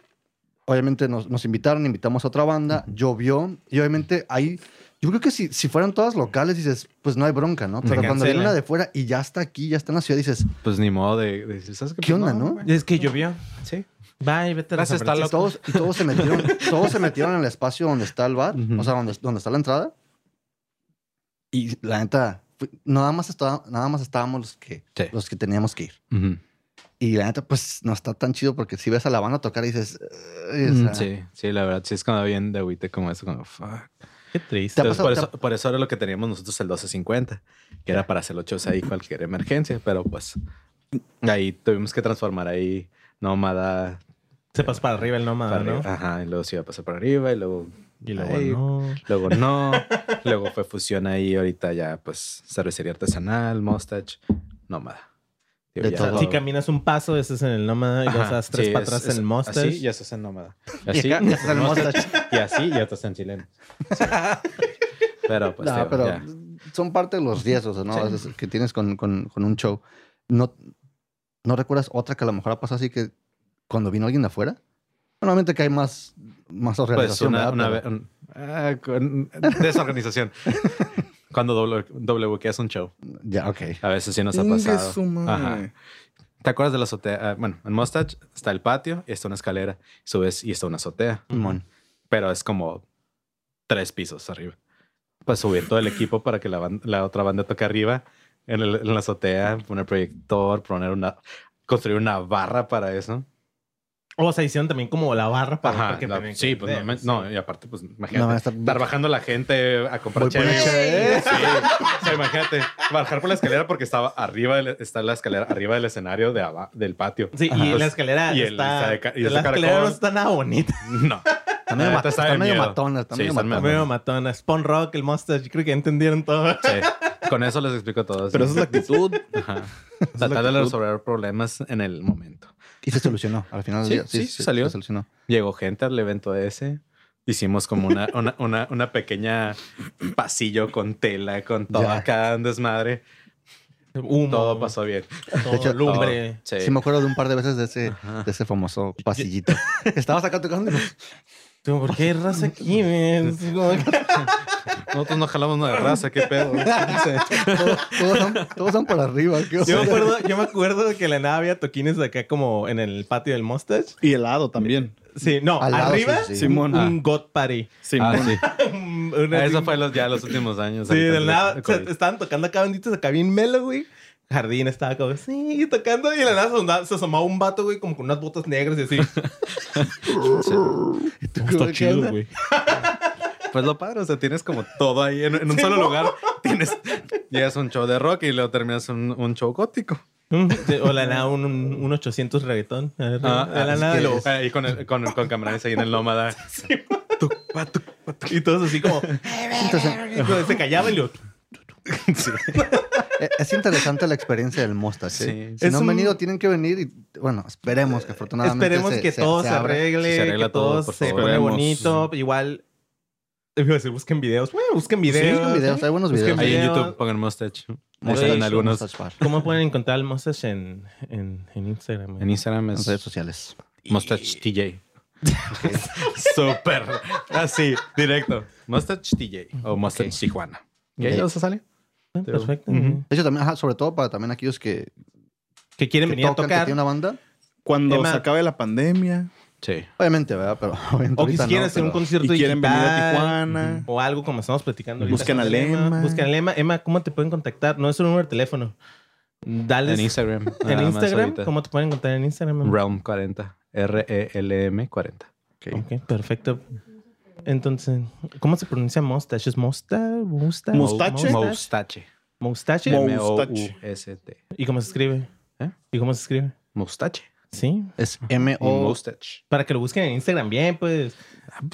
[SPEAKER 1] obviamente nos, nos invitaron, invitamos a otra banda, llovió y obviamente ahí, yo creo que si, si fueran todas locales dices, pues no hay bronca, ¿no? Pero cuando
[SPEAKER 2] cancela.
[SPEAKER 1] viene una de fuera y ya está aquí, ya está en la ciudad, dices,
[SPEAKER 4] Pues ni modo de, de decir, ¿sabes qué?
[SPEAKER 1] ¿qué
[SPEAKER 4] Pues,
[SPEAKER 1] onda,
[SPEAKER 4] no,
[SPEAKER 1] no?
[SPEAKER 4] güey.
[SPEAKER 2] Es que llovió.
[SPEAKER 4] Sí.
[SPEAKER 2] Bye, vete a
[SPEAKER 4] Gracias,
[SPEAKER 2] San
[SPEAKER 4] está
[SPEAKER 1] Y
[SPEAKER 4] loco.
[SPEAKER 1] todos, y todos se metieron, todos se metieron en el espacio donde está el bar,
[SPEAKER 4] Ujú.
[SPEAKER 1] o sea, donde, donde está la entrada. Y la neta, fue- nada más, estaba, nada más estábamos los que,
[SPEAKER 4] Sí.
[SPEAKER 1] los que teníamos que ir.
[SPEAKER 4] Ujú.
[SPEAKER 1] Y la neta, pues no está tan chido porque si ves a la banda tocar y dices. "Ay", o sea,
[SPEAKER 4] Mm, Sí, sí, la verdad, sí es como bien de agüite como eso, como fuck.
[SPEAKER 2] Qué
[SPEAKER 1] ¿Te
[SPEAKER 2] triste.
[SPEAKER 1] ha pasado-
[SPEAKER 4] Entonces, por,
[SPEAKER 1] te ha-
[SPEAKER 4] eso, por eso era lo que teníamos nosotros el 1250, que era para hacer los shows ahí cualquier emergencia, pero pues ahí tuvimos que transformar ahí nómada.
[SPEAKER 2] Se pasa para arriba el nómada,
[SPEAKER 4] para
[SPEAKER 2] Ah, ¿no?
[SPEAKER 4] arriba. Ajá, y luego se iba a pasar por arriba y luego...
[SPEAKER 2] Y luego
[SPEAKER 4] ahí,
[SPEAKER 2] no.
[SPEAKER 4] Luego no, luego fue fusión ahí, ahorita ya pues cervecería artesanal, mustache, nómada.
[SPEAKER 1] De
[SPEAKER 4] ya-
[SPEAKER 1] todo.
[SPEAKER 2] Si caminas un paso, ese es en el nómada y
[SPEAKER 4] Ajá,
[SPEAKER 2] vas a tres
[SPEAKER 4] sí,
[SPEAKER 2] para
[SPEAKER 4] es-
[SPEAKER 2] atrás
[SPEAKER 4] es-
[SPEAKER 2] en el monster.
[SPEAKER 4] Así, ya estás en nómada.
[SPEAKER 1] Y
[SPEAKER 4] Así,
[SPEAKER 1] acá,
[SPEAKER 4] ya
[SPEAKER 1] ya
[SPEAKER 4] estás en mustache. Y así, ya estás en chileno. Sí. Pero pues...
[SPEAKER 1] No,
[SPEAKER 4] digo,
[SPEAKER 1] pero
[SPEAKER 4] ya.
[SPEAKER 1] son parte de los riesgos, ¿no?
[SPEAKER 4] Sí.
[SPEAKER 1] A veces que tienes con, con- con un show. No, ¿No recuerdas otra que a lo mejor ha pasado así que cuando vino alguien de afuera? Normalmente que hay más, más
[SPEAKER 4] Pues
[SPEAKER 1] organización.
[SPEAKER 4] una,
[SPEAKER 1] ¿verdad?
[SPEAKER 4] una
[SPEAKER 1] Pero-
[SPEAKER 4] ve- un- ah, con- desorganización. Cuando doble, doblebuqueas un show.
[SPEAKER 1] Ya, ok.
[SPEAKER 4] A veces sí nos ha
[SPEAKER 3] Chingue
[SPEAKER 4] pasado.
[SPEAKER 3] su madre.
[SPEAKER 4] Ajá. ¿Te acuerdas de la azotea? Ah, bueno, en Mustache está el patio y está una escalera. Subes y está una azotea.
[SPEAKER 1] Simón.
[SPEAKER 4] Pero es como tres pisos arriba. pues subir todo el equipo para que la, ban- la otra banda toque arriba en, el- en la azotea, poner proyector, poner una, construir una barra para eso.
[SPEAKER 2] O sea, hicieron también como la barra para,
[SPEAKER 4] Ajá,
[SPEAKER 2] para que
[SPEAKER 4] la-
[SPEAKER 2] tenían que
[SPEAKER 4] sí, pues no,
[SPEAKER 2] vender,
[SPEAKER 4] me- no, y aparte, pues
[SPEAKER 1] No,
[SPEAKER 4] imagínate,
[SPEAKER 1] va a
[SPEAKER 4] estar,
[SPEAKER 1] estar-
[SPEAKER 4] bajando la gente a comprar
[SPEAKER 1] Voy por el
[SPEAKER 4] chévere.
[SPEAKER 1] chévere.
[SPEAKER 4] Sí, o sea, imagínate, bajar por la escalera porque estaba arriba, del- está la escalera arriba del escenario de aba- del patio.
[SPEAKER 2] Sí,
[SPEAKER 4] Ajá. pues,
[SPEAKER 2] y la escalera
[SPEAKER 4] Y el-
[SPEAKER 2] está...
[SPEAKER 4] está de ca- y
[SPEAKER 2] la
[SPEAKER 4] está
[SPEAKER 2] escalera no
[SPEAKER 4] caracol.
[SPEAKER 2] está nada bonita.
[SPEAKER 4] No.
[SPEAKER 1] Está medio,
[SPEAKER 4] neta,
[SPEAKER 1] mat-
[SPEAKER 4] está
[SPEAKER 1] está
[SPEAKER 4] de
[SPEAKER 1] medio
[SPEAKER 4] miedo.
[SPEAKER 1] matona, está
[SPEAKER 4] Sí,
[SPEAKER 1] medio
[SPEAKER 4] están
[SPEAKER 1] matona.
[SPEAKER 4] medio-
[SPEAKER 2] Primero matona. Spawn Rock, el Monster, yo creo que ya entendieron todo.
[SPEAKER 4] Sí, con eso les explico todo.
[SPEAKER 3] Pero esa es la actitud.
[SPEAKER 4] Ajá. Tratar de resolver problemas en el momento.
[SPEAKER 1] Y se solucionó al final del
[SPEAKER 4] Sí,
[SPEAKER 1] día.
[SPEAKER 4] sí, salió.
[SPEAKER 1] Se solucionó.
[SPEAKER 4] Llegó gente al evento ese. Hicimos como una, una, una, una pequeña pasillo con tela, con todo
[SPEAKER 1] Ya.
[SPEAKER 4] acá, un desmadre.
[SPEAKER 2] Humo,
[SPEAKER 4] Todo pasó bien.
[SPEAKER 2] todo
[SPEAKER 1] De hecho,
[SPEAKER 2] lumbre.
[SPEAKER 4] Sí.
[SPEAKER 1] Sí, me acuerdo de un par de veces de ese, de ese famoso pasillito. Estabas acá tocando y nos-
[SPEAKER 2] Digo, ¿Por qué hay raza aquí, men? Es como que-
[SPEAKER 4] Nosotros no jalamos una raza, qué pedo. Ah,
[SPEAKER 1] todos, todos son, todos son para arriba. ¿qué
[SPEAKER 2] Yo me
[SPEAKER 1] onda?
[SPEAKER 2] acuerdo, yo me acuerdo que en la nave había toquines acá como en el patio del Mustache.
[SPEAKER 3] Y helado también.
[SPEAKER 2] Sí, no,
[SPEAKER 1] Al lado,
[SPEAKER 2] arriba
[SPEAKER 1] sí, sí.
[SPEAKER 3] Simón.
[SPEAKER 2] un God Party.
[SPEAKER 4] Ah,
[SPEAKER 3] Simón.
[SPEAKER 4] sí.
[SPEAKER 2] Un- una-
[SPEAKER 4] Eso fue los, ya los últimos años.
[SPEAKER 2] Sí,
[SPEAKER 4] ahorita
[SPEAKER 2] de
[SPEAKER 4] el-
[SPEAKER 2] nada.
[SPEAKER 4] el
[SPEAKER 2] se-
[SPEAKER 4] COVID.
[SPEAKER 2] estaban tocando acá benditos acá bien melo, güey. Jardín estaba como, sí, tocando. Y de la nada se onda- se asomaba un vato, güey, como con unas botas negras y así.
[SPEAKER 1] ¿Tú
[SPEAKER 4] Está
[SPEAKER 1] qué
[SPEAKER 4] chido,
[SPEAKER 1] onda?
[SPEAKER 4] güey. Pues lo padre, o sea, tienes como todo ahí en, en un solo lugar. Tienes, llegas a un show de rock y luego terminas un, un show gótico.
[SPEAKER 2] Sí, Mm, o la nada, un, un, un 800 reggaetón. A ver,
[SPEAKER 4] Ah,
[SPEAKER 2] de la nada.
[SPEAKER 4] y
[SPEAKER 2] lo-
[SPEAKER 4] luego ahí con, el- con, con camaranes ahí en el nómada.
[SPEAKER 2] y todos así como,
[SPEAKER 1] Entonces,
[SPEAKER 2] y luego se callaba y lo,
[SPEAKER 1] eh, es interesante la experiencia del Mosta. ¿sí?
[SPEAKER 4] Sí.
[SPEAKER 1] Si
[SPEAKER 2] Es
[SPEAKER 1] no han
[SPEAKER 2] un-
[SPEAKER 1] venido, tienen que venir y bueno, esperemos que afortunadamente.
[SPEAKER 2] Esperemos
[SPEAKER 1] se-
[SPEAKER 2] que todo se,
[SPEAKER 1] abra.
[SPEAKER 2] arregle,
[SPEAKER 4] Se arregla
[SPEAKER 2] que
[SPEAKER 4] todo,
[SPEAKER 2] todo,
[SPEAKER 4] por
[SPEAKER 2] se
[SPEAKER 4] favor.
[SPEAKER 2] pone
[SPEAKER 3] Esperemos.
[SPEAKER 2] bonito. Igual, iba a decir, busquen videos. Bueno, busquen videos.
[SPEAKER 1] busquen videos, hay buenos
[SPEAKER 2] Busquen
[SPEAKER 1] videos.
[SPEAKER 4] Ahí en
[SPEAKER 2] videos.
[SPEAKER 4] YouTube pongan mustache.
[SPEAKER 1] Mustache,
[SPEAKER 4] Muestran algunos.
[SPEAKER 1] Mustache Bar,
[SPEAKER 2] ¿Cómo pueden encontrar el Mustache en, en, en Instagram?
[SPEAKER 4] En Instagram
[SPEAKER 1] en
[SPEAKER 4] es
[SPEAKER 1] redes sociales.
[SPEAKER 4] mustache TJ. Súper. Así, directo. Mustache TJ o mustache Tijuana. ¿Y ahí
[SPEAKER 1] Ok.
[SPEAKER 4] vas a salir?
[SPEAKER 2] Ah, Perfecto.
[SPEAKER 4] Ujú.
[SPEAKER 1] De hecho, también, ajá, sobre todo para también aquellos que,
[SPEAKER 2] Que quieren
[SPEAKER 1] que
[SPEAKER 2] venir
[SPEAKER 1] tocan, que
[SPEAKER 2] a
[SPEAKER 1] tienen
[SPEAKER 2] tocar.
[SPEAKER 1] una banda.
[SPEAKER 3] Cuando
[SPEAKER 2] Emma.
[SPEAKER 3] se acabe la pandemia
[SPEAKER 4] Sí.
[SPEAKER 1] Obviamente, ¿verdad? Pero obviamente
[SPEAKER 2] O que
[SPEAKER 1] ahorita
[SPEAKER 2] quieren
[SPEAKER 1] no,
[SPEAKER 2] hacer un
[SPEAKER 1] pero-
[SPEAKER 2] concierto
[SPEAKER 3] y quieren venir a
[SPEAKER 2] digital,
[SPEAKER 3] Tijuana.
[SPEAKER 2] O algo como estamos platicando. ahorita
[SPEAKER 3] Busquen
[SPEAKER 2] con
[SPEAKER 3] al
[SPEAKER 2] Emma.
[SPEAKER 3] Emma.
[SPEAKER 2] Busquen al Emma. Emma, ¿cómo te pueden contactar? No es un número de teléfono. Dale.
[SPEAKER 4] En Instagram.
[SPEAKER 2] En
[SPEAKER 4] nada más
[SPEAKER 2] Instagram.
[SPEAKER 4] ahorita.
[SPEAKER 2] ¿Cómo te pueden encontrar en Instagram? Emma?
[SPEAKER 4] Realm E 40. R-E-L-M 40.
[SPEAKER 2] Ok, perfecto. Entonces, ¿cómo se pronuncia mustache? ¿Es mosta? ¿Musta?
[SPEAKER 3] ¿Mustache?
[SPEAKER 2] ¿Mustache?
[SPEAKER 4] Moustache.
[SPEAKER 2] ¿Mustache?
[SPEAKER 3] Mou-
[SPEAKER 4] M-O-U-S-T.
[SPEAKER 2] ¿Y cómo se escribe?
[SPEAKER 4] ¿Eh?
[SPEAKER 2] ¿Y cómo se escribe?
[SPEAKER 4] Moustache.
[SPEAKER 2] Sí.
[SPEAKER 1] Es M-O.
[SPEAKER 4] Moustache.
[SPEAKER 2] Para que lo busquen en Instagram bien, pues.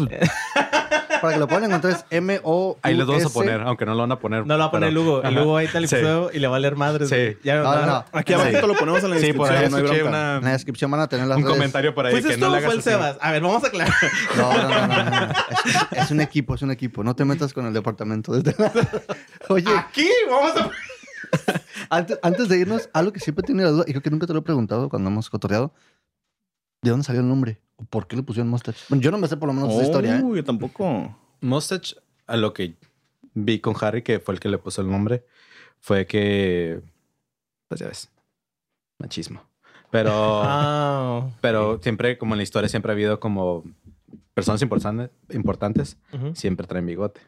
[SPEAKER 1] Para que lo puedan encontrar es M-O.
[SPEAKER 4] Ahí los vamos a poner, aunque no lo van a poner.
[SPEAKER 2] No lo va a poner
[SPEAKER 4] pero-
[SPEAKER 2] Lugo. El
[SPEAKER 4] Ajá.
[SPEAKER 2] Lugo va a ir al
[SPEAKER 4] Sí.
[SPEAKER 2] episodio y le va a leer madres.
[SPEAKER 4] Sí.
[SPEAKER 2] güey. Ya me
[SPEAKER 1] No, no, no.
[SPEAKER 3] Aquí abajito lo ponemos en la
[SPEAKER 4] Sí, por
[SPEAKER 3] descripción.
[SPEAKER 4] ahí
[SPEAKER 3] no hay
[SPEAKER 4] escuché
[SPEAKER 3] bronca.
[SPEAKER 4] una-
[SPEAKER 1] En la descripción van a tener las
[SPEAKER 4] un
[SPEAKER 1] redes.
[SPEAKER 4] comentario por ahí
[SPEAKER 2] Pues
[SPEAKER 4] que
[SPEAKER 2] esto
[SPEAKER 4] no le
[SPEAKER 2] fue
[SPEAKER 4] hagas
[SPEAKER 2] el
[SPEAKER 4] así.
[SPEAKER 2] Sebas. A ver, vamos a aclarar.
[SPEAKER 1] No, no, no, no, no, no. Es, es un equipo, es un equipo. No te metas con el departamento. desde- Oye,
[SPEAKER 4] Ah.
[SPEAKER 2] Aquí vamos a.
[SPEAKER 1] antes, antes de irnos, algo que siempre tenía la duda, y creo que nunca te lo he preguntado cuando hemos cotorreado, ¿de dónde salió el nombre? ¿O por qué le pusieron Mustache? Bueno, yo no me sé por lo menos esa historia, ¿eh?
[SPEAKER 3] Oh, yo tampoco.
[SPEAKER 4] Mustache, a lo que vi con Harry, que fue el que le puso el nombre, fue que. Pues ya ves. Machismo. Pero.
[SPEAKER 2] Ah.
[SPEAKER 4] Pero siempre, como en la historia, siempre ha habido como personas importantes, importantes
[SPEAKER 2] Ujú.
[SPEAKER 4] siempre traen bigote.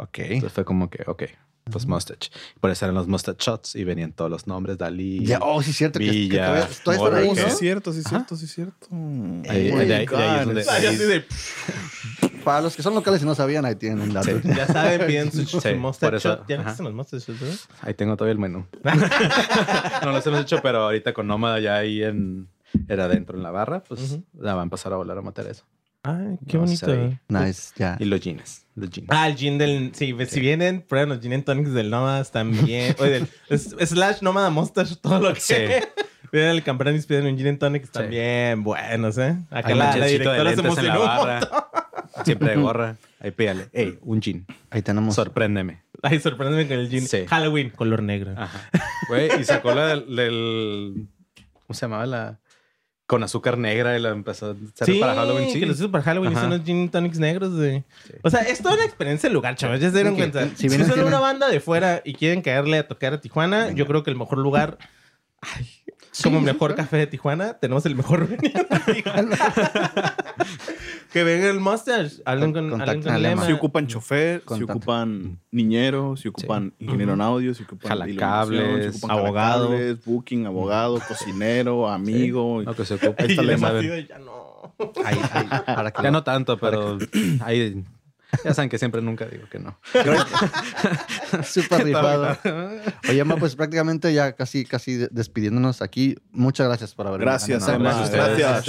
[SPEAKER 1] Ok.
[SPEAKER 4] Entonces fue como que, ok, pues mustache. Por eso eran los mustache shots y venían todos los nombres, Dalí.
[SPEAKER 1] Ya, oh, sí, es cierto. Que, que
[SPEAKER 4] Villa,
[SPEAKER 1] todavía- todavía están
[SPEAKER 3] Oh,
[SPEAKER 4] Mora,
[SPEAKER 1] ahí,
[SPEAKER 3] sí,
[SPEAKER 4] ¿qué?
[SPEAKER 1] ¿no?
[SPEAKER 3] es cierto, sí, es
[SPEAKER 4] Ajá.
[SPEAKER 3] cierto, sí, es cierto.
[SPEAKER 4] Ahí-
[SPEAKER 1] Oh
[SPEAKER 4] ahí-
[SPEAKER 1] my
[SPEAKER 4] ahí- ahí es donde-
[SPEAKER 2] Ay, así de-
[SPEAKER 1] Para los que son locales y no sabían, ahí tienen un dato.
[SPEAKER 2] Ya saben, piden su, su
[SPEAKER 4] Sí,
[SPEAKER 2] Monster
[SPEAKER 4] por eso,
[SPEAKER 2] Shot. Ya
[SPEAKER 4] ajá.
[SPEAKER 2] existen los Monster Shots, ¿verdad?
[SPEAKER 4] Ahí tengo todavía el menú. no los hemos hecho, pero ahorita con Nómada ya ahí en... Era adentro en la barra, pues
[SPEAKER 2] Ujú.
[SPEAKER 4] la van a pasar a volar a matar eso.
[SPEAKER 2] Ay, qué
[SPEAKER 4] No
[SPEAKER 2] bonito.
[SPEAKER 4] sé.
[SPEAKER 1] Nice, ya.
[SPEAKER 4] Y los jeans. Los jeans.
[SPEAKER 2] Ah, el gin del. Sí, si vienen, prueben los gin and tonics del Nomadas también. Oye, del es- slash Nomada Monster, todo lo que.
[SPEAKER 4] Sí.
[SPEAKER 2] Vienen el Campranis, piden un gin and tonic, están
[SPEAKER 4] Sí.
[SPEAKER 2] bien buenos, ¿eh? Acá la,
[SPEAKER 4] Hay
[SPEAKER 2] la
[SPEAKER 4] manchoncito
[SPEAKER 2] directora
[SPEAKER 4] de
[SPEAKER 2] se
[SPEAKER 4] lentes en la
[SPEAKER 2] emocionó. un
[SPEAKER 4] barra.
[SPEAKER 2] montón.
[SPEAKER 4] Siempre de gorra. Ahí pídale. Ey, un jean.
[SPEAKER 1] Ahí tenemos.
[SPEAKER 4] Sorpréndeme.
[SPEAKER 2] Ay, sorpréndeme con el gin.
[SPEAKER 4] Sí.
[SPEAKER 2] Halloween, Ah, color negro.
[SPEAKER 4] Ajá. Güey, y sacó la del, del- ¿Cómo se llamaba? La. Con azúcar negra y la empezó a hacer para Halloween. Sí,
[SPEAKER 2] que los hizo para Halloween.
[SPEAKER 4] Ajá.
[SPEAKER 2] Son los gin and tonics negros de... O sea, es toda una experiencia del lugar, chavos. Ya se dieron
[SPEAKER 1] Sí, que-
[SPEAKER 2] cuenta.
[SPEAKER 1] si
[SPEAKER 2] Si,
[SPEAKER 1] bien
[SPEAKER 2] son
[SPEAKER 1] entienden-
[SPEAKER 2] una banda de fuera y quieren caerle a tocar a Tijuana, yo creo que el mejor lugar... Ay, como mejor café de Tijuana, tenemos el mejor venue de Tijuana. que venga el mustache. Hablen con,
[SPEAKER 1] Contacten
[SPEAKER 2] hablen con
[SPEAKER 1] al
[SPEAKER 2] Lema.
[SPEAKER 1] Lema.
[SPEAKER 3] Si ocupan chofer, si
[SPEAKER 1] Contacto.
[SPEAKER 3] ocupan niñero, si ocupan ingeniero en audio, si ocupan de iluminación,
[SPEAKER 4] Jalacables,
[SPEAKER 3] si ocupan
[SPEAKER 2] abogado.
[SPEAKER 3] jalacables, booking, abogado, cocinero, amigo.
[SPEAKER 4] Lo que se ocupa.
[SPEAKER 2] Y
[SPEAKER 3] Ahí está
[SPEAKER 2] el
[SPEAKER 4] ya,
[SPEAKER 3] Lema.
[SPEAKER 4] saben.
[SPEAKER 2] partido ya no.
[SPEAKER 1] Ahí, ahí, para que
[SPEAKER 4] Ya no tanto, pero ahí ya saben que siempre nunca digo que no.
[SPEAKER 1] Súper rifado. Oye, Emma, pues prácticamente ya casi, casi de- despidiéndonos aquí. Muchas gracias por haber
[SPEAKER 3] Gracias,
[SPEAKER 1] venido.
[SPEAKER 3] Emma.
[SPEAKER 4] gracias a ustedes.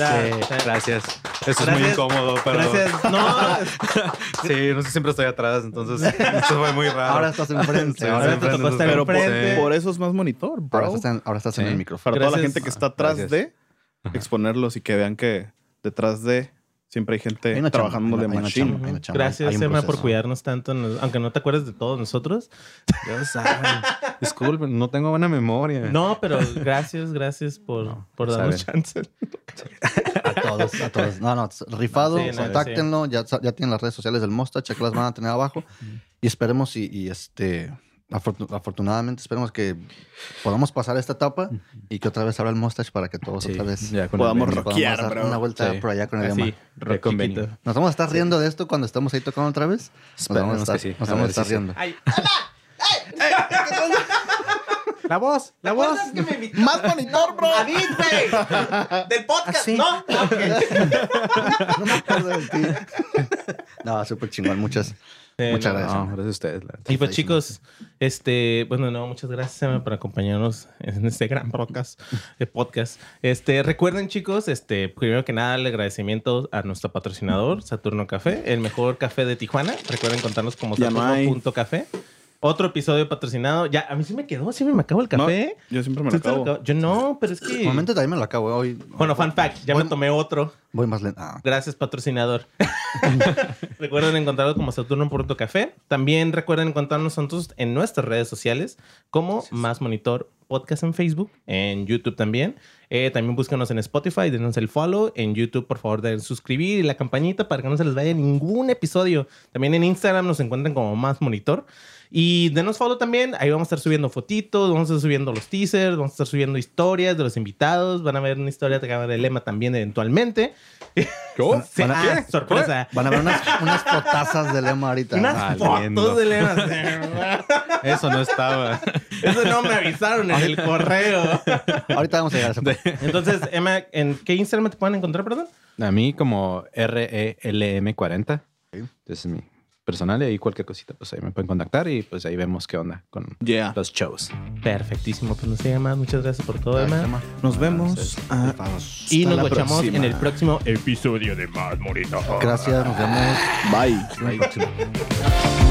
[SPEAKER 2] Gracias.
[SPEAKER 3] Gracias.
[SPEAKER 4] Gracias. Eso es muy
[SPEAKER 2] Gracias.
[SPEAKER 4] incómodo, pero
[SPEAKER 2] Gracias. No, es-
[SPEAKER 4] sí, no sé, siempre estoy atrás, entonces esto fue muy raro.
[SPEAKER 1] Ahora estás enfrente.
[SPEAKER 4] Sí,
[SPEAKER 1] ahora,
[SPEAKER 2] ahora
[SPEAKER 1] estás-
[SPEAKER 2] te tocó estar
[SPEAKER 3] pues, Pero por,
[SPEAKER 2] enfrente.
[SPEAKER 3] por eso es más monitor, bro.
[SPEAKER 1] ahora estás en, ahora estás en
[SPEAKER 4] Sí.
[SPEAKER 1] el micrófono.
[SPEAKER 3] Para toda la
[SPEAKER 2] Gracias.
[SPEAKER 3] gente que está atrás
[SPEAKER 4] Gracias.
[SPEAKER 3] de exponerlos y que vean que detrás de siempre hay gente
[SPEAKER 1] Hay una chamba,
[SPEAKER 3] trabajando
[SPEAKER 1] hay
[SPEAKER 3] de
[SPEAKER 1] una- hay una
[SPEAKER 3] machine.
[SPEAKER 1] chamba. Bueno, chamo, hay
[SPEAKER 2] Gracias,
[SPEAKER 1] un
[SPEAKER 2] Emma, por
[SPEAKER 1] proceso.
[SPEAKER 2] cuidarnos tanto, nos- aunque no te acuerdes de todos nosotros.
[SPEAKER 4] Ya saben. Disculpen, no tengo buena memoria.
[SPEAKER 2] No, pero gracias, gracias por,
[SPEAKER 4] No,
[SPEAKER 2] por
[SPEAKER 4] está
[SPEAKER 2] darnos
[SPEAKER 4] bien.
[SPEAKER 2] chance.
[SPEAKER 1] A todos, a todos. No, no, rifado,
[SPEAKER 2] Sí, no,
[SPEAKER 1] contáctenlo. Ya, sa- ya tienen las redes sociales del Mustache, que las van a tener abajo. Y esperemos y, y, este... afortu- afortunadamente esperemos que podamos pasar esta etapa y que otra vez abra el Mustache para que todos
[SPEAKER 4] Sí,
[SPEAKER 1] otra vez
[SPEAKER 4] ya con
[SPEAKER 3] Podamos
[SPEAKER 4] el-
[SPEAKER 1] nos podamos
[SPEAKER 3] rockear,
[SPEAKER 1] dar
[SPEAKER 3] bro.
[SPEAKER 1] una vuelta
[SPEAKER 4] Sí.
[SPEAKER 1] por allá con el Emma.
[SPEAKER 2] Así,
[SPEAKER 4] convenio.
[SPEAKER 2] roquito.
[SPEAKER 1] Nos vamos a estar riendo de esto cuando estamos ahí tocando otra vez. Nos vamos a
[SPEAKER 4] Esperemos
[SPEAKER 1] estar,
[SPEAKER 4] que sí.
[SPEAKER 1] nos vamos
[SPEAKER 4] A
[SPEAKER 1] a
[SPEAKER 4] ver si
[SPEAKER 1] estar
[SPEAKER 4] sí.
[SPEAKER 1] riendo.
[SPEAKER 2] Ay,
[SPEAKER 4] La voz, la voz.
[SPEAKER 1] Más monitor, bro.
[SPEAKER 2] ah, del podcast,
[SPEAKER 1] Así.
[SPEAKER 2] ¿no?
[SPEAKER 1] No me acuerdo de ti. No, súper chingón. Muchas, muchas gracias.
[SPEAKER 4] No, gracias a ustedes. la neta.
[SPEAKER 2] Y pues chicos, este, bueno, no, muchas gracias Emma por acompañarnos en este gran podcast, eh, podcast. Este, recuerden chicos, este, primero que nada el agradecimiento a nuestro patrocinador Saturno Café, el mejor café de Tijuana. Recuerden contarnos como
[SPEAKER 3] Ya no hay.
[SPEAKER 2] Saturno.café. Otro episodio patrocinado. Ya, a mí sí me quedó, sí me acabo el café.
[SPEAKER 3] No, yo siempre me lo
[SPEAKER 2] ¿Sí te lo
[SPEAKER 3] acabo.
[SPEAKER 2] acabo? Yo no, pero es que.
[SPEAKER 1] De momento también me lo acabo hoy.
[SPEAKER 2] Bueno, fan fact, ya
[SPEAKER 1] Voy-
[SPEAKER 2] me tomé otro.
[SPEAKER 1] Voy más lento. Ah,
[SPEAKER 2] Gracias, patrocinador. recuerden encontrarlo como Saturno.café. También recuerden encontrarnos nosotros en nuestras redes sociales como Más Monitor Podcast en Facebook, en YouTube también. Eh, también búscanos en Spotify, denos el follow. En YouTube, por favor, den suscribir y la campanita para que no se les vaya ningún episodio. También en Instagram nos encuentran como Más Monitor. Y denos follow también. Ahí vamos a estar subiendo fotitos, vamos a estar subiendo los teasers, vamos a estar subiendo historias de los invitados. Van a ver una historia de cámara de lema también eventualmente.
[SPEAKER 4] ¿Yo?
[SPEAKER 2] Sí,
[SPEAKER 1] ¿Van a-
[SPEAKER 2] ah, sorpresa.
[SPEAKER 1] van a ver unas, unas fotazas de Lema ahorita.
[SPEAKER 2] Unas
[SPEAKER 4] Valiendo.
[SPEAKER 2] fotos de Lema.
[SPEAKER 4] Eso no estaba.
[SPEAKER 2] Eso no me avisaron en el correo.
[SPEAKER 1] Ahorita vamos a llegar a ese punto.
[SPEAKER 2] Entonces, Emma, ¿en qué Instagram te pueden encontrar, perdón?
[SPEAKER 4] A mí como E RELM40. Ese es mi personal y ahí cualquier cosita, pues ahí me pueden contactar y pues ahí vemos qué onda con
[SPEAKER 3] Yeah.
[SPEAKER 4] los shows.
[SPEAKER 2] Perfectísimo. Pues no sé, Emma. Muchas gracias por todo, Emma.
[SPEAKER 1] Lema,
[SPEAKER 3] Nos vemos.
[SPEAKER 4] Entonces,
[SPEAKER 3] Ah,
[SPEAKER 1] vamos.
[SPEAKER 2] Y
[SPEAKER 3] Hasta
[SPEAKER 2] nos
[SPEAKER 3] la
[SPEAKER 2] escuchamos en
[SPEAKER 3] próxima.
[SPEAKER 2] el próximo episodio.
[SPEAKER 1] Gracias, nos vemos.
[SPEAKER 3] Bye.
[SPEAKER 1] en la próxima.